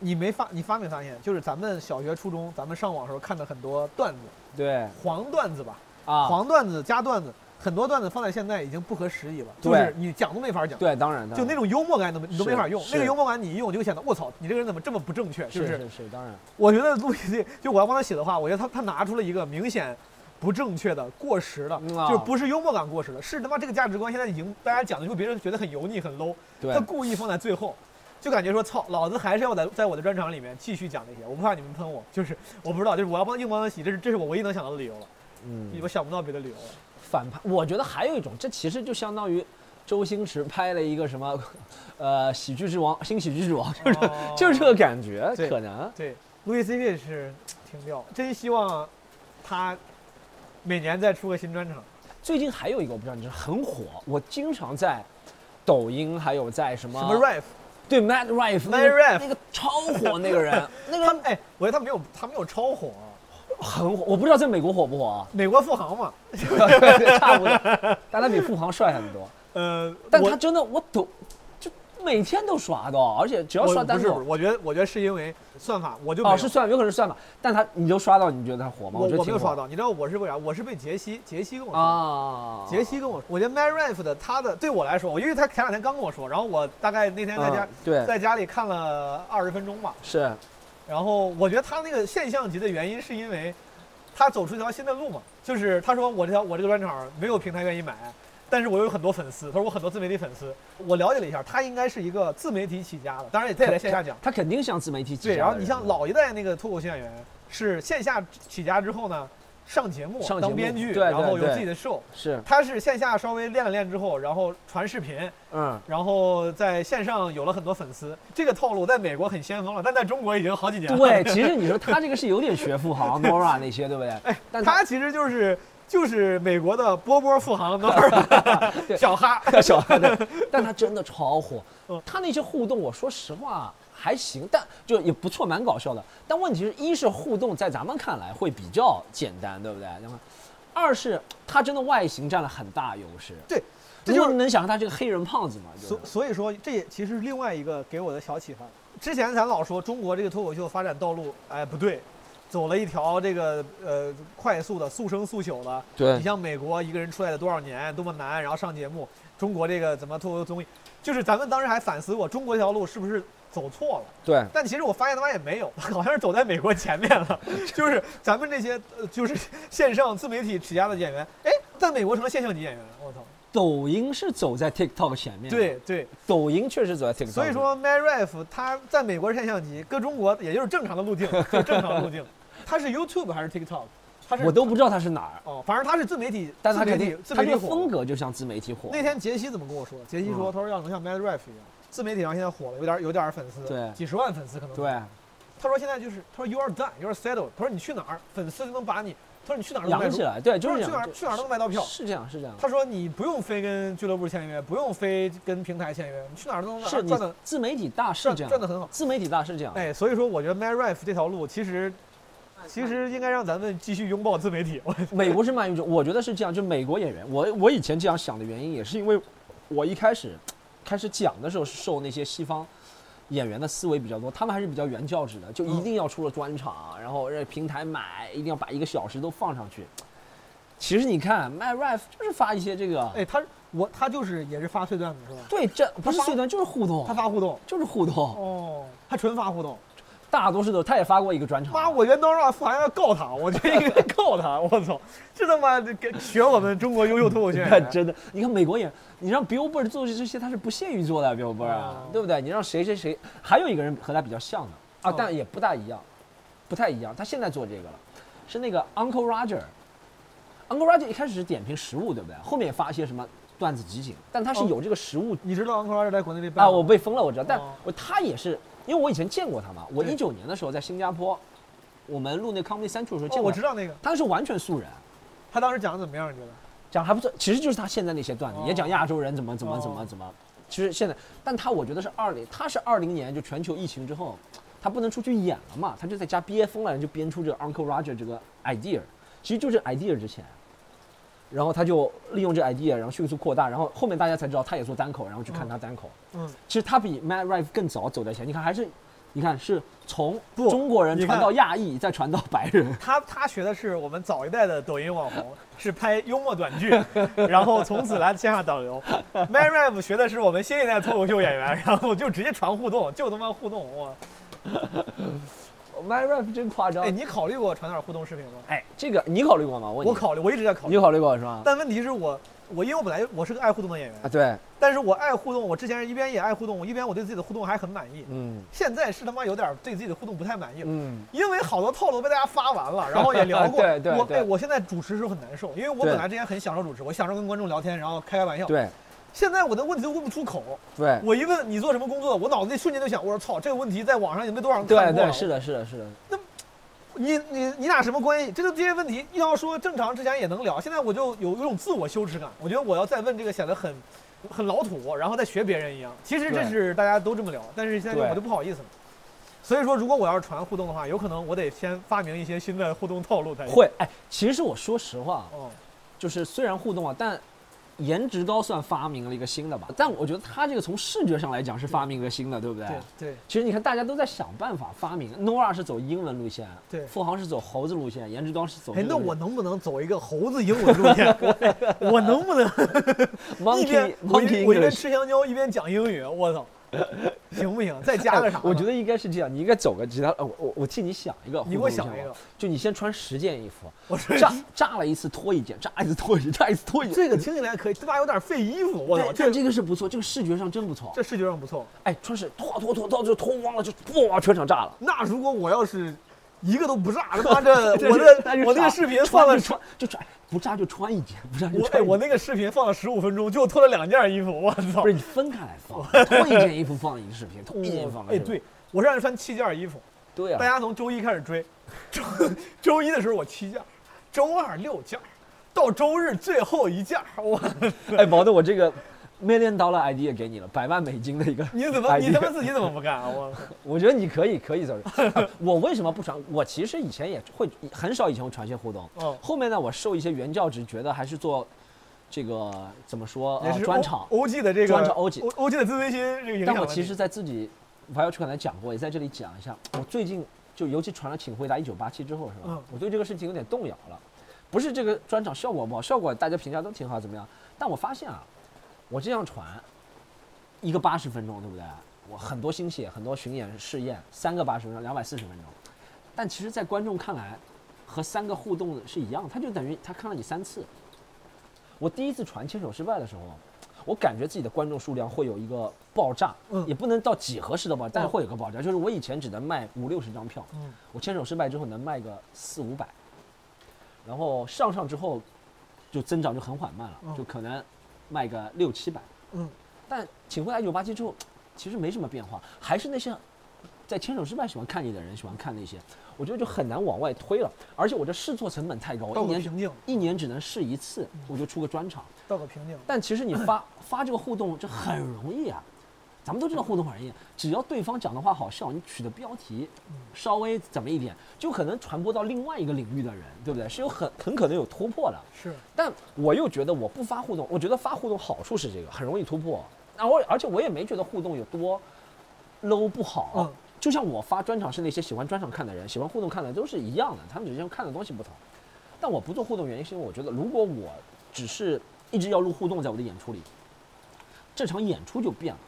你没发你发没发现，就是咱们小学初中咱们上网的时候看的很多段子，对黄段子吧，啊，黄段子加段子，很多段子放在现在已经不合时宜了，就对是你讲都没法讲。对，当然的，就那种幽默感都没你都没是法用，是那个幽默感你一用就显得我操，你这个人怎么这么不正确，是不是是？是是，当然，我觉得陆毅这就我要帮他写的话，我觉得他他拿出了一个明显不正确的、过时的，嗯啊就是不是幽默感过时的，是他妈这个价值观现在已经大家讲的就别人觉得很油腻、很 low，对他，故意放在最后。就感觉说操，老子还是要在在我的专场里面继续讲这些，我不怕你们喷我，就是我不知道，就是我要帮硬帮他洗，这是这是我唯一能想到的理由 *laughs* 了，嗯我，想不到别的理由了。反派，我觉得还有一种，这其实就相当于周星驰拍了一个什么， *laughs* 呃，喜剧之王，新喜剧之王，就是、哦就是这个感觉，对可能。对，路易 C K 是停掉，真希望他每年再出个新专场。最近还有一个我不知道，你知道很火，我经常在抖音还有在什么什么 rap，对 Mad Rife 那 Matt 个 Rife 那个超火那个人那个哎，我觉得他没有他没有超火啊，，很火，我不知道在美国火不火啊 *laughs* 美国富航嘛，差不多，但他比付航帅很多，呃，但我他真的我抖就每天都刷到，而且只要我刷单不是，不口是。我觉得我觉得是因为算法，我就没哦，有是算有可能是算法，但他你就刷到，你觉得他火吗？我觉得我没挺有火刷到，你知道我是为啥？我是被杰西杰西跟我说的。啊，杰西跟我说，我觉得 My Rife 的他的对我来说，我因为他前两天刚跟我说，然后我大概那天在家、嗯对在家里看了二十分钟吧，是然后我觉得他那个现象级的原因是因为他走出一条新的路嘛，就是他说我这条我这个专场没有平台愿意买，但是我有很多粉丝，他说我很多自媒体粉丝，我了解了一下，他应该是一个自媒体起家的，当然也他也在线下讲。他肯定像自媒体起家对，的人啊然后你像老一代那个脱口秀演员，是线下起家之后呢，上节目上节当目编剧，对然后对有对自己的 show。是他是线下稍微练了练之后，然后传视频， *laughs* 嗯然后在线上有了很多粉丝。这个套路在美国很先锋了，但在中国已经好几年了。 *laughs* 对，其实你说他这个是有点学富豪 Nora 那些对不对？哎，但他其实就是就是美国的波波富 *laughs* 航那儿对小哈，他小孩的， *laughs* 但他真的超火嗯。他那些互动，我说实话还行，但就也不错，蛮搞笑的。但问题是，一是互动在咱们看来会比较简单，对不对？然后，二是他真的外形占了很大优势。对， *laughs* 这如就果是你能想象他这个黑人胖子嘛，就是所所以说，这也其实是另外一个给我的小启发。之前咱老说中国这个脱口秀发展道路，哎，不对，走了一条这个呃快速的速生速朽的。对你像美国一个人出来了多少年，多么难，然后上节目。中国这个怎么脱口秀综艺，就是咱们当时还反思过，中国这条路是不是走错了？对但其实我发现他妈也没有， *laughs* 好像是走在美国前面了。就是咱们这些呃，就是线上自媒体起家的演员，哎，在美国成了现象级演员了。我操！抖音是走在 TikTok 前面，对，对，抖音确实走在 TikTok，所以说 My Ref 它在美国是现象级，搁中国也就是正常的路 *laughs* 径，就是正常的路径。它是 YouTube 还是 TikTok？它是我都不知道他是哪儿，哦，反正它是自媒体，但他自媒肯体定自他媒这体个火了风格就像自媒体火。那天杰西怎么跟我说？杰西说，嗯他说要能像 Mad Ref 一样，自媒体上现在火了，有点有点粉丝，对几十万粉丝可能。，对，他说现在就是，他说 You are done, you are settled。他说你去哪儿，粉丝就能把你。他说你去哪儿都能卖扬起出，来，对，就他是说这去哪样儿，去哪儿都能买到票。是这样，是这样。他说你不用非跟俱乐部签约，不用非跟平台签约，你去哪儿都能拿是你赚的自媒体大是赚这样，赚的很好。自媒体大是这样，哎，所以说我觉得 My Ref 这条路其实其实应该让咱们继续拥抱自媒体。我美国是慢运动，我觉得是这样，就美国演员，我我以前这样想的原因也是因为我一开始开始讲的时候是受那些西方。演员的思维比较多，他们还是比较原教旨的，就一定要出了专场，然后让平台买，一定要把一个小时都放上去。其实你看，My Ref 就是发一些这个，哎，他我他就是也是发碎段子是吧？对，这不是发碎段就是互动，他发互动。就是互动，哦，他纯发互动，大多数都他也发过一个专场。妈！我原当让富航要告他，我 *laughs* 就应该告他。我操，这他妈的给学我们中国优秀脱口秀 *laughs* 演那员，真的，你看美国也，你让 Billboard 做这些，他是不屑于做的 Billboard，、啊哦、对不对？你让谁谁谁，还有一个人和他比较像的啊，哦但也不大一样，不太一样。他现在做这个了，是那个 Uncle Roger。 Uncle Roger 一开始是点评食物，对不对？后面也发一些什么段子集锦，但哦他是有这个食物你知道 Uncle Roger 在国内那办啊，吗我被封了，我知道，但哦我他也是，因为我以前见过他嘛，我对一九年的时候在新加坡，我们录那 Comedy Central 的时候哦见我过知他，道那个，他是完全素人，他当时讲的怎么样？你觉得？讲还不错，其实就是他现在那些段子，哦也讲亚洲人怎么怎么怎么怎么。其实现在，但他我觉得是二零，他是二零年就全球疫情之后，他不能出去演了嘛，他就在家憋疯了，就编出这个 Uncle Roger 这个 idea，其实就是 idea 之前，然后他就利用这 idea，然后迅速扩大，然后后面大家才知道他也做单口，然后去看他单口。嗯，其实他比 Matt Rife 更早走在前，你看还是，你看是从不中国人你传看到亚裔，再传到白人。他他学的是我们早一代的抖音网红，是拍幽默短剧， *laughs* 然后从此来天下导流。m y r a p 学的是我们新一代脱口秀演员，然后就直接传互动，就他妈互动哇！哦 Matt Rife 真夸张哎，你考虑过传点互动视频吗？哎，这个你考虑过吗？我我，考虑，我一直在考你虑。考虑过是吧？但问题是我我因为我本来我是个爱互动的演啊，员，对，但是我爱互动，我之前是一边也爱互动，一边我对自己的互动还很满意。嗯现在是他妈有点对自己的互动不太满意了。嗯，因为好多套路被大家发完 *laughs* 了，然后也聊过。对对我对哎，我现在主持的时候很难受，因为我对本来之前很享受主持，我享受跟观众聊天，然后开开玩笑。对现在我的问题都问不出口，对我一问你做什么工作，我脑子里瞬间就想，我说操，这个问题在网上也没多少人看对过对，了。是的，是的，是的，你你你俩什么关系？这个这些问题要说正常之前也能聊，现在我就有有种自我羞耻感，我觉得我要再问这个显得很很老土，然后再学别人一样。其实这对是大家都这么聊，但是现在对我就不好意思了。所以说，如果我要是传互动的话，有可能我得先发明一些新的互动套路才行。会。哎，其实我说实话，啊哦，就是虽然互动啊，但颜值高算发明了一个新的吧。但我觉得他这个从视觉上来讲是发明了新的，对不对？对对其实你看，大家都在想办法发明。Nora 是走英文路线，对付航是走猴子路线，颜值高是走这哎，个那路我线。能不能走一个猴子英文路线？ *laughs* 我我能不能一边 Monkey 我一 Monkey 我一边 English。吃香蕉一边讲英语？我操，行不行？再加个啥呢？哎我觉得应该是这样，你应该走个其他，呃我我我替你想一个，你给我想一个，就你先穿十件衣服，我说 *laughs* 炸炸了一次脱一件，炸一次脱一件，炸一次脱一件。这个听起来可以，对吧？有点费衣服，我操，但这但这个是不错，这个视觉上真不错。这视觉上不错。哎，穿是脱脱脱到最后脱光了，就哇全场炸了。那如果我要是一个都不炸，他妈哎这 *laughs* 这我是的那就我那炸个视频放穿就了穿就穿，哎不炸就穿一件，不炸就我穿哎一件。我那个视频放了十五分钟，就脱了两件衣服，我操不！是你分开来 *laughs* 放，脱一件衣服放一个视频，脱一件衣服放一个哎，视频。对哎我让人穿七件衣服，对大啊，家从周一开始追，周周一的时候我七件，周二六件，到周日最后一件，我哎，毛豆，我这个 million dollar idea 给你了，百万美金的一个 idea。 *laughs* 你怎么你他妈自己怎么不干啊？我我觉得你可以，可以走人。呃 *laughs* 我为什么不传？我其实以前也会很少，以前会传一些互动。哦后面呢，我受一些原教旨，觉得还是做这个怎么说也呃是专场。 OG 的这个专场 OG OG 的自尊心这个影响但我了其你实，在自己朋友圈可能讲过，也在这里讲一下。我最近就尤其传了《请回答一九八七》之后，是吧？嗯我对这个事情有点动摇了。不是这个专场效果不好，效果大家评价都挺好，怎么样？但我发现啊，我这样传，一个八十分钟，对不对？我很多心血，很多巡演试验，三个八十分钟，两百四十分钟。但其实，在观众看来，和三个互动是一样的，他就等于他看了你三次。我第一次传牵手失败的时候，我感觉自己的观众数量会有一个爆炸，嗯也不能到几何式的爆炸，但是会有一个爆炸。就是我以前只能卖五六十张票，嗯我牵手失败之后能卖个四五百，然后上上之后就增长就很缓慢了，嗯就可能卖个六七百。嗯，但请回答一九八七之后，其实没什么变化，还是那些在牵手失败喜欢看你的人喜欢看那些，我觉得就很难往外推了。而且我这试错成本太高，我到一个年只瓶颈，嗯一年只能试一次，我就出个专场。到个瓶颈。但其实你发发这个互动，这很容易啊。咱们都知道互动很容易，只要对方讲的话好笑，你取的标题稍微怎么一点，就可能传播到另外一个领域的人，对不对？是有很很可能有突破的。是，但我又觉得我不发互动，我觉得发互动好处是这个，很容易突破。然后而且我也没觉得互动有多 low 不好。嗯就像我发专场是那些喜欢专场看的人，喜欢互动看的都是一样的，他们只是看的东西不同。但我不做互动原因是因为我觉得，如果我只是一直要录互动在我的演出里，这场演出就变了。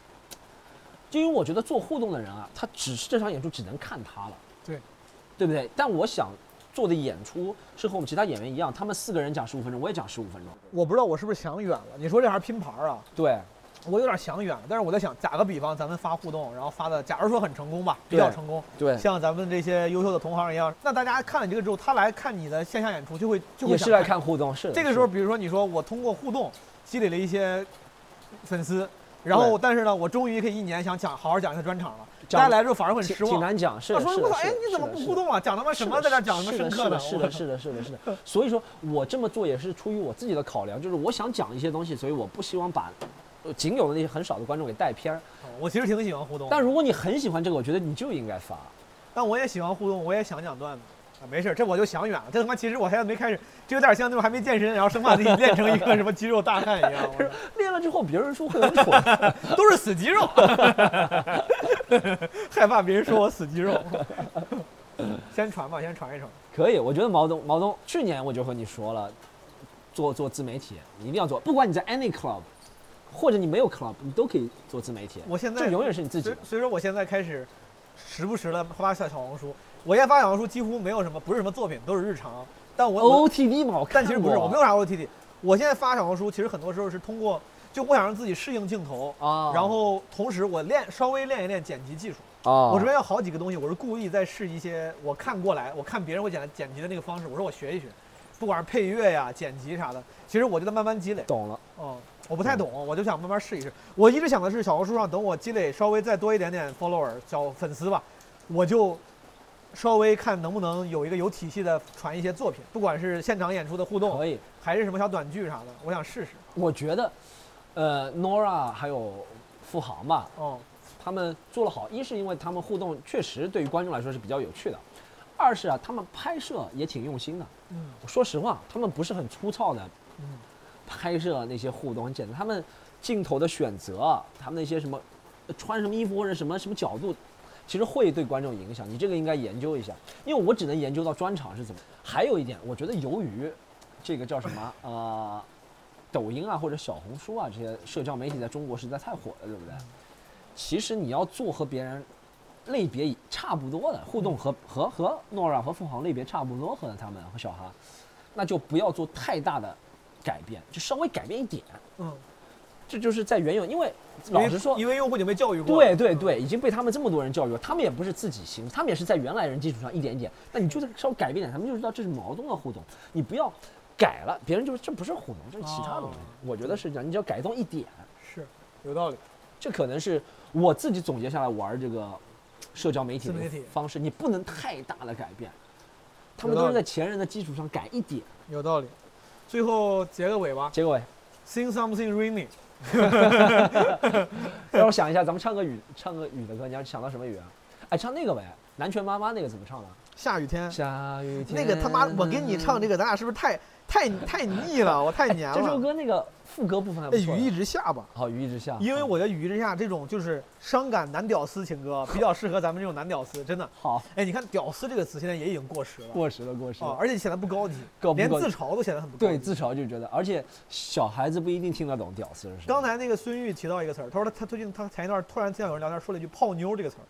就因为我觉得做互动的人啊，他只是这场演出只能看他了，对，对不对？但我想做的演出是和我们其他演员一样，他们四个人讲十五分钟，我也讲十五分钟，我不知道我是不是想远了。你说这还是拼盘儿啊？对，我有点想远了，但是我在想，打个比方，咱们发互动，然后发的，假如说很成功吧，比较对成功，对，像咱们这些优秀的同行一样，那大家看了你这个之后，他来看你的线下演出，就会就会也是想来看互动，是的这个是时候，的比如说你说我通过互动积累了一些粉丝，然后对但是呢，我终于可以一年想讲好好讲一下专场了，大讲家来之后反而会很挺失挺望。难讲，是他的，说是我的，操，哎是的你怎么是的不是互的动啊？讲他妈什么是的在这儿讲什么是深的刻呢？是我的，是的，是的，是的， *laughs* 是的。所以说我这么做也是出于我自己的考量，就是我想讲一些东西，所以我不希望把呃仅有的那些很少的观众给带偏儿。我其实挺喜欢互动，但如果你很喜欢这个，我觉得你就应该 *laughs* 发。但我也喜欢互动，我也想讲段子。啊，没事，这我就想远了。这他妈其实我还没开始，这有点像那种还没健身，然后生怕自己练成一个什么肌肉大汉一样，我练了之后，别人说会很蠢，说都是死肌肉， *laughs* 害怕别人说我死肌肉。先传吧，先传一传。可以。我觉得毛东，毛东，去年我就和你说了，做做自媒体，你一定要做，不管你在 any club，或者你没有 club，你都可以做自媒体。我现在这永远是你自己所以的。所以说我现在开始时不时的发小小红书，我现在发小红书几乎没有什么，不是什么作品，都是日常。但我、我 OTV 哦嘛，我看但其实不是，过我没有啥 OTT。我现在发小红书，其实很多时候是通过，就我想让自己适应镜头，啊。然后同时我练稍微练一练剪辑技术。啊，我这边有好几个东西，我是故意在试一些我看过来，我看别人会剪剪辑的那个方式，我说我学一学，不管是配乐呀、剪辑啥的，其实我就在慢慢积累。懂了。哦，我不太懂，我就想慢慢试一试。我一直想的是小红书上等我积累稍微再多一点点 follower 小粉丝吧，我就稍微看能不能有一个有体系的传一些作品，不管是现场演出的互动可，以。还是什么小短剧啥的，我想试试。我觉得，呃，Nora 还有付航吧，哦，他们做了好，一是因为他们互动确实对于观众来说是比较有趣的，二是啊，他们拍摄也挺用心的。嗯我说实话，他们不是很粗糙的嗯，拍摄那些互动，很简单。他们镜头的选择，啊他们那些什么呃穿什么衣服或者什么什么角度，其实会对观众有影响。你这个应该研究一下，因为我只能研究到专场是怎么。还有一点，我觉得由于这个叫什么呃，抖音啊或者小红书啊这些社交媒体在中国实在太火了，对不对？其实你要做和别人。类别差不多的互动和和和诺尔和凤凰类别差不多，和他们和小哈，那就不要做太大的改变，就稍微改变一点。嗯，这就是在原有，因为老实说，因为用户已经被教育过了。对对对，已经被他们这么多人教育了，他们也不是自己行，他们也是在原来人基础上一点一点。那你就是稍微改变点，他们就知道这是矛盾的互动，你不要改了，别人就这不是互动，这是其他的东西。哦我觉得是这样，你只要改动一点，是有道理。这可能是我自己总结下来玩这个社交媒体的自媒体方式，你不能太大的改变，他们有道都是理在前人的基础上改一点。有道理。最后结个尾吧结果， ，Sing something rainy。 *laughs* 让我想一下，咱们唱个雨，唱个雨的歌，你要想到什么雨啊？哎，唱那个呗，南拳妈妈那个怎么唱的？下雨天，下雨那天。个他妈，我给你唱这个，个，咱俩是不是太太太腻了？我太黏了。哎这首歌那个副歌部分还不那错啊雨的。一直下吧，好，雨一直下。因为好我觉得雨一直下这种就是伤感男屌丝情歌，比较适合咱们这种男屌丝，真的。好哎，你看“屌丝”这个词现在也已经过时了，过时了，过时啊，了。哦而且显得不高级，搞不连搞自嘲都显得很不高级。对自嘲就觉得，而且小孩子不一定听得懂“屌丝”是什么。刚才那个孙玉提到一个词儿，他说他他最近他前一段突然听到有人聊天说了一句“泡妞”这个词儿，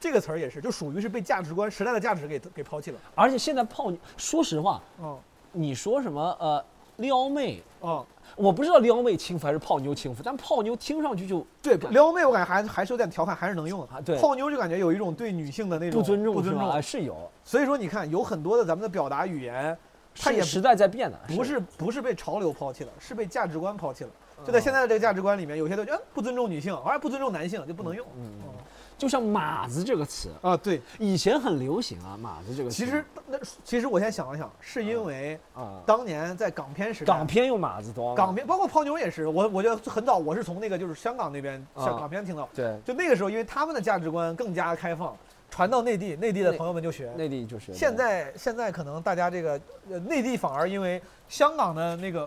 这个词儿也是就属于是被价值观时代的价值给给抛弃了。而且现在泡妞，说实话，嗯你说什么呃撩妹，嗯，我不知道撩妹轻浮还是泡妞轻浮，但泡妞听上去就对，撩妹我感觉还还是有点调侃，还是能用的。啊对泡妞就感觉有一种对女性的那种不尊重，不尊是吧重啊，。是有，所以说你看，有很多的咱们的表达语言，它是也时代在变的，不是不是被潮流抛弃了，是被价值观抛弃了。嗯就在现在的这个价值观里面，有些都觉得嗯不尊重女性，而不尊重男性就不能用。嗯嗯就像“马子”这个词，啊，对，以前很流行啊，“马子”这个词。其实那其实我现在想了想，是因为啊，当年在港片时代，港片用“马子”多吗，港片包括泡妞也是，我我觉得很早我是从那个就是香港那边啊像港片听到，对就那个时候因为他们的价值观更加开放，传到内地，内地的内朋友们就学。内地就是现在现在可能大家这个呃内地反而因为香港的那个，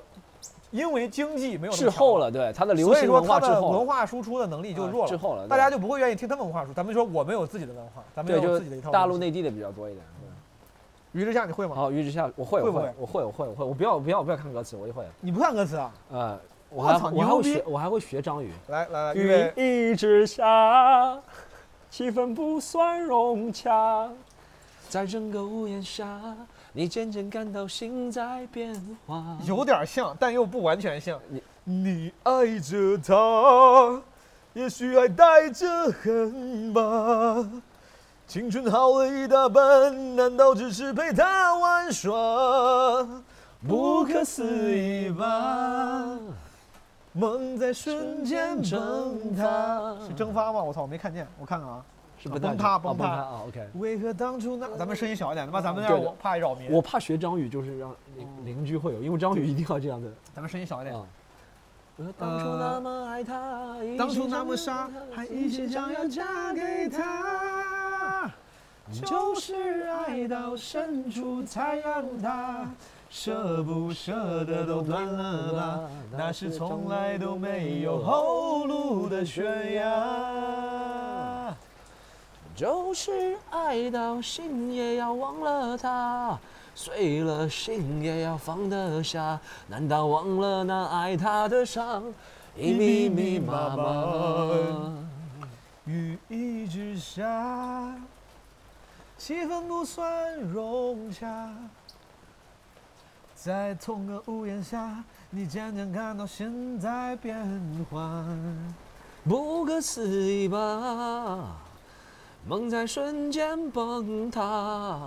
因为经济没有那么滞后强，了，对它的流所以行说文它化滞的后了，文化输出的能力就弱啊滞了，后了，大家对就不会愿意听他们文化输。咱们说我们有自己的文化，咱们对有就自己的一套东西。大陆内地的比较多一点。于之下你会吗？好，于之下，我会，会我不会会，我会，我会，我会，我不要，我不要，我不要看歌词，我一会。你不看歌词啊？呃，我我还操我还牛会逼学，我还会学章鱼。来来来，预备雨一直下，气氛不算融洽，在整个屋檐下，你渐渐感到心在变化。有点像，但又不完全像你。你爱着他，也许还带着恨吧。青春耗了一大半，难道只是陪他玩耍？不可思议吧，梦在瞬间崩塌。是蒸发吗？我操，我没看见，我看看啊。是啊不大崩塌哦崩崩塌塌啊！OK，为何当初那……咱们声音小一点，他妈咱们呃对让的我怕扰民。我怕学张宇，就是让邻邻居会有，因为张宇一定要这样的咱们声音小一点。啊。我当初那么爱他，一呃当初心那想么要傻他，还一心想要嫁给他，就是爱到深处才让他舍不舍得都断了吧，那是从来都没有后路的悬崖。就是爱到心也要忘了他，碎了心也要放得下。难道忘了那爱他的伤，已密密麻麻？雨一直下，气氛不算融洽。在同个屋檐下，你渐渐看到现在变化。不可思议吧，梦在瞬间崩塌。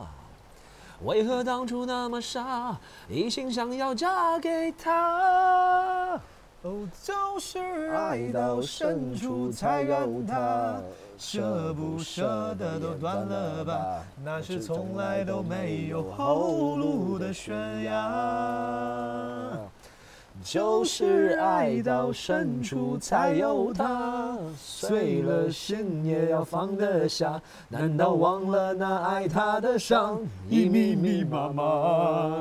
为何当初那么傻，一心想要嫁给他？哦，就是爱到深处才让它舍不舍得都断了吧，那是从来都没有后路的悬崖。就是爱到深处才有它，碎了心也要放得下。难道忘了那爱他的伤啊已密密麻麻？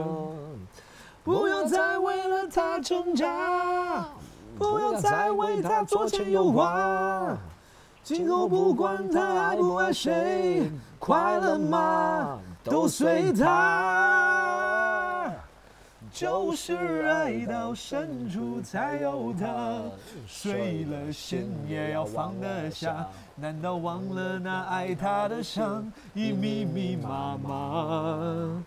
不要再为了他挣扎，不要再为他左牵右挂。今后不管他爱不爱谁，快乐吗？都随他。就是爱到深处才有它，碎了心也要放得下。难道忘了那爱他的伤已密密麻麻？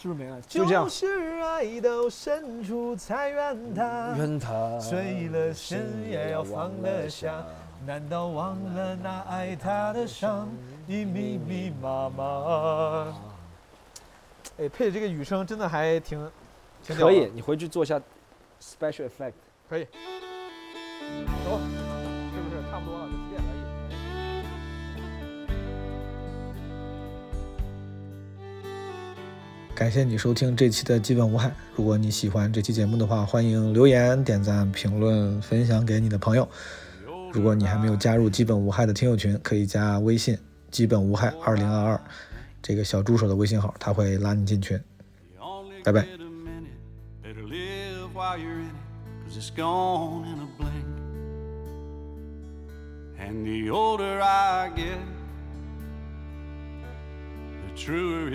是不是没了？就这样是爱到深处才怨他，愿他碎了心也要放得下。难道忘了那爱他的伤已密密麻麻？哎，配这个雨声真的还挺，挺屌可的以，，你回去做一下 special effect。可以。走，是不是差不多了？就几点了？感谢你收听这期的基本无害。如果你喜欢这期节目的话，欢迎留言、点赞、评论、分享给你的朋友。如果你还没有加入基本无害的听友群，可以加微信“基本无害二零二二”这个小助手的微信号，他会拉你进群。 You only Bye-bye. get a minute. Better live while you're in it, cause it's gone in a blink. And the older I get, the truer it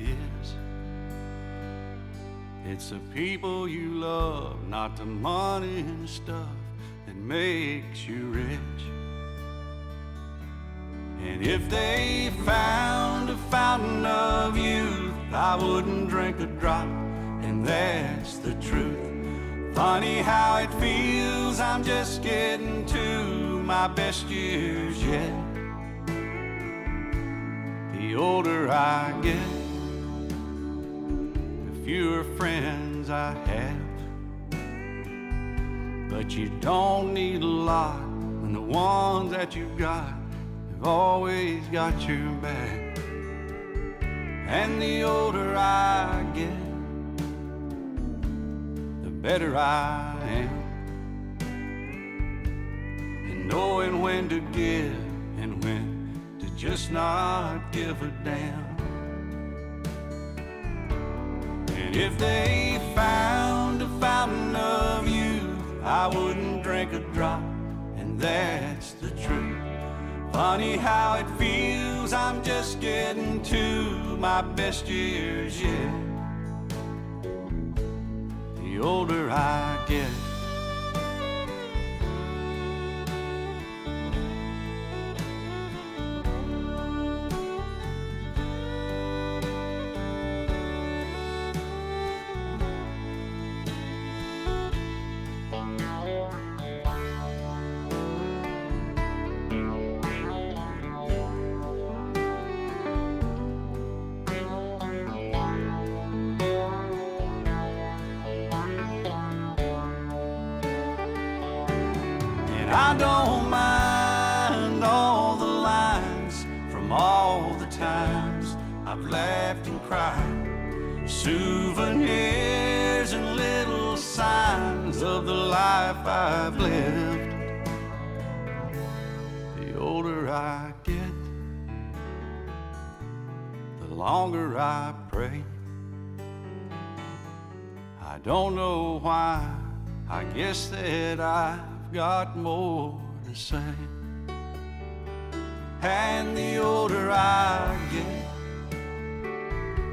is. It's the people you love, not the money and stuff that makes you rich. And if they found a fountain of youth, I wouldn't drink a drop, and that's the truth. Funny how it feels, I'm just getting to my best years yet. The older I get, the fewer friends I have. But you don't need a lot when the ones that you've got have always got your back. And the older I get, the better I am. And knowing when to give and when to just not give a damn. And if they found a fountain of youth, I wouldn't drink a drop, and that's the truth. Funny how it feels, I'm just getting to my best years yet. The older I get. And I don't mind all the lines from all the times I've laughed and cried. Souvenirs and little signs of the life I've lived. The older I get, the longer I pray. I don't know why. I guess that I've got more to say. And the older I get,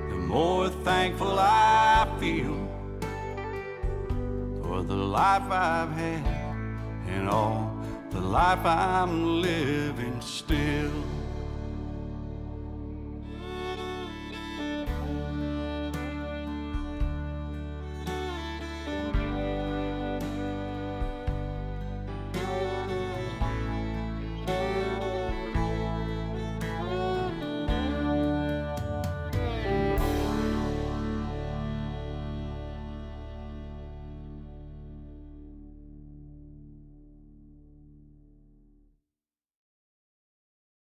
the more thankful I feel for the life I've had and all the life I'm living still.